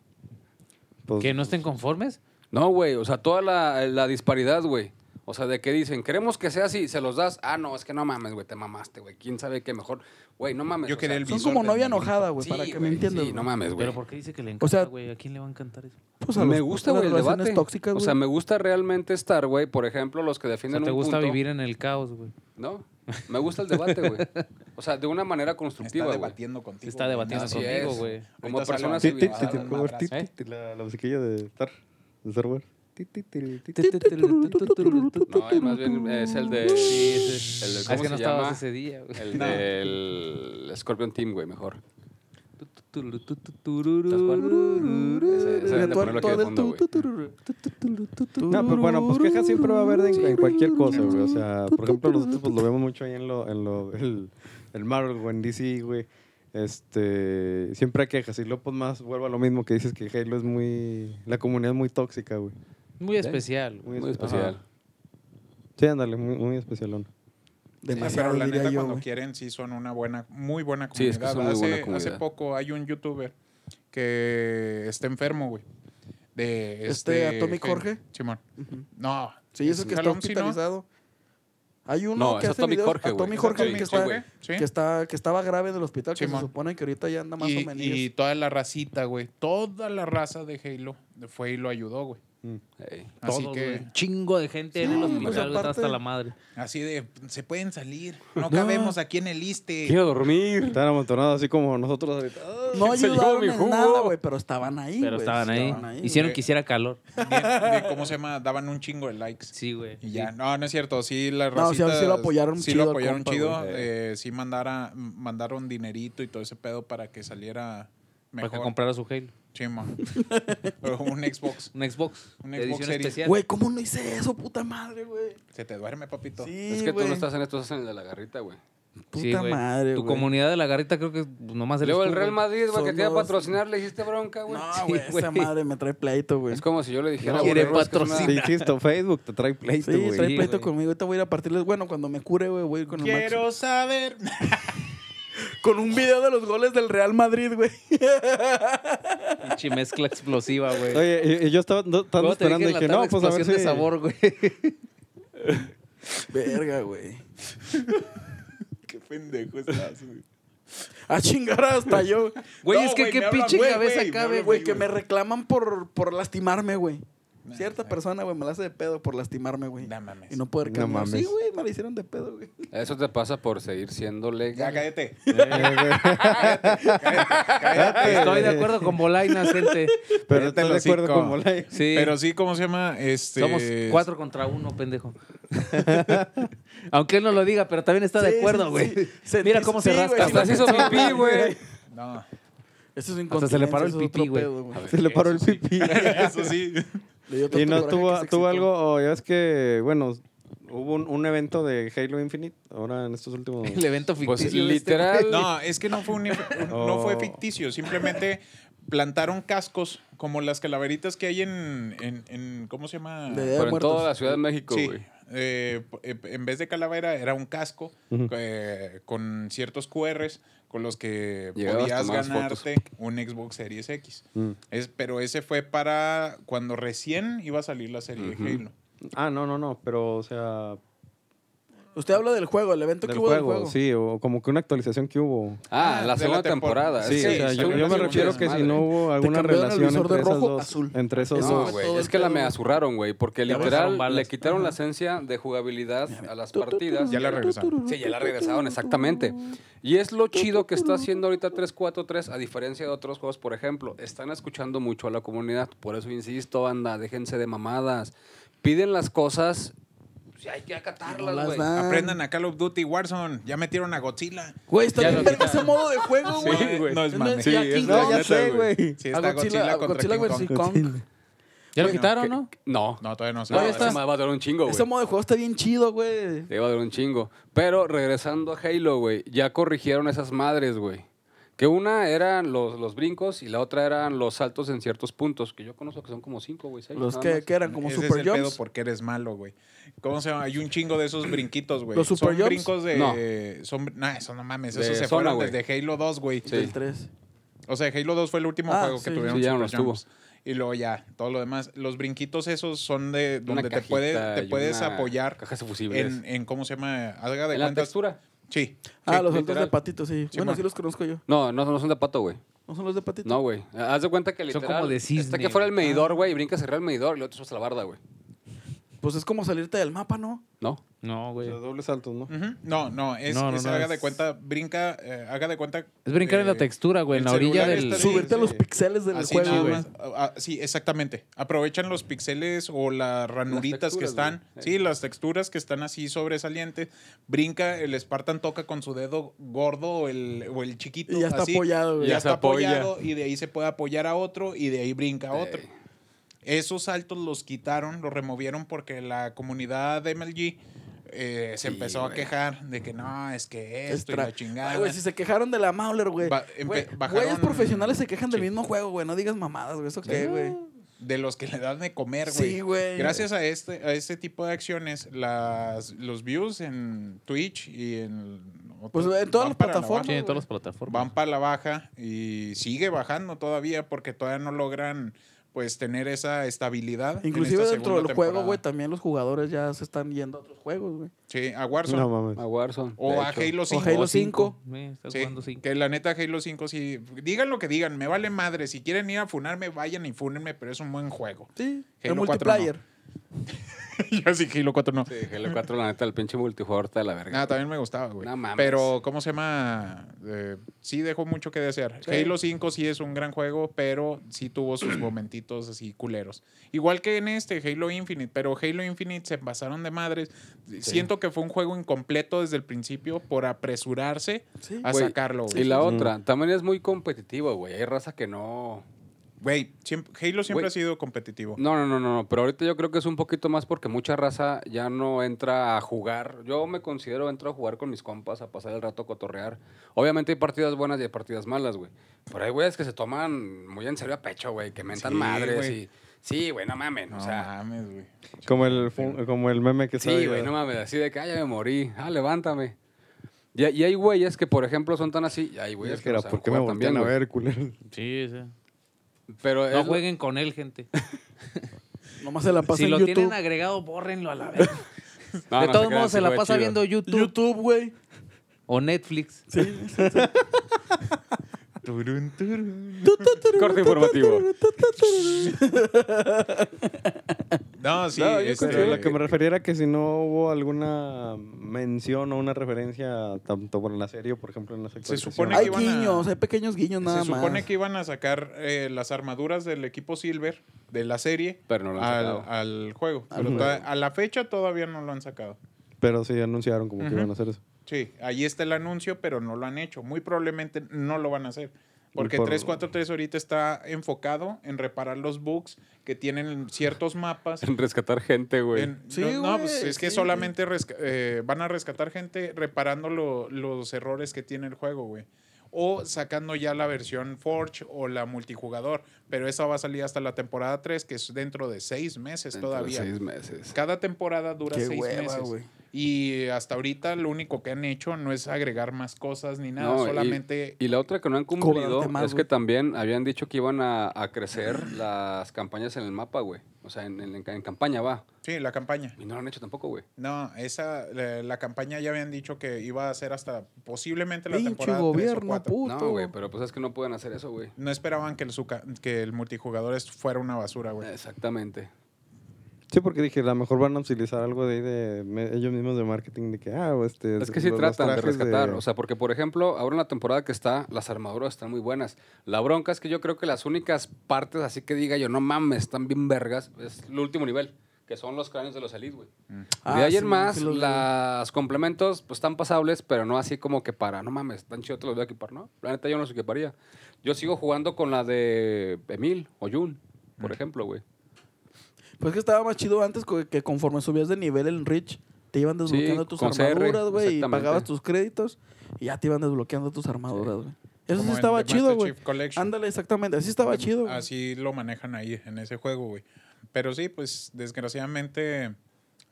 Speaker 5: pues,
Speaker 8: ¿Que no estén conformes?
Speaker 7: No, güey, o sea, toda la, la disparidad, güey. O sea, de que dicen, queremos que sea así, se los das. Ah, no, es que no mames, güey, te mamaste, güey. ¿Quién sabe qué mejor? Güey, no mames.
Speaker 3: Yo
Speaker 7: o
Speaker 3: quería
Speaker 7: sea,
Speaker 3: el
Speaker 4: Son
Speaker 3: visor
Speaker 4: como
Speaker 3: del
Speaker 4: novia
Speaker 3: monito.
Speaker 4: enojada, güey,
Speaker 7: sí,
Speaker 4: para que me
Speaker 7: güey,
Speaker 4: entiendas.
Speaker 7: Sí, no
Speaker 4: güey.
Speaker 7: mames, güey.
Speaker 8: ¿Pero por qué dice que le
Speaker 4: O sea-
Speaker 8: encanta, güey? ¿A quién le va a encantar eso?
Speaker 4: Pues a
Speaker 7: me
Speaker 4: los-
Speaker 7: gusta,
Speaker 4: a las
Speaker 7: güey, el
Speaker 4: relaciones
Speaker 7: debate.
Speaker 4: tóxicas,
Speaker 7: o
Speaker 4: güey.
Speaker 7: sea, me gusta realmente estar, güey. Por ejemplo, los que
Speaker 8: O
Speaker 7: defienden
Speaker 8: sea, ¿Te
Speaker 7: un
Speaker 8: gusta
Speaker 7: punto,
Speaker 8: vivir en el caos, güey?
Speaker 7: No, me gusta el debate, güey. O sea, de una manera
Speaker 3: Está
Speaker 7: constructiva, güey.
Speaker 3: debatiendo contigo.
Speaker 8: está
Speaker 3: güey.
Speaker 8: debatiendo
Speaker 3: Así
Speaker 8: contigo,
Speaker 3: es.
Speaker 8: güey.
Speaker 7: Como
Speaker 3: Ahorita
Speaker 7: persona
Speaker 3: sale
Speaker 5: Tit, tit,
Speaker 3: a-
Speaker 5: tit,
Speaker 3: a-
Speaker 5: tit,
Speaker 3: a-
Speaker 5: ¿cómo es?
Speaker 3: a-
Speaker 5: Tit, tit, tit, La la musiquilla de Star, de Star Wars. Tit, tit, tit, tit.
Speaker 7: No, y más bien es el de. El de
Speaker 8: Ah,
Speaker 7: ¿Cómo
Speaker 8: es que no
Speaker 7: se llama?
Speaker 8: estabas ese día, güey.
Speaker 7: El del Scorpion Team, güey, mejor. Ese- ese deben de ponerlo aquí de fondo, güey.
Speaker 5: No, pero bueno, pues quejas siempre va a haber de- en, cualquier cosa, güey. O sea, por ejemplo, nosotros pues lo vemos mucho ahí en lo, en lo, el, el Marvel, güey, en DC, güey. Este, siempre hay quejas. Y luego pues más vuelvo a lo mismo que dices que Halo es muy, la comunidad es muy tóxica, güey.
Speaker 8: Muy especial. güey.
Speaker 7: Muy especial.
Speaker 5: Sí, ándale, muy, muy especialón.
Speaker 3: Sí,
Speaker 4: Demasiado,
Speaker 3: pero la
Speaker 4: diría
Speaker 3: neta,
Speaker 4: yo,
Speaker 3: cuando
Speaker 4: güey.
Speaker 3: quieren, sí son una buena, muy buena
Speaker 7: Sí,
Speaker 3: comunidad.
Speaker 7: es que son muy
Speaker 3: hace,
Speaker 7: buena
Speaker 3: hace
Speaker 7: comunidad.
Speaker 3: poco hay un youtuber que está enfermo, güey. De
Speaker 4: ¿Este
Speaker 3: este,
Speaker 4: Atomic
Speaker 3: Gen-
Speaker 4: Jorge?
Speaker 3: Simón. No.
Speaker 4: Sí, es el que está
Speaker 3: Calum, sí, ¿no?
Speaker 4: hospitalizado. Hay uno
Speaker 7: No,
Speaker 4: que
Speaker 7: es
Speaker 4: hace
Speaker 7: Atomic
Speaker 4: videos,
Speaker 7: Jorge, güey.
Speaker 4: Atomic Jorge,
Speaker 3: Atomic
Speaker 4: que, está,
Speaker 3: Jorge, sí.
Speaker 4: que, está, que estaba grave del hospital, que
Speaker 3: Simón.
Speaker 4: se supone que ahorita ya anda más o
Speaker 3: Y,
Speaker 4: menos.
Speaker 3: y toda la racita, güey. Toda la raza de Halo fue y lo ayudó, güey.
Speaker 7: Ey.
Speaker 3: Así
Speaker 8: Todo,
Speaker 3: que,
Speaker 8: güey. Un chingo de gente en el
Speaker 4: Sí,
Speaker 8: hospital,
Speaker 4: pues,
Speaker 8: güey, está hasta
Speaker 4: aparte-
Speaker 8: la madre.
Speaker 3: así de, se pueden salir. No cabemos aquí en el ISTE.
Speaker 7: dormir.
Speaker 5: Están amontonados así "Ah, como nosotros ahorita.
Speaker 4: No
Speaker 8: (laughs)
Speaker 7: Se llevó
Speaker 4: ayudaron
Speaker 7: mi
Speaker 4: en
Speaker 7: jugo.
Speaker 4: nada, güey, pero estaban ahí,
Speaker 8: Pero
Speaker 4: güey,
Speaker 8: estaban ahí. Hicieron
Speaker 3: güey.
Speaker 8: que hiciera calor.
Speaker 3: Bien, de ¿Cómo se llama? Daban un chingo de likes.
Speaker 8: Sí, güey.
Speaker 3: Y ya, no, no es cierto. Sí, la
Speaker 4: No, sí,
Speaker 3: racita.
Speaker 4: sí lo apoyaron
Speaker 3: sí
Speaker 4: chido al
Speaker 3: lo apoyaron
Speaker 4: compa,
Speaker 3: chido.
Speaker 4: güey.
Speaker 3: eh, sí mandara, mandaron dinerito y todo ese pedo para que saliera
Speaker 8: Para
Speaker 3: mejor.
Speaker 8: que comprara su Halo.
Speaker 3: Sí, ma.
Speaker 4: (laughs)
Speaker 3: Pero un Xbox.
Speaker 8: Un Xbox.
Speaker 3: Un
Speaker 8: de
Speaker 3: Xbox
Speaker 8: edición
Speaker 3: Series.
Speaker 8: especial.
Speaker 4: Güey, ¿cómo no hice eso, puta madre, güey?
Speaker 3: Se te duerme, papito.
Speaker 4: Sí,
Speaker 7: Es que tú
Speaker 4: güey.
Speaker 7: no estás en esto, estás en el de la garrita, güey.
Speaker 4: Puta
Speaker 8: Sí, güey.
Speaker 4: madre,
Speaker 8: Tu
Speaker 4: güey.
Speaker 8: comunidad de la garrita creo que pues, nomás eres
Speaker 7: Luego el
Speaker 8: tú,
Speaker 7: Real
Speaker 8: güey.
Speaker 7: Madrid, güey, que
Speaker 4: Son
Speaker 7: te iba a
Speaker 4: dos.
Speaker 7: patrocinar, le hiciste bronca, güey.
Speaker 4: No, güey,
Speaker 8: Sí, güey.
Speaker 4: esa madre me trae pleito, güey.
Speaker 7: Es como si yo le dijera,
Speaker 8: Quiere
Speaker 7: güey, es que es una-
Speaker 8: patrocinar.
Speaker 5: Sí, insisto, Facebook te trae pleito,
Speaker 4: Sí,
Speaker 5: güey.
Speaker 4: trae
Speaker 8: Sí,
Speaker 4: pleito
Speaker 8: güey.
Speaker 4: conmigo. Ahorita voy a ir a partirles. Bueno, cuando me cure, güey, voy a ir con el Max.
Speaker 3: Quiero saber.
Speaker 4: (laughs) Con un video de los goles del Real Madrid, güey.
Speaker 8: Pinche mezcla explosiva, güey.
Speaker 5: Oye, y, y yo estaba no, estaba
Speaker 8: Luego te
Speaker 5: esperando y
Speaker 8: dije
Speaker 5: dije,
Speaker 8: en la
Speaker 5: no,
Speaker 8: tarde
Speaker 5: pues a ver
Speaker 8: explosión
Speaker 5: si...
Speaker 8: de sabor, güey.
Speaker 4: Verga, güey. (laughs)
Speaker 3: Qué pendejo estás, güey.
Speaker 4: A chingar hasta yo.
Speaker 8: Güey,
Speaker 3: No,
Speaker 8: es que
Speaker 3: güey,
Speaker 8: qué
Speaker 3: me hablan,
Speaker 8: pinche
Speaker 3: güey,
Speaker 8: cabeza
Speaker 3: güey, me
Speaker 8: cabe,
Speaker 3: hablan,
Speaker 8: güey.
Speaker 4: Güey, que me reclaman por, por lastimarme, güey.
Speaker 3: Nah,
Speaker 4: Cierta
Speaker 3: nah.
Speaker 4: persona, güey, me la hace de pedo por lastimarme, güey.
Speaker 3: No mames.
Speaker 4: Y no poder
Speaker 5: No
Speaker 4: caminar.
Speaker 5: mames.
Speaker 4: sí, güey, me la hicieron de pedo, güey.
Speaker 7: Eso te pasa por seguir siendo
Speaker 3: Ya,
Speaker 7: legal.
Speaker 3: cállate.
Speaker 5: Ah,
Speaker 8: (laughs) Estoy
Speaker 5: pues.
Speaker 8: de acuerdo con Bolainas, gente.
Speaker 5: Pero
Speaker 3: Cállate
Speaker 5: estoy de
Speaker 3: el
Speaker 5: acuerdo
Speaker 3: hocico.
Speaker 5: con Molay.
Speaker 8: Sí.
Speaker 3: Pero sí, ¿cómo se llama? Este...
Speaker 8: Somos cuatro contra uno, pendejo. (laughs) Aunque él no lo diga, pero también está
Speaker 4: Sí,
Speaker 8: de acuerdo,
Speaker 4: sí,
Speaker 8: güey.
Speaker 4: sí. Sentí-
Speaker 8: Mira cómo se
Speaker 4: sí, güey,
Speaker 8: rasca.
Speaker 4: sí,
Speaker 7: Hasta
Speaker 8: Hasta
Speaker 4: lo
Speaker 8: se
Speaker 7: se hizo
Speaker 4: pensaba,
Speaker 8: (laughs)
Speaker 7: pipí, güey.
Speaker 3: No, (laughs)
Speaker 4: Eso es
Speaker 8: Hasta se le paró el
Speaker 4: incontinencia, eso es
Speaker 8: pipí,
Speaker 4: otro
Speaker 8: güey.
Speaker 4: pedo, güey.
Speaker 5: Se le paró el pipí.
Speaker 3: eso sí.
Speaker 4: Le dio tanto
Speaker 5: Y no
Speaker 4: coraje que
Speaker 5: tuvo,
Speaker 4: se excitó.
Speaker 5: tuvo algo, o ya ves que, bueno, hubo un, un evento de Halo Infinite ahora en estos
Speaker 8: (laughs)
Speaker 5: últimos...
Speaker 8: El evento ficticio.
Speaker 7: Pues
Speaker 8: de este güey.
Speaker 7: literal.
Speaker 3: No, es que no fue, un- no
Speaker 8: Oh.
Speaker 3: fue ficticio. Simplemente plantaron cascos como las calaveritas que hay en... en, en- ¿Cómo se llama?
Speaker 4: De
Speaker 7: Pero en
Speaker 4: muertos.
Speaker 7: toda la Ciudad de México,
Speaker 3: Sí.
Speaker 7: güey.
Speaker 3: eh, p- eh, en vez de calavera era un casco eh, con ciertos QRs con los que
Speaker 7: Llegabas,
Speaker 3: podías
Speaker 7: tomabas
Speaker 3: ganarte un Xbox Series X.
Speaker 5: Mm.
Speaker 3: Es, pero ese fue para cuando recién iba a salir la serie
Speaker 7: Ujú.
Speaker 3: de Halo.
Speaker 5: Ah, no, no, no, pero, o sea,
Speaker 4: Usted habla del juego, el evento
Speaker 5: del
Speaker 4: que hubo
Speaker 5: juego,
Speaker 4: del juego.
Speaker 5: sí, o como que una actualización que hubo.
Speaker 7: Ah,
Speaker 3: Ah,
Speaker 7: la
Speaker 3: de
Speaker 7: segunda
Speaker 3: la tempo-
Speaker 7: temporada.
Speaker 5: Sí,
Speaker 7: Es
Speaker 5: o
Speaker 7: que
Speaker 5: sea,
Speaker 7: sí,
Speaker 5: yo,
Speaker 7: fue
Speaker 5: yo
Speaker 7: una
Speaker 5: me refiero
Speaker 7: segunda
Speaker 5: que si
Speaker 7: madre. ¿eh?
Speaker 5: no hubo alguna
Speaker 4: cambiaron el
Speaker 5: relación
Speaker 4: visor de
Speaker 5: entre, esas
Speaker 4: rojo a
Speaker 5: dos,
Speaker 4: azul.
Speaker 5: entre esos
Speaker 4: Eso
Speaker 7: No,
Speaker 5: dos.
Speaker 4: fue
Speaker 7: güey,
Speaker 4: todo
Speaker 7: es
Speaker 4: el
Speaker 7: que la
Speaker 4: pedo,
Speaker 7: me
Speaker 4: güey.
Speaker 7: azurraron, güey, porque
Speaker 8: Ya
Speaker 7: literal
Speaker 8: bajaron balas.
Speaker 7: le quitaron la esencia de jugabilidad a las partidas.
Speaker 3: Ya la regresaron.
Speaker 7: Sí, ya la regresaron, exactamente. Y es lo chido que está haciendo ahorita 343, a diferencia de otros juegos, por ejemplo. Están escuchando mucho a la comunidad, por eso insisto, anda, déjense de mamadas. Piden las cosas, pues, hay que
Speaker 4: No
Speaker 7: acatarlas,
Speaker 4: las
Speaker 7: güey.
Speaker 4: dan. Ah.
Speaker 3: Aprendan a Call of Duty Warzone. Ya metieron a Godzilla.
Speaker 4: Güey, está
Speaker 8: Ya
Speaker 4: bien
Speaker 8: lo
Speaker 4: verga ese modo de juego, güey.
Speaker 3: Sí, güey. No es mame.
Speaker 4: ya
Speaker 10: Sí, es
Speaker 4: King
Speaker 10: la
Speaker 4: Kong,
Speaker 10: neta, güey.
Speaker 3: Sí,
Speaker 4: a
Speaker 3: está Godzilla,
Speaker 4: a
Speaker 3: contra
Speaker 4: Godzilla
Speaker 3: King
Speaker 4: versus
Speaker 3: Kong.
Speaker 4: Kong.
Speaker 8: Ya lo
Speaker 3: Bueno,
Speaker 8: quitaron, ¿no?
Speaker 7: No,
Speaker 3: No, todavía no se
Speaker 7: no,
Speaker 3: va a
Speaker 7: ese
Speaker 3: dar.
Speaker 7: me va a durar un chingo, güey.
Speaker 4: Ese modo de juego está bien chido, güey.
Speaker 7: Te iba a durar un chingo. Pero regresando a Halo, güey, ya corrigieron esas madres, güey. Que una eran los, los brincos y la otra eran los saltos en ciertos puntos, que yo conozco que son como cinco, güey, seis.
Speaker 4: Los
Speaker 7: nada
Speaker 4: que,
Speaker 7: más.
Speaker 4: que eran como
Speaker 3: Ese
Speaker 4: Super
Speaker 3: es el pedo
Speaker 4: Jumps.
Speaker 3: porque eres malo, güey. ¿Cómo se llama? Hay un chingo de esos brinquitos, güey.
Speaker 4: ¿Los super
Speaker 3: Son
Speaker 4: jumps?
Speaker 3: brincos de... Son, nah, eso no mames.
Speaker 7: De
Speaker 3: Eso se
Speaker 7: zona,
Speaker 3: fueron
Speaker 7: güey.
Speaker 3: desde Halo 2, güey.
Speaker 7: Sí.
Speaker 4: Del 3.
Speaker 3: O sea, Halo 2 fue el último
Speaker 4: Ah,
Speaker 3: juego
Speaker 4: sí,
Speaker 3: que tuvieron
Speaker 7: sí, ya no
Speaker 3: Super
Speaker 7: los tuvo.
Speaker 3: Jumps. Y luego ya, todo lo demás. Los brinquitos esos son de
Speaker 7: Una
Speaker 3: donde te,
Speaker 7: cajita
Speaker 3: puede, te
Speaker 7: y
Speaker 3: puedes
Speaker 7: una
Speaker 3: apoyar
Speaker 7: Cajas de fusibles.
Speaker 3: en, en, ¿cómo se llama? Haga de
Speaker 7: En la
Speaker 3: cuentas.
Speaker 7: textura.
Speaker 3: Sí.
Speaker 4: Ah,
Speaker 3: sí,
Speaker 4: los saltos
Speaker 7: literal.
Speaker 4: de patito, sí.
Speaker 3: Sí,
Speaker 4: Bueno,
Speaker 3: man.
Speaker 4: sí los conozco yo.
Speaker 7: No, no, no son de pato, güey.
Speaker 4: ¿No son los de patito?
Speaker 7: No, güey. Haz de cuenta que
Speaker 8: Son
Speaker 7: literal.
Speaker 8: como de cisne,
Speaker 7: Está que fuera el
Speaker 8: güey. Ah.
Speaker 7: medidor, güey, y brincas arriba el medidor y luego te subes a la barda, güey.
Speaker 4: Pues es como salirte del mapa, ¿no?
Speaker 7: ¿No?
Speaker 8: No, güey.
Speaker 5: Los dobles saltos, ¿no?
Speaker 3: Ujú. No, no, es,
Speaker 8: No, no,
Speaker 3: es
Speaker 8: no,
Speaker 3: haga
Speaker 8: es-
Speaker 3: de cuenta, brinca, eh, haga de cuenta.
Speaker 8: Es brincar en la
Speaker 3: eh,
Speaker 8: textura, güey, en
Speaker 3: el
Speaker 8: la orilla
Speaker 3: celular
Speaker 8: del.
Speaker 3: está Sí,
Speaker 4: Subirte a los pixeles del
Speaker 3: Así
Speaker 4: juego,
Speaker 3: nada
Speaker 4: güey.
Speaker 3: más. Ah, ah, sí, exactamente. Aprovechan los pixeles o las ranuritas que
Speaker 7: texturas,
Speaker 3: están.
Speaker 7: güey.
Speaker 3: Sí, las texturas que están así sobresalientes. Brinca, el Spartan toca con su dedo gordo o el, o el chiquito.
Speaker 4: Y ya está
Speaker 3: así.
Speaker 4: apoyado, güey.
Speaker 3: Ya,
Speaker 7: Ya se
Speaker 3: está
Speaker 7: apoya.
Speaker 3: apoyado y de ahí se puede apoyar a otro y de ahí brinca a otro.
Speaker 7: Ey.
Speaker 3: Esos saltos los quitaron, los removieron porque la comunidad de MLG eh,
Speaker 7: Sí,
Speaker 3: se empezó a
Speaker 7: güey.
Speaker 3: quejar de que no, es que esto y
Speaker 4: Extra.
Speaker 3: la chingada.
Speaker 4: Ay, güey, si se quejaron de la Mauler, güey.
Speaker 3: Ba- empe-
Speaker 4: Güey,
Speaker 3: bajaron-
Speaker 4: Güeyes profesionales se quejan del
Speaker 3: Sí.
Speaker 4: mismo juego, güey. No digas mamadas, güey. ¿Eso qué, güey?
Speaker 3: de los que le dan de comer, güey.
Speaker 4: Sí, güey.
Speaker 3: Gracias a este, a este tipo de acciones, las, los views en Twitch y en...
Speaker 4: Pues,
Speaker 3: otros
Speaker 4: en todas
Speaker 3: van
Speaker 4: las
Speaker 3: para la
Speaker 4: plataformas,
Speaker 8: Sí,
Speaker 3: baja.
Speaker 8: en todas las plataformas.
Speaker 3: Van para la baja y sigue bajando todavía porque todavía no logran pues tener esa estabilidad. en
Speaker 4: Inclusive
Speaker 3: esta
Speaker 4: dentro del
Speaker 3: segunda
Speaker 4: juego,
Speaker 3: temporada.
Speaker 4: güey, también los jugadores ya se están yendo a otros juegos, güey.
Speaker 3: Sí, a Warzone.
Speaker 5: No mames.
Speaker 7: A Warzone.
Speaker 3: o
Speaker 7: de
Speaker 3: a
Speaker 7: hecho.
Speaker 3: Halo 5.
Speaker 4: O Halo 5.
Speaker 8: Sí, estás
Speaker 3: Sí,
Speaker 8: jugando cinco.
Speaker 3: que la neta Halo 5 sí, digan lo que digan, me vale madre, si quieren ir a funarme, vayan y funenme, pero es un buen juego.
Speaker 4: Sí, el
Speaker 3: Halo 4 no.
Speaker 4: multiplayer.
Speaker 3: (laughs) Yo sí Halo 4 no.
Speaker 7: Sí, Halo 4, la neta, el pinche multijugador está de la verga.
Speaker 3: Nada, Ah, también me gustaba, güey.
Speaker 7: No mames.
Speaker 3: Pero, ¿cómo se llama? Eh, sí dejó mucho que desear. Halo 5 sí es un gran juego, pero sí tuvo sus momentitos así culeros. Igual que en este, Halo Infinite, pero Halo Infinite se pasaron de madres. Siento que fue un juego incompleto desde el principio por apresurarse
Speaker 4: Sí.
Speaker 3: a
Speaker 7: Güey,
Speaker 3: sacarlo.
Speaker 7: Y
Speaker 3: güey.
Speaker 7: la otra, también es muy competitivo, güey. Hay raza que no.
Speaker 3: Güey, siempre- Halo siempre
Speaker 7: Güey. Mm,
Speaker 3: ha sido competitivo.
Speaker 7: No, no, no, no, no, pero ahorita yo creo que es un poquito más porque mucha raza ya no entra a jugar. Yo me considero entro a jugar con mis compas, a pasar el rato a cotorrear. Obviamente hay partidas buenas y hay partidas malas, güey. Pero hay güeyes que se toman muy en serio a pecho, güey, que mentan
Speaker 3: Sí,
Speaker 7: madres
Speaker 3: güey.
Speaker 7: y... Sí, güey, no mamen,
Speaker 3: No
Speaker 7: o
Speaker 5: ah,
Speaker 7: sea...
Speaker 3: mames, güey.
Speaker 5: Como el, fun- como el meme que
Speaker 7: Sí,
Speaker 5: sale
Speaker 7: güey,
Speaker 5: de-
Speaker 7: no mames, así de que, ah, ya me morí, ah, levántame. Y, y hay güeyes que, por ejemplo, son tan así, y hay
Speaker 5: Y
Speaker 7: güeyes
Speaker 5: es
Speaker 7: que
Speaker 5: que era,
Speaker 7: no saben
Speaker 5: ¿por qué me
Speaker 7: jugar
Speaker 5: voltean a
Speaker 7: güey.
Speaker 5: ver, culero?
Speaker 8: Sí, sí.
Speaker 7: Pero
Speaker 8: No
Speaker 7: es-
Speaker 8: jueguen con él, gente.
Speaker 4: Nomás se la pasa
Speaker 8: Si
Speaker 4: en
Speaker 8: lo
Speaker 4: YouTube.
Speaker 8: tienen agregado, bórrenlo a la vez.
Speaker 7: No,
Speaker 8: de
Speaker 7: no
Speaker 8: todos
Speaker 7: crean,
Speaker 8: modos,
Speaker 7: sí
Speaker 8: se la
Speaker 7: juega
Speaker 8: pasa
Speaker 7: chido.
Speaker 8: viendo YouTube.
Speaker 4: YouTube, güey.
Speaker 8: O Netflix.
Speaker 3: Turun, turun.
Speaker 7: Corte informativo.
Speaker 3: No, sí,
Speaker 5: No, yo
Speaker 3: este,
Speaker 5: creo que lo que me refería era que si no hubo alguna mención o una referencia tanto por la serie o por ejemplo en las
Speaker 3: Se supone
Speaker 5: actualizaciones.
Speaker 4: Hay
Speaker 3: que iban a-
Speaker 4: guiños, hay pequeños guiños nada
Speaker 3: se supone
Speaker 4: más.
Speaker 3: que iban a sacar eh, las armaduras del equipo Silver de la serie
Speaker 7: Pero no lo han
Speaker 3: al,
Speaker 7: sacado.
Speaker 3: al juego. Pero toda- a la fecha todavía no lo han sacado.
Speaker 5: Pero sí anunciaron como que iban a hacer eso.
Speaker 3: Sí, ahí está el anuncio, pero no lo han hecho. Muy probablemente no lo van a hacer. Porque
Speaker 5: Por-
Speaker 3: 343 ahorita está enfocado en reparar los bugs que tienen ciertos mapas.
Speaker 7: En rescatar gente, güey.
Speaker 3: En-
Speaker 4: Sí,
Speaker 3: no, no,
Speaker 4: güey,
Speaker 3: pues es que
Speaker 4: sí.
Speaker 3: solamente resca- eh, van a rescatar gente reparando lo- los errores que tiene el juego, güey. O sacando ya la versión Forge o la multijugador. Pero esa va a salir hasta la temporada 3, que es dentro de seis meses
Speaker 7: Dentro de
Speaker 3: todavía.
Speaker 7: Seis meses.
Speaker 3: Cada temporada dura
Speaker 4: Qué
Speaker 3: seis
Speaker 4: hueva,
Speaker 3: meses.
Speaker 4: güey.
Speaker 3: Y hasta ahorita lo único que han hecho no es agregar más cosas ni nada.
Speaker 7: No, y-
Speaker 3: solamente
Speaker 7: Y, la otra que no han cumplido
Speaker 4: Cobrarte más,
Speaker 7: es que
Speaker 4: güey.
Speaker 7: también habían dicho que iban a, a crecer las campañas en el mapa, güey. O sea, en, en- en campaña va.
Speaker 3: sí, la campaña.
Speaker 7: Y no lo han hecho tampoco, güey.
Speaker 3: No, esa la, la campaña ya habían dicho que iba a ser hasta posiblemente la
Speaker 4: Pinche
Speaker 3: temporada 3 o
Speaker 4: gobierno,
Speaker 3: 4.
Speaker 4: puto.
Speaker 7: No, güey, pero pues es que no pueden hacer eso, güey.
Speaker 3: No esperaban que el, suca- que el multijugador est- fuera una basura, güey.
Speaker 7: Exactamente.
Speaker 5: Sí, porque dije, a lo mejor van a utilizar algo de ahí de me- ellos mismos de marketing de que, ah, o este...
Speaker 7: Es que sí
Speaker 5: los- los
Speaker 7: tratan de
Speaker 5: trajes
Speaker 7: rescatar. O sea, porque, por ejemplo, ahora en la temporada que está, las armaduras están muy buenas. La bronca es que yo creo que las únicas partes así que diga yo, no mames, están bien vergas, es el último nivel, que son los cráneos de los Elite, güey.
Speaker 4: Ah,
Speaker 7: de ahí en
Speaker 4: sí,
Speaker 7: más,
Speaker 4: sí los vi.
Speaker 7: las complementos pues están pasables, pero no así como que para, no mames, tan chido te los voy a equipar, ¿no? La neta yo no los equiparía. Yo sigo jugando con la de Emil o Jun, por ejemplo, güey.
Speaker 4: Pues que estaba más chido antes co- que conforme subías de nivel en Rich, te iban desbloqueando
Speaker 7: Sí,
Speaker 4: tus
Speaker 7: con CR,
Speaker 4: armaduras, güey, y
Speaker 7: exactamente.
Speaker 4: pagabas tus créditos y ya te iban desbloqueando tus armaduras, güey. Eso
Speaker 3: Como
Speaker 4: sí
Speaker 3: en
Speaker 4: estaba
Speaker 3: The
Speaker 4: chido,
Speaker 3: Master
Speaker 4: güey.
Speaker 3: Chief Collection.
Speaker 4: Ándale, exactamente. Así estaba chido. güey.
Speaker 3: Así lo manejan ahí en ese juego, güey. Pero sí, pues desgraciadamente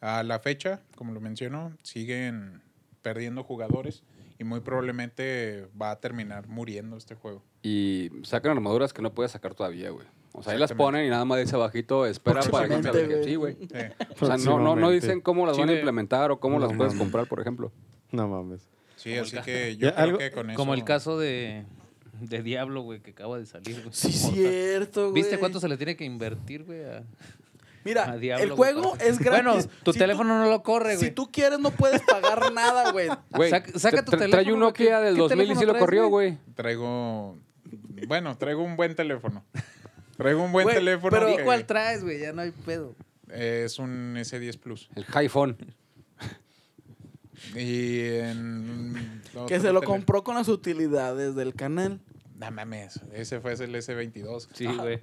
Speaker 3: a la fecha, como lo menciono, siguen perdiendo jugadores y muy probablemente va a terminar muriendo este juego.
Speaker 7: Y sacan armaduras que no puedes sacar todavía, güey. O sea, ahí las
Speaker 3: Exactamente.
Speaker 7: ponen y nada más dice abajito, espera para que
Speaker 4: Próximamente, güey.
Speaker 7: Sí, güey.
Speaker 3: Sí.
Speaker 7: O sea, no, no, no
Speaker 5: Próximamente.
Speaker 7: dicen cómo las
Speaker 8: Sí,
Speaker 7: van a
Speaker 8: güey.
Speaker 7: implementar o cómo las
Speaker 5: No
Speaker 7: puedes
Speaker 5: mames.
Speaker 7: comprar, por ejemplo.
Speaker 5: No mames.
Speaker 3: Sí,
Speaker 8: Como el
Speaker 3: así
Speaker 8: ca-
Speaker 3: que yo
Speaker 5: Ya,
Speaker 3: creo
Speaker 5: algo-
Speaker 3: que con eso.
Speaker 8: Como el caso de, de Diablo, güey, que acaba de salir, güey.
Speaker 4: Sí,
Speaker 8: Mortal.
Speaker 4: cierto, güey.
Speaker 8: ¿Viste cuánto se le tiene que invertir, güey? a-
Speaker 4: Mira,
Speaker 8: a Diablo,
Speaker 4: el
Speaker 8: güey,
Speaker 4: juego
Speaker 8: para-
Speaker 4: es gratis.
Speaker 8: (laughs) Bueno, tu
Speaker 4: Si
Speaker 8: teléfono no lo
Speaker 4: tú,
Speaker 8: corre, güey.
Speaker 4: Si tú quieres, no puedes pagar nada,
Speaker 8: (laughs)
Speaker 4: güey.
Speaker 7: Güey,
Speaker 8: Ah, Saca- saca
Speaker 7: tra-
Speaker 8: tu
Speaker 7: tra- Trae
Speaker 8: teléfono,
Speaker 7: un
Speaker 8: güey, ¿qué-
Speaker 7: Nokia del
Speaker 8: qué
Speaker 7: 2000 y sí
Speaker 8: teléfono
Speaker 7: lo corrió,
Speaker 8: traes, güey?
Speaker 7: güey.
Speaker 3: Traigo. Bueno, traigo un buen teléfono. Traigo un buen
Speaker 4: Güey,
Speaker 3: teléfono.
Speaker 4: pero-
Speaker 8: Di
Speaker 3: que
Speaker 8: cuál traes, güey, ya no hay pedo.
Speaker 3: es un S10 Plus.
Speaker 7: El iPhone.
Speaker 3: Y en.
Speaker 4: Que
Speaker 3: otro
Speaker 4: se lo
Speaker 3: tele-
Speaker 4: compró con las utilidades del canal.
Speaker 3: No mames, ese fue el S22.
Speaker 8: Sí, güey.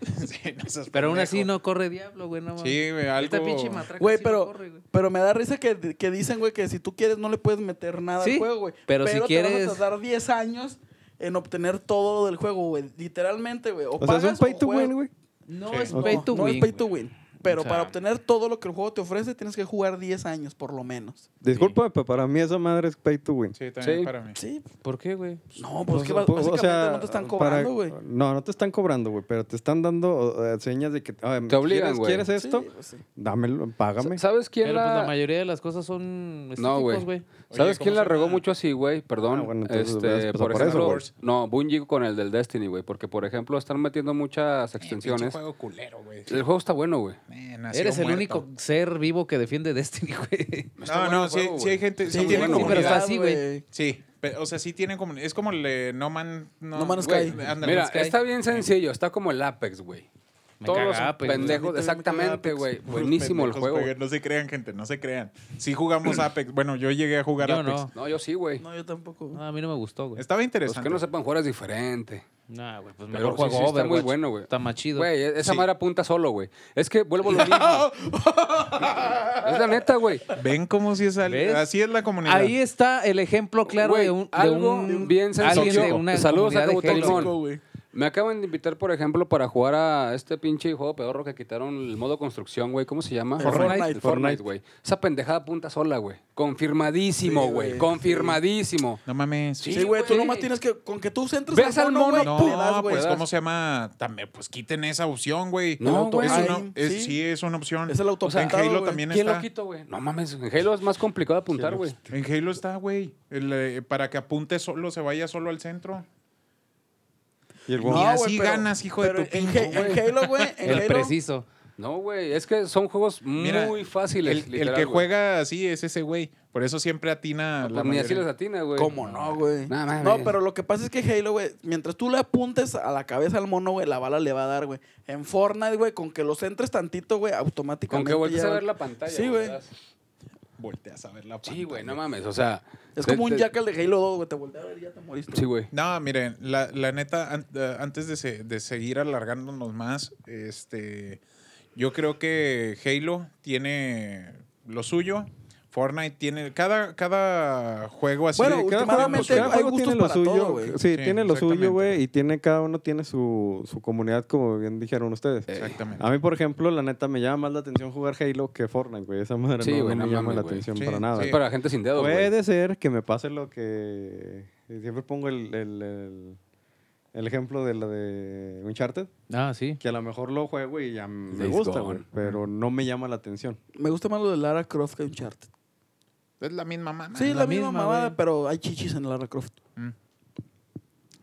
Speaker 3: (laughs) Sí, no seas
Speaker 8: Ah, Pero aún así
Speaker 3: pendejo.
Speaker 8: no corre Diablo, güey, no mames.
Speaker 3: Sí, güey,
Speaker 8: Esta
Speaker 3: algo-
Speaker 8: pinche matraca
Speaker 4: Güey,
Speaker 8: sí no
Speaker 4: pero,
Speaker 8: corre, güey.
Speaker 4: pero me da risa que, que dicen, güey, que si tú quieres no le puedes meter nada
Speaker 8: Sí,
Speaker 4: al juego, güey.
Speaker 8: pero si
Speaker 4: Te
Speaker 8: quieres-
Speaker 4: vas a tardar 10 años en obtener todo del juego, güey. Literalmente, güey. O,
Speaker 5: O sea, es un
Speaker 4: pagas
Speaker 5: pay
Speaker 4: o
Speaker 5: to
Speaker 4: juegas-
Speaker 5: win, güey.
Speaker 8: No
Speaker 3: Sí.
Speaker 8: es
Speaker 4: No,
Speaker 8: pay to
Speaker 4: no
Speaker 8: win.
Speaker 4: es pay to
Speaker 8: güey.
Speaker 4: win. Pero
Speaker 8: O sea-
Speaker 4: para obtener todo lo que el juego te ofrece, tienes que jugar 10 años, por lo menos.
Speaker 5: Disculpa, pero para mí esa madre es pay to win.
Speaker 3: Sí, también
Speaker 7: Sí.
Speaker 3: para mí.
Speaker 4: Sí.
Speaker 8: ¿Por qué, güey?
Speaker 4: No, pues que
Speaker 5: O sea, po- o
Speaker 4: básicamente
Speaker 5: sea,
Speaker 4: no te están
Speaker 5: para-
Speaker 4: cobrando, güey.
Speaker 5: No, no te están cobrando, güey, pero te están dando eh, señas de que... ah,
Speaker 7: Te
Speaker 5: ¿quieres-
Speaker 7: obligan, güey.
Speaker 5: ¿Quieres esto?
Speaker 4: Sí, pues sí.
Speaker 5: Dámelo, págame.
Speaker 7: ¿Sabes quién
Speaker 8: Pero
Speaker 7: la...
Speaker 8: pues la mayoría de las cosas son
Speaker 7: No, güey.
Speaker 8: estéticos, güey.
Speaker 7: ¿Sabes
Speaker 3: ¿cómo
Speaker 7: quién la
Speaker 3: se
Speaker 7: regó
Speaker 3: llama?
Speaker 7: mucho así, güey? Perdón.
Speaker 5: Ah, bueno, entonces,
Speaker 7: este,
Speaker 5: pues, pues,
Speaker 7: por
Speaker 5: por eso,
Speaker 7: ejemplo,
Speaker 5: güey.
Speaker 7: no, Bungie con el del Destiny, güey, porque por ejemplo están metiendo
Speaker 8: Eh,
Speaker 7: muchas
Speaker 3: Pinche
Speaker 7: extensiones.
Speaker 3: juego culero, güey.
Speaker 7: El juego está bueno, güey.
Speaker 3: Eh, nació
Speaker 8: Eres el
Speaker 3: muerto.
Speaker 8: único ser vivo que defiende Destiny, (laughs) güey.
Speaker 3: No,
Speaker 7: Está
Speaker 3: no,
Speaker 7: bueno el
Speaker 3: sí,
Speaker 7: juego,
Speaker 3: sí
Speaker 7: güey.
Speaker 3: hay gente. Sí,
Speaker 4: Sí,
Speaker 3: tiene
Speaker 7: bueno,
Speaker 4: güey,
Speaker 8: pero está
Speaker 3: comunidad.
Speaker 8: así, güey.
Speaker 3: Sí, pe- o sea, sí tiene comunidad. Es como el eh, No Man. No,
Speaker 4: No Man's
Speaker 3: güey,
Speaker 4: Sky.
Speaker 3: ándale,
Speaker 7: Mira,
Speaker 3: Man's Sky.
Speaker 7: está bien sencillo, está como el Apex, güey.
Speaker 8: Me
Speaker 7: Todos los
Speaker 8: cagaba, pues,
Speaker 7: pendejos,
Speaker 4: güey. A mí también me
Speaker 7: exactamente,
Speaker 4: cagaba
Speaker 7: güey.
Speaker 3: Puros
Speaker 7: Buenísimo el
Speaker 3: pendejos
Speaker 7: juego.
Speaker 3: juegan. No se crean, gente, no se crean. Sí jugamos Apex. Bueno, yo llegué a jugar
Speaker 8: Yo
Speaker 3: Apex.
Speaker 8: no.
Speaker 7: No, yo sí, güey.
Speaker 4: No, yo tampoco. güey.
Speaker 8: No, a mí no me gustó, güey.
Speaker 3: Estaba
Speaker 7: Los
Speaker 3: interesante.
Speaker 7: que no sepan jugar es diferente.
Speaker 8: No, güey, pues
Speaker 7: Pero
Speaker 8: mejor
Speaker 7: sí,
Speaker 8: juego
Speaker 7: sí, está muy
Speaker 8: Overwatch.
Speaker 7: bueno, güey.
Speaker 8: Está más chido.
Speaker 7: Güey, e- esa
Speaker 3: Sí.
Speaker 7: madre apunta solo, güey. Es que vuelvo a lo mismo. es la neta, güey.
Speaker 3: Ven cómo si es al-
Speaker 8: ¿Ves?
Speaker 3: Así es la comunidad.
Speaker 8: Ahí está el ejemplo claro
Speaker 7: Güey,
Speaker 8: de un, de
Speaker 7: algo
Speaker 8: un-
Speaker 7: bien
Speaker 8: alguien
Speaker 7: sencillo.
Speaker 8: de una
Speaker 7: Saludos a
Speaker 8: comunidad de
Speaker 7: Cabutelón.
Speaker 8: Halo.
Speaker 4: Tóxico, güey.
Speaker 7: Me acaban de invitar, por ejemplo, para jugar a este pinche juego pedorro que quitaron el modo construcción, güey. ¿Cómo se llama?
Speaker 4: El Fortnite. Fortnite.
Speaker 7: Fortnite, güey. Esa pendejada punta sola, güey. Confirmadísimo,
Speaker 4: Sí,
Speaker 7: güey.
Speaker 4: güey,
Speaker 7: Confirmadísimo.
Speaker 3: No mames.
Speaker 4: Sí, güey, tú
Speaker 7: güey.
Speaker 4: nomás tienes que. Con que tú centres
Speaker 7: Ves al mono,
Speaker 4: güey,
Speaker 3: No,
Speaker 4: te das, güey.
Speaker 3: pues,
Speaker 7: das.
Speaker 3: ¿cómo se llama? También, pues quiten esa opción, güey.
Speaker 7: No, güey.
Speaker 3: Es una-
Speaker 4: Ay,
Speaker 3: es-
Speaker 4: sí.
Speaker 3: sí. es una opción.
Speaker 4: Es el
Speaker 3: en
Speaker 4: autopentado,
Speaker 3: Halo
Speaker 4: güey.
Speaker 3: también
Speaker 7: ¿Quién
Speaker 3: está.
Speaker 7: lo quito, güey? No mames, en Halo es más complicado apuntar, güey.
Speaker 3: En Halo está, güey. El, eh, para que apunte solo, se vaya solo al centro.
Speaker 5: Y el
Speaker 3: No,
Speaker 5: Wong-
Speaker 3: así
Speaker 4: güey,
Speaker 3: ganas, hijo de
Speaker 4: pero
Speaker 3: tu
Speaker 4: en,
Speaker 3: pinche,
Speaker 4: He- en Halo, güey. En
Speaker 8: El
Speaker 4: Halo.
Speaker 8: preciso.
Speaker 7: No, güey. Es que son juegos
Speaker 3: Mira,
Speaker 7: muy fáciles.
Speaker 3: el, el
Speaker 7: literal,
Speaker 3: que
Speaker 7: güey.
Speaker 3: juega así es ese güey. Por eso siempre
Speaker 7: No,
Speaker 3: atina. la
Speaker 7: pues ni así
Speaker 3: mayoría.
Speaker 7: les atina, güey.
Speaker 4: ¿Cómo no, güey?
Speaker 7: No, mames.
Speaker 4: No, pero lo que pasa es que Halo, güey, mientras tú le apuntes a la cabeza al mono, güey, la bala le va a dar, güey. En Fortnite, güey, con que lo centres tantito, güey,
Speaker 7: Con
Speaker 4: automáticamente.
Speaker 7: que voltees
Speaker 4: ya-
Speaker 7: a ver la pantalla.
Speaker 4: Sí, güey.
Speaker 7: ¿verdad?
Speaker 3: Volteas a ver la
Speaker 7: Sí, güey,
Speaker 3: pantalla.
Speaker 7: no mames. O sea.
Speaker 4: Es
Speaker 7: de-
Speaker 4: como un
Speaker 7: de-
Speaker 4: jackal de Halo 2, güey, te voltea a ver y ya te moriste.
Speaker 7: Sí, güey.
Speaker 3: No, miren, la, la neta, an- eh, antes de, se- de seguir alargándonos más, este, yo creo que Halo tiene lo suyo. Fortnite tiene. Cada, cada juego así.
Speaker 4: Bueno,
Speaker 3: de-
Speaker 4: ulti-
Speaker 5: cada
Speaker 4: últimamente
Speaker 5: juego- cada
Speaker 4: hay
Speaker 5: juego
Speaker 4: gustos
Speaker 5: tiene lo
Speaker 4: para
Speaker 5: suyo.
Speaker 4: todo, güey.
Speaker 5: Sí,
Speaker 3: Sí,
Speaker 5: tiene lo
Speaker 3: exactamente.
Speaker 5: suyo, güey, y tiene cada uno tiene su, su comunidad, como bien dijeron ustedes.
Speaker 3: Exactamente.
Speaker 5: A mí, por ejemplo, la neta me llama más la atención jugar Halo que Fortnite, güey. Esa madre
Speaker 7: Sí,
Speaker 5: no,
Speaker 7: güey,
Speaker 5: no
Speaker 7: no
Speaker 5: me llama
Speaker 7: mames,
Speaker 5: la
Speaker 7: güey.
Speaker 5: atención
Speaker 3: Sí,
Speaker 5: para nada.
Speaker 3: sí.
Speaker 7: Es para gente sin dedos, güey.
Speaker 5: Puede ser que me pase lo que. eh, Siempre pongo el, el, el- el ejemplo de la de Uncharted,
Speaker 8: Ah, sí.
Speaker 5: que a lo mejor lo juego y ya me
Speaker 7: Days
Speaker 5: gusta,
Speaker 7: Gone.
Speaker 5: güey, pero no me llama la atención.
Speaker 4: Me gusta más lo de Lara Croft que Uncharted.
Speaker 3: Es Ah, la misma mamá.
Speaker 4: Sí, la,
Speaker 8: la
Speaker 4: misma,
Speaker 8: misma,
Speaker 4: mamada,
Speaker 8: güey.
Speaker 4: pero hay chichis en Lara Croft.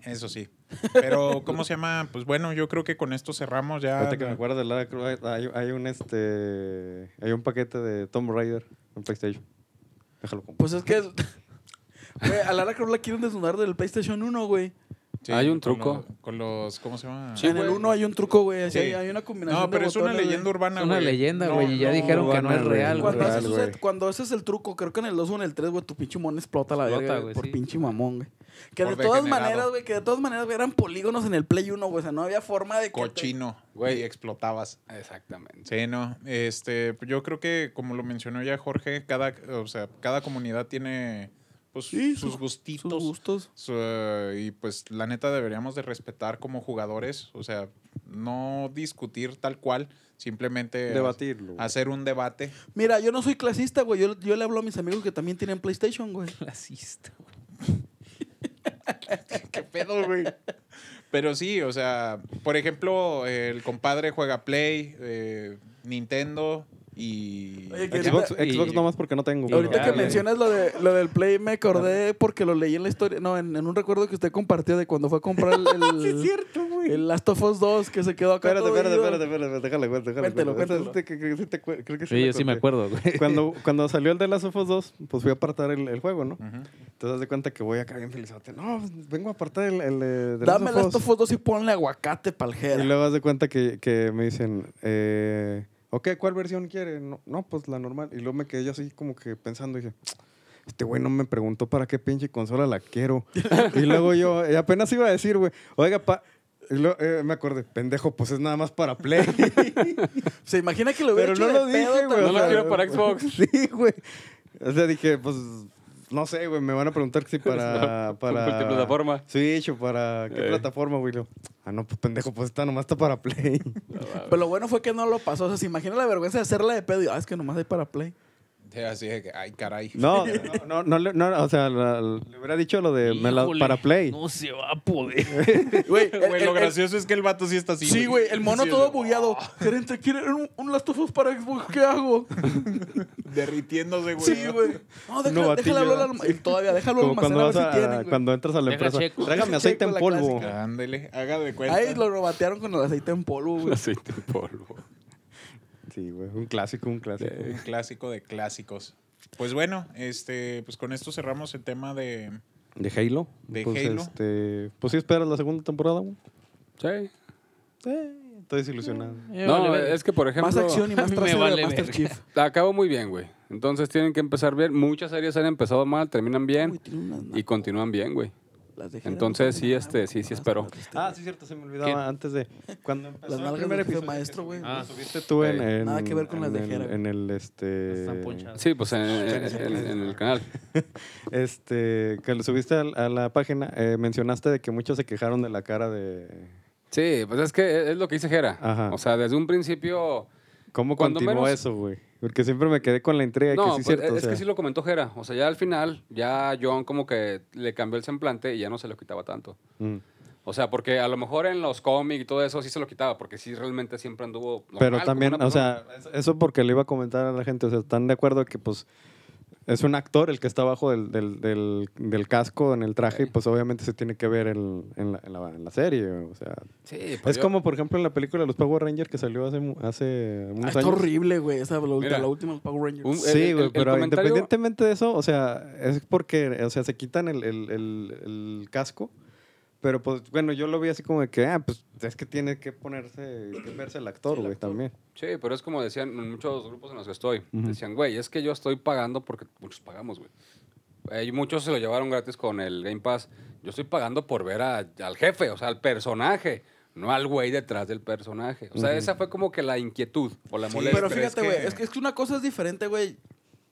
Speaker 3: Eso sí. Pero, ¿cómo se llama? Pues bueno, yo creo que con esto cerramos ya.
Speaker 5: Ahorita que me acuerdo de Lara Croft, hay, hay un este. Hay un paquete de Tomb Raider en PlayStation. Déjalo comprar.
Speaker 4: Pues es (laughs) que. Güey, a Lara Croft la quieren desnudar del PlayStation 1, güey.
Speaker 3: Sí,
Speaker 7: Hay un
Speaker 3: con
Speaker 7: truco.
Speaker 3: lo- con los, ¿cómo se llama?
Speaker 4: en el
Speaker 7: güey.
Speaker 4: 1 hay un truco, güey. así
Speaker 3: Sí.
Speaker 4: Hay, hay una combinación.
Speaker 3: No, pero
Speaker 4: de
Speaker 3: es una
Speaker 4: botones, güey.
Speaker 3: leyenda urbana,
Speaker 8: Es
Speaker 3: güey.
Speaker 8: una leyenda, güey, y ya dijeron que no
Speaker 5: urbana,
Speaker 8: es
Speaker 5: güey,
Speaker 8: real,
Speaker 4: Cuando
Speaker 8: güey.
Speaker 5: real,
Speaker 4: haces ese-
Speaker 5: güey.
Speaker 4: cuando ese es el truco, creo que en el 2 o en el 3, güey, tu pinche mono explota la
Speaker 8: Explota,
Speaker 4: verga, güey,
Speaker 8: güey,
Speaker 4: por
Speaker 8: sí.
Speaker 4: pinche mamón, güey. Que
Speaker 3: Por
Speaker 4: de todas
Speaker 3: degenerado.
Speaker 4: maneras, güey, que de todas maneras, güey, eran polígonos en el Play 1, güey, o sea, no había forma de que te-
Speaker 3: Cochino.
Speaker 7: Güey.
Speaker 3: Y explotabas.
Speaker 7: Exactamente.
Speaker 3: Sí, no. Este, yo creo que, como lo mencionó ya Jorge, cada, o sea, cada comunidad tiene pues,
Speaker 4: Sí,
Speaker 3: sus
Speaker 4: sus-
Speaker 3: gustitos.
Speaker 4: sus gustos.
Speaker 3: su- eh, y pues la neta deberíamos de respetar como jugadores, o sea, no discutir tal cual, simplemente
Speaker 5: Debatirlo. güey.
Speaker 3: hacer un debate.
Speaker 4: Mira, yo no soy clasista, güey, yo, yo le hablo a mis amigos que también tienen PlayStation, güey.
Speaker 8: Clasista, güey.
Speaker 3: ¿Qué pedo, güey? Pero sí, o sea, por ejemplo, el compadre juega Play, eh, Nintendo y...
Speaker 4: Oye, que-
Speaker 5: Xbox,
Speaker 8: ahorita-
Speaker 5: Xbox
Speaker 8: y-
Speaker 5: nomás porque no tengo. pero-
Speaker 4: Pues, Ahorita que
Speaker 8: dale.
Speaker 4: mencionas lo, de, lo del Play, me acordé porque lo leí en la historia. No, en, en un recuerdo que usted compartió de cuando fue a comprar
Speaker 5: (laughs)
Speaker 4: el. el
Speaker 5: cierto, güey.
Speaker 4: el Last of Us 2 que se quedó acá.
Speaker 5: Espérate,
Speaker 4: todo
Speaker 5: espérate,
Speaker 4: ido.
Speaker 5: espérate, espérate, espérate, déjale, güey, déjale.
Speaker 4: Cuéntalo,
Speaker 5: güey. Este, Esa
Speaker 4: cuéntalo.
Speaker 5: sí te- creo que sí te acuer- creo que
Speaker 8: Sí, yo sí me
Speaker 5: acuerdo.
Speaker 8: acuerdo,
Speaker 5: (laughs)
Speaker 8: güey.
Speaker 5: Cuando, cuando salió el de Last of Us 2, pues fui a apartar el, el juego, ¿no?
Speaker 3: Ujú.
Speaker 5: Entonces das de cuenta que voy acá bien felizote. No, pues, vengo a apartar el, el de, de
Speaker 4: Dame
Speaker 5: Last
Speaker 4: Last
Speaker 5: of Us.
Speaker 4: of Us 2 y ponle aguacate
Speaker 5: Y
Speaker 4: paljera.
Speaker 5: luego das de cuenta que, que me dicen, eh, ok, ¿cuál versión quiere? No, no, pues la normal. Y luego me quedé yo así como que pensando, dije, este güey no me preguntó para qué pinche consola la quiero.
Speaker 7: (laughs)
Speaker 5: y luego yo, eh, apenas iba a decir, güey, oiga, pa... Y luego, eh, me acordé, pendejo, pues es nada más para
Speaker 7: (laughs)
Speaker 5: Play.
Speaker 4: Se imagina que lo hubiera
Speaker 5: (laughs) Pero
Speaker 4: hecho de
Speaker 5: no lo dije,
Speaker 4: pedo
Speaker 5: güey.
Speaker 7: No
Speaker 5: o
Speaker 7: lo
Speaker 5: sea, (laughs)
Speaker 7: quiero para Xbox.
Speaker 5: Sí, güey. O sea, dije, pues, no sé, güey, me van a preguntar
Speaker 7: (laughs)
Speaker 5: que si para...
Speaker 7: No,
Speaker 5: para
Speaker 7: (laughs) multiplataforma.
Speaker 5: Switch o para qué
Speaker 7: Eh.
Speaker 5: plataforma, güey. Y luego, Ah, no, pues pendejo, pues está nomás está para Play.
Speaker 4: Pero lo bueno fue que no lo pasó. O sea, se imagina la vergüenza de hacerla de pedo. Y, ah, es que nomás hay para Play.
Speaker 3: Sí, así de que, ay, caray.
Speaker 5: No, no, no, no, le- no, o sea, la- le hubiera dicho lo de me la-
Speaker 8: Híjole,
Speaker 5: para Play.
Speaker 8: No se va a poder.
Speaker 4: Güey, el-
Speaker 3: (laughs) Güey,
Speaker 4: el-
Speaker 3: lo
Speaker 4: el-
Speaker 3: gracioso es que el vato sí está así.
Speaker 4: Sí, güey, el mono
Speaker 3: Sí,
Speaker 4: todo
Speaker 3: güey.
Speaker 4: bugueado.
Speaker 5: "Ah".
Speaker 4: Gerente, ¿quieren un, un Last of Us para Xbox? ¿Qué
Speaker 5: (laughs)
Speaker 4: hago?
Speaker 3: Derritiéndose, güey.
Speaker 4: Sí, güey. No, déjala,
Speaker 5: No,
Speaker 4: déjala
Speaker 5: batillo,
Speaker 4: hablar
Speaker 5: ¿no?
Speaker 4: al alma- y Todavía, déjalo
Speaker 5: Como
Speaker 4: almacenar
Speaker 5: cuando,
Speaker 4: a ver
Speaker 5: vas a-
Speaker 4: si tienen, güey.
Speaker 5: cuando entras a la
Speaker 8: Deja
Speaker 5: empresa.
Speaker 8: checo.
Speaker 5: Tráigame
Speaker 4: Deja
Speaker 5: aceite en
Speaker 4: checo la
Speaker 5: polvo.
Speaker 4: clásica.
Speaker 3: Ándele, haga de cuenta.
Speaker 4: Ay, lo robatearon con el aceite en polvo, güey.
Speaker 7: Aceite en polvo.
Speaker 5: Sí, güey, un clásico, un clásico.
Speaker 3: Un clásico de clásicos. Pues bueno, este, pues con esto cerramos el tema de.
Speaker 5: ¿De Halo?
Speaker 3: De
Speaker 5: pues,
Speaker 3: Halo.
Speaker 5: Este, pues sí, esperas la segunda temporada, güey.
Speaker 7: Sí.
Speaker 5: Eh, estoy desilusionado.
Speaker 8: Mm,
Speaker 7: No, eh, es que, por ejemplo.
Speaker 4: Más acción y
Speaker 7: (laughs)
Speaker 8: a
Speaker 4: más
Speaker 8: mí me
Speaker 4: trasero de
Speaker 8: vale
Speaker 4: Master
Speaker 8: verga.
Speaker 4: Chief.
Speaker 7: Acabo muy bien, güey. Entonces tienen que empezar bien. Muchas series han empezado mal, terminan bien
Speaker 4: Uy, tiene unas
Speaker 7: y continúan bien, güey.
Speaker 4: Las dejé
Speaker 7: Entonces,
Speaker 4: de-
Speaker 7: sí, este, sí, sí espero.
Speaker 4: Ah, este,
Speaker 5: Ah,
Speaker 4: güey.
Speaker 5: sí, cierto, se me olvidaba
Speaker 8: ¿Quién?
Speaker 5: antes de. Cuando empezó
Speaker 4: Las
Speaker 5: el
Speaker 4: nalgas
Speaker 5: primer
Speaker 4: del jefe
Speaker 5: episodio que
Speaker 4: maestro, güey.
Speaker 8: Ah,
Speaker 5: Subiste tú en,
Speaker 7: Ey.
Speaker 5: en-
Speaker 4: Nada que ver con las
Speaker 5: en
Speaker 4: de
Speaker 5: el-
Speaker 4: Jera, güey.
Speaker 5: En el este.
Speaker 8: Están ponchadas.
Speaker 7: Sí, pues en, en- en- en el canal.
Speaker 5: Este, que lo subiste al- a, la página, eh, mencionaste de que muchos se quejaron de la cara de
Speaker 7: Sí, pues es que es lo que dice Jera.
Speaker 5: Ajá.
Speaker 7: O sea, desde un principio.
Speaker 5: cómo
Speaker 7: Cuando
Speaker 5: continuó
Speaker 7: menos-
Speaker 5: eso, güey. Porque siempre me quedé con la intriga de
Speaker 7: No,
Speaker 5: que sí
Speaker 7: pues,
Speaker 5: cierto,
Speaker 7: es
Speaker 5: o
Speaker 7: que
Speaker 5: sea.
Speaker 7: sí lo comentó Jera. O sea, ya al final, ya John como que le cambió el semblante y ya no se lo quitaba tanto.
Speaker 5: Mm.
Speaker 7: O sea, porque a lo mejor en los cómics y todo eso sí se lo quitaba, porque sí realmente siempre anduvo. normal,
Speaker 5: Pero
Speaker 7: como
Speaker 5: también,
Speaker 7: una
Speaker 5: o sea, eso- eso porque le iba a comentar a la gente, o sea, están de acuerdo que pues es un actor el que está abajo del, del, del, del casco en el traje y
Speaker 7: Sí.
Speaker 5: pues obviamente se tiene que ver el- en, la, en la- en la serie, o sea.
Speaker 7: persona. Sí, pero
Speaker 5: Es
Speaker 7: Pues yo-
Speaker 5: como, por ejemplo, en la película de los Power Rangers que salió hace, mu- hace unos
Speaker 4: Ah,
Speaker 5: años.
Speaker 4: está horrible, güey. Esa, la,
Speaker 7: Mira.
Speaker 4: última, la última, el Power Rangers.
Speaker 7: Un- el-
Speaker 5: Sí,
Speaker 7: el-
Speaker 5: güey,
Speaker 7: el
Speaker 5: pero
Speaker 7: comentario-
Speaker 5: independientemente de eso, o sea, es porque, o sea, se quitan el, el- el- el casco, pero pues, bueno, yo lo vi así como de que, ah, pues es que tiene que ponerse, que verse el actor, güey, también.
Speaker 7: Sí, pero es como decían en muchos grupos en los que estoy.
Speaker 5: Ujú.
Speaker 7: Decían, güey, es que yo estoy pagando porque muchos pagamos, güey. Eh, y muchos se lo llevaron gratis con el Game Pass. Yo estoy pagando por ver a- al jefe, o sea, al personaje, no al güey detrás del personaje. O sea, esa fue como que la inquietud o la
Speaker 3: Sí,
Speaker 7: molestia.
Speaker 4: Pero
Speaker 3: pero es
Speaker 4: fíjate,
Speaker 3: que-
Speaker 4: güey, es que, es que una cosa es diferente, güey.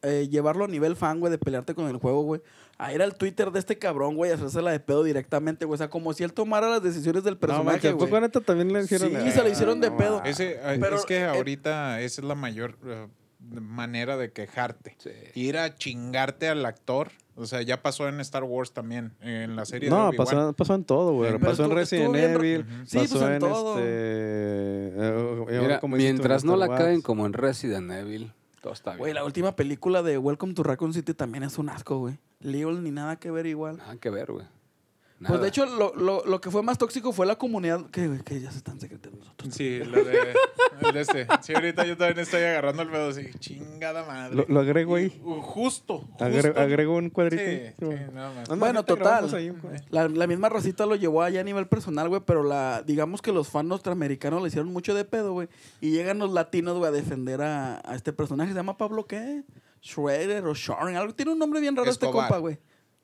Speaker 4: eh, llevarlo a nivel fan, güey, de pelearte con el juego, güey. A ir al Twitter de este cabrón, güey, a hacerse la de pedo directamente, güey. O sea, como si él tomara las decisiones del personaje,
Speaker 5: no,
Speaker 4: güey.
Speaker 5: güey. Pues, neta también le hicieron?
Speaker 4: Sí, se le hicieron de pedo.
Speaker 3: Ese, eh,
Speaker 4: Pero,
Speaker 3: es que
Speaker 4: eh,
Speaker 3: ahorita esa es la mayor eh, manera de quejarte.
Speaker 7: Sí.
Speaker 3: Ir a chingarte al actor. O sea, ya pasó en Star Wars también, en la serie de
Speaker 5: No,
Speaker 3: Obi-Wan.
Speaker 5: pasó, pasó en todo, güey.
Speaker 3: Pero
Speaker 5: Pasó en
Speaker 4: estuvo- estuvo
Speaker 5: Resident
Speaker 4: bien ra-
Speaker 5: Evil,
Speaker 4: Ujú. Sí,
Speaker 5: pasó
Speaker 4: pues, en
Speaker 5: en
Speaker 4: todo.
Speaker 5: este... eh, ahora
Speaker 7: Mira,
Speaker 5: como dices tú, en
Speaker 7: mientras no
Speaker 5: Star
Speaker 7: la
Speaker 5: Wars.
Speaker 7: caen como en Resident Evil, todo está bien.
Speaker 4: Güey, la última película de Welcome to Raccoon City también es un asco, güey. Leol ni nada que ver igual.
Speaker 7: Nada que ver, güey.
Speaker 4: Pues
Speaker 7: Nada.
Speaker 4: de hecho, lo, lo- lo que fue más tóxico fue la comunidad. Que, güey, que ya se están secretando nosotros.
Speaker 3: Sí, la de, el de este. Sí, ahorita yo también estoy agarrando el pedo así, chingada madre.
Speaker 5: Lo, lo agrego ahí.
Speaker 3: Uh, Justo, justo.
Speaker 5: Agre- agrego un cuadrito.
Speaker 3: Sí,
Speaker 5: ahí.
Speaker 3: sí, nada más.
Speaker 5: Ah, no,
Speaker 4: Bueno,
Speaker 5: ahorita grabamos
Speaker 4: total. Eh,
Speaker 5: ahí pues. un cuadrito.
Speaker 4: La, la misma racita lo llevó allá a nivel personal, güey, pero la, digamos que los fans norteamericanos le hicieron mucho de pedo, güey. Y llegan los latinos, güey, a defender a, a este personaje. Se llama Pablo, ¿qué? Schroeder o Sharon. Algo, tiene un nombre bien raro este
Speaker 3: Escobar.
Speaker 4: compa, güey.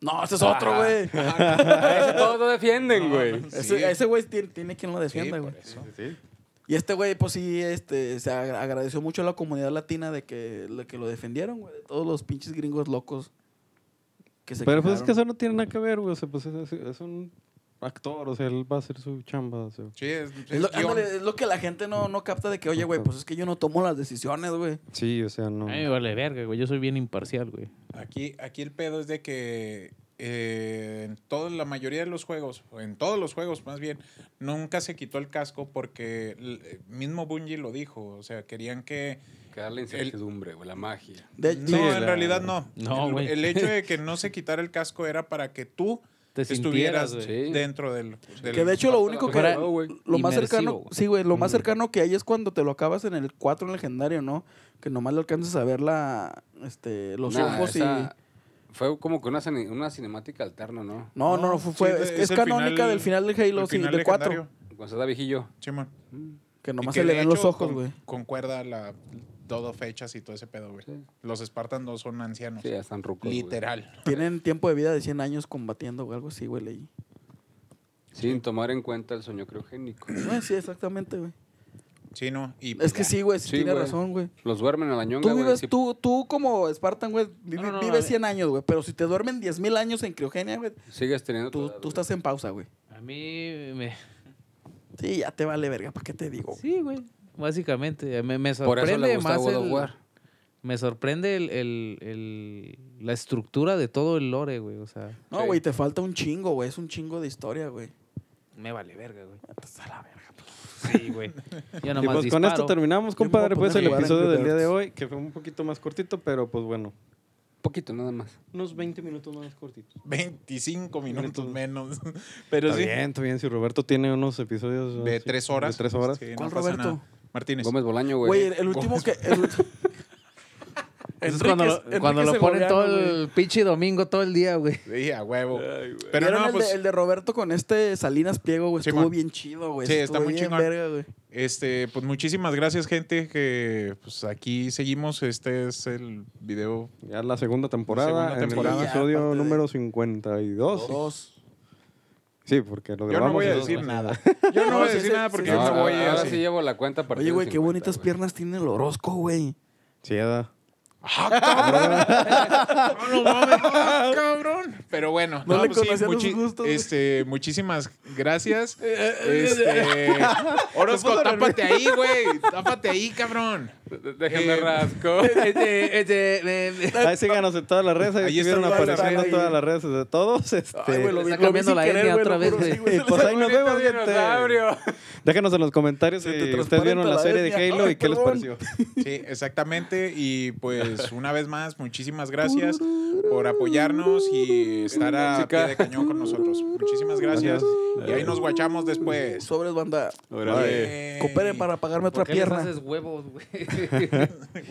Speaker 4: No, ese es
Speaker 7: Ah.
Speaker 4: otro, güey.
Speaker 7: (laughs) (laughs)
Speaker 4: (laughs)
Speaker 7: Ese todos lo defienden, güey.
Speaker 3: Sí.
Speaker 4: Ese ese güey tiene, tiene quien lo
Speaker 3: Sí,
Speaker 4: defienda,
Speaker 3: por
Speaker 4: güey.
Speaker 3: eso.
Speaker 4: Y este güey, pues sí, este, se agra- agradeció mucho a la comunidad latina de que, de que lo defendieron, güey. de Todos los pinches gringos locos que se
Speaker 5: Pero pues es que
Speaker 4: quejaron.
Speaker 5: eso no tiene nada que ver, güey. O sea, pues es, es un actor, o sea, él va a hacer su chamba. O sea.
Speaker 3: Sí, es,
Speaker 4: Es
Speaker 3: es
Speaker 4: lo,
Speaker 3: guión.
Speaker 4: ándale, es lo que la gente no, no capta de que, oye, güey, pues es que yo no tomo las decisiones, güey.
Speaker 5: Sí, o sea, no.
Speaker 8: A mí me vale verga, güey. Yo soy bien imparcial, güey.
Speaker 3: Aquí, aquí el pedo es de que eh, en toda la mayoría de los juegos, o en todos los juegos más bien, nunca se quitó el casco porque l- eh, mismo Bungie lo dijo. O sea, querían que.
Speaker 7: Que darle incertidumbre, güey, la magia.
Speaker 4: De,
Speaker 3: no,
Speaker 4: sí,
Speaker 5: la-
Speaker 3: en realidad no.
Speaker 8: No,
Speaker 3: el,
Speaker 8: güey.
Speaker 3: el hecho
Speaker 8: (laughs)
Speaker 3: de que no se quitara el casco era para que tú
Speaker 8: Te
Speaker 3: estuvieras
Speaker 8: sintieras, güey.
Speaker 7: Sí.
Speaker 3: dentro del. del-
Speaker 4: que de hecho lo único que...
Speaker 8: Fuera
Speaker 4: lo más
Speaker 8: inmersivo,
Speaker 4: cercano...
Speaker 8: güey.
Speaker 4: Sí, güey, lo
Speaker 3: Mm.
Speaker 4: más cercano que hay es cuando te lo acabas en el 4 en legendario, ¿no? Que nomás le alcanzas a ver la, este, los
Speaker 7: Nah,
Speaker 4: ojos y...
Speaker 7: esa Fue como que una, cine- una cinemática alterna, ¿no?
Speaker 4: No, no,
Speaker 3: No,
Speaker 4: fue,
Speaker 3: sí,
Speaker 4: fue-
Speaker 3: es-
Speaker 4: es, que
Speaker 3: es
Speaker 4: es
Speaker 3: el
Speaker 4: canónica
Speaker 3: final-
Speaker 4: del final del
Speaker 3: el
Speaker 4: Halo, sí,
Speaker 3: final
Speaker 4: del 4.
Speaker 3: legendario.
Speaker 7: Cuando está viejillo.
Speaker 3: Simón.
Speaker 4: Que
Speaker 3: Y
Speaker 4: nomás
Speaker 3: que
Speaker 4: se le
Speaker 3: de
Speaker 4: ven
Speaker 3: hecho
Speaker 4: los ojos,
Speaker 3: con-
Speaker 4: güey.
Speaker 3: Concuerda la todo fechas y todo ese pedo, güey. Los Spartans no son ancianos.
Speaker 7: Sí, ya están rucos. güey.
Speaker 3: literal.
Speaker 4: Tienen tiempo de vida de 100 años combatiendo o algo así, güey, leí.
Speaker 7: Sin tomar en cuenta el sueño criogénico.
Speaker 4: No, sí, exactamente, güey.
Speaker 3: Sí, no. Y
Speaker 4: Es
Speaker 3: pues
Speaker 4: que
Speaker 3: ya. (laughs)
Speaker 4: sí, güey, sí,
Speaker 7: Sí,
Speaker 4: tiene
Speaker 7: güey.
Speaker 4: razón, güey.
Speaker 7: Los duermen a la
Speaker 4: Tú
Speaker 7: ñonga, güey,
Speaker 4: vives,
Speaker 7: sí.
Speaker 4: tú, tú como Spartan, güey, vi-
Speaker 8: No, no, no,
Speaker 4: vives
Speaker 8: a
Speaker 4: 100 años, güey. Pero si te duermen 10.000 años en criogenia, güey,
Speaker 7: Sigues teniendo tu
Speaker 4: tú,
Speaker 7: edad,
Speaker 4: tú
Speaker 7: güey.
Speaker 4: estás en pausa, güey.
Speaker 8: A mí me...
Speaker 4: Sí, ya te vale verga, ¿para qué te digo?
Speaker 8: Sí, güey. Básicamente. Me,
Speaker 7: Por
Speaker 8: me
Speaker 7: eso
Speaker 8: sorprende
Speaker 7: le gusta
Speaker 8: más
Speaker 7: God of
Speaker 8: el-
Speaker 7: War.
Speaker 8: Me sorprende el, el- el- la estructura de todo el lore, güey. O sea,
Speaker 4: No,
Speaker 7: Sí.
Speaker 4: güey, te falta un chingo, güey. Es un chingo de historia, güey.
Speaker 8: me vale verga, güey.
Speaker 4: Estás a la verga. pues.
Speaker 8: Sí, güey. Yo
Speaker 5: Y
Speaker 8: nomás
Speaker 5: pues con
Speaker 8: disparo.
Speaker 5: esto terminamos,
Speaker 4: Yo me voy a
Speaker 5: compadre. Pues
Speaker 4: poner
Speaker 5: el
Speaker 4: a jugar
Speaker 5: episodio
Speaker 4: Angry
Speaker 5: del día de
Speaker 4: Birds.
Speaker 5: hoy, que fue un poquito más cortito, pero pues bueno.
Speaker 7: Poquito, nada más.
Speaker 5: Unos 20 minutos más cortitos.
Speaker 3: 25 minutos
Speaker 5: Minutos.
Speaker 4: (laughs)
Speaker 3: menos. Pero
Speaker 5: está
Speaker 3: sí.
Speaker 5: bien, está bien. Si Roberto tiene unos episodios...
Speaker 3: De
Speaker 5: así,
Speaker 3: tres horas.
Speaker 5: De tres horas.
Speaker 3: Sí,
Speaker 4: ¿Cuál
Speaker 3: pasa
Speaker 4: Roberto?
Speaker 3: nada. Martínez.
Speaker 7: Gómez Bolaño,
Speaker 4: Güey,
Speaker 7: güey.
Speaker 4: el, el último que... el ulti-
Speaker 8: Eso es
Speaker 4: Enrique-
Speaker 8: cuando lo,
Speaker 4: Enrique
Speaker 8: cuando lo ponen
Speaker 4: Segoviano,
Speaker 8: todo
Speaker 4: güey.
Speaker 8: el pinche domingo, todo el día, güey.
Speaker 3: Sí, a huevo. Pero
Speaker 4: ¿Vieron
Speaker 3: no,
Speaker 4: el,
Speaker 3: pues.
Speaker 4: de, el de Roberto con este Salinas Pliego, güey.
Speaker 3: Sí,
Speaker 4: Estuvo
Speaker 3: man.
Speaker 4: bien chido, güey.
Speaker 3: Sí, está
Speaker 4: Estuvo
Speaker 3: muy
Speaker 4: bien
Speaker 3: chingón.
Speaker 4: verga, güey.
Speaker 3: Este, pues muchísimas gracias, gente. Que pues aquí seguimos. Este es el video.
Speaker 5: Ya la segunda temporada.
Speaker 3: Segunda temporada.
Speaker 5: En el episodio
Speaker 4: Aparte de-
Speaker 5: número 52.
Speaker 4: Dos.
Speaker 5: Sí, porque lo
Speaker 3: Yo no
Speaker 5: grabamos.
Speaker 3: voy a
Speaker 5: y-
Speaker 3: decir
Speaker 8: dos
Speaker 3: nada.
Speaker 4: (laughs)
Speaker 3: Yo no voy a decir nada porque
Speaker 4: Sí,
Speaker 3: yo
Speaker 7: ahora,
Speaker 3: me voy
Speaker 7: ahora sí
Speaker 3: así.
Speaker 7: llevo la cuenta partida
Speaker 4: Oye, güey,
Speaker 7: en
Speaker 4: qué
Speaker 7: 50,
Speaker 4: bonitas
Speaker 7: güey.
Speaker 4: piernas tiene el Orozco, güey.
Speaker 5: Sí, Ada.
Speaker 3: Ah, No, no mames. (laughs) Ah, cabrón. Pero bueno,
Speaker 4: No
Speaker 3: no,
Speaker 4: le
Speaker 3: pues sí,
Speaker 4: conocía los
Speaker 3: muchi-
Speaker 4: gustos, güey. Eh,
Speaker 3: este, muchísimas
Speaker 4: (laughs)
Speaker 3: gracias. Este, Orozco, tápate ahí, güey. Tápate ahí, cabrón.
Speaker 7: De- Déjame
Speaker 3: Eh,
Speaker 7: rasco.
Speaker 8: Este, este, me- me-
Speaker 5: Ahí síganos en todas las redes. Ahí
Speaker 3: Ahí
Speaker 5: estuvieron
Speaker 3: están todas las
Speaker 5: apareciendo en
Speaker 4: redes.
Speaker 5: todas las redes de todos. Este,
Speaker 4: Ay, güey, lo vi- lo
Speaker 8: Está
Speaker 4: vi
Speaker 8: cambiando
Speaker 4: sin
Speaker 8: la
Speaker 4: querer,
Speaker 8: etnia
Speaker 4: güey,
Speaker 8: otra
Speaker 4: lo
Speaker 8: vez,
Speaker 4: juro,
Speaker 8: güey.
Speaker 4: sí, güey.
Speaker 5: Eh, pues ahí nos
Speaker 7: Bonito
Speaker 5: vemos, gente.
Speaker 7: dinosaurio.
Speaker 5: Déjanos en los comentarios
Speaker 4: Se te
Speaker 5: si ustedes
Speaker 4: transparenta
Speaker 5: vieron la
Speaker 4: la
Speaker 5: serie de
Speaker 4: etnia.
Speaker 5: Halo
Speaker 4: Ay,
Speaker 5: y qué les
Speaker 4: perdón.
Speaker 5: pareció.
Speaker 3: Sí, exactamente. Y pues una vez más, muchísimas gracias por apoyarnos y estar a pie de cañón con nosotros. Muchísimas gracias.
Speaker 4: (laughs)
Speaker 3: Y ahí nos guachamos después.
Speaker 4: Sobres, banda.
Speaker 3: Órale.
Speaker 4: Cooperen para pagarme otra
Speaker 8: ¿Por qué les
Speaker 4: pierna.
Speaker 8: haces huevos, güey?